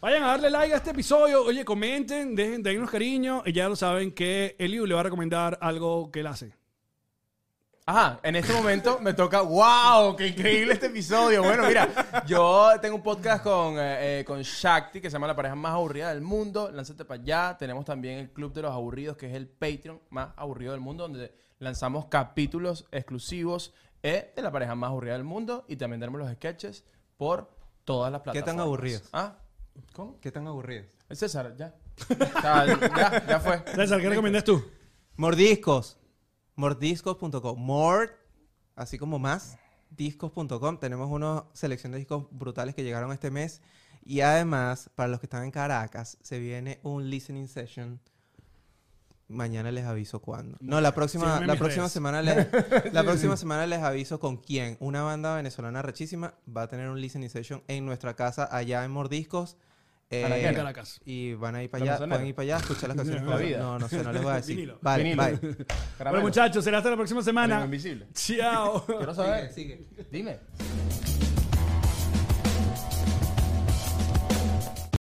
S3: Vayan a darle like a este episodio. Oye, comenten, dejen, dennos cariño. Y ya lo saben que Eliu le va a recomendar algo que él hace.
S2: Ajá, en este momento me toca, wow, qué increíble este episodio. Bueno, mira, yo tengo un podcast con, eh, eh, con Shakti que se llama La pareja más aburrida del mundo. Lánzate para allá. Tenemos también el Club de los Aburridos, que es el Patreon más aburrido del mundo, donde lanzamos capítulos exclusivos eh, de la pareja más aburrida del mundo. Y también tenemos los sketches por todas las
S4: ¿Qué
S2: plataformas.
S4: tan aburridos?
S2: ¿Ah? ¿Cómo?
S4: ¿Qué tan aburrido?
S2: César, ya. O sea, ya, ya fue.
S3: César, ¿qué recomiendas tú?
S4: Mordiscos. Mordiscos.com. Mord, así como más, discos.com. Tenemos una selección de discos brutales que llegaron este mes. Y además, para los que están en Caracas, se viene un listening session. Mañana les aviso cuándo. No, la próxima,
S3: síganme en
S4: la
S3: mis
S4: próxima
S3: redes.
S4: semana les, la próxima semana les aviso con quién. Una banda venezolana rechísima va a tener un listening session en nuestra casa allá en Mordiscos. Eh,
S3: En Caracas.
S4: y van a ir
S2: ¿La
S4: para allá,
S2: mesonera?
S4: pueden ir para allá, a escuchar las canciones.
S2: La vida.
S4: No, no sé, no les voy a decir.
S3: Vinilo.
S4: Vale,
S2: Vinilo.
S4: bye.
S3: Bueno,
S2: Caramelo.
S3: muchachos, será hasta la próxima
S2: Amigo
S3: semana.
S2: invisible.
S3: Chao.
S2: Quiero saber.
S4: Sigue, sigue.
S2: Dime.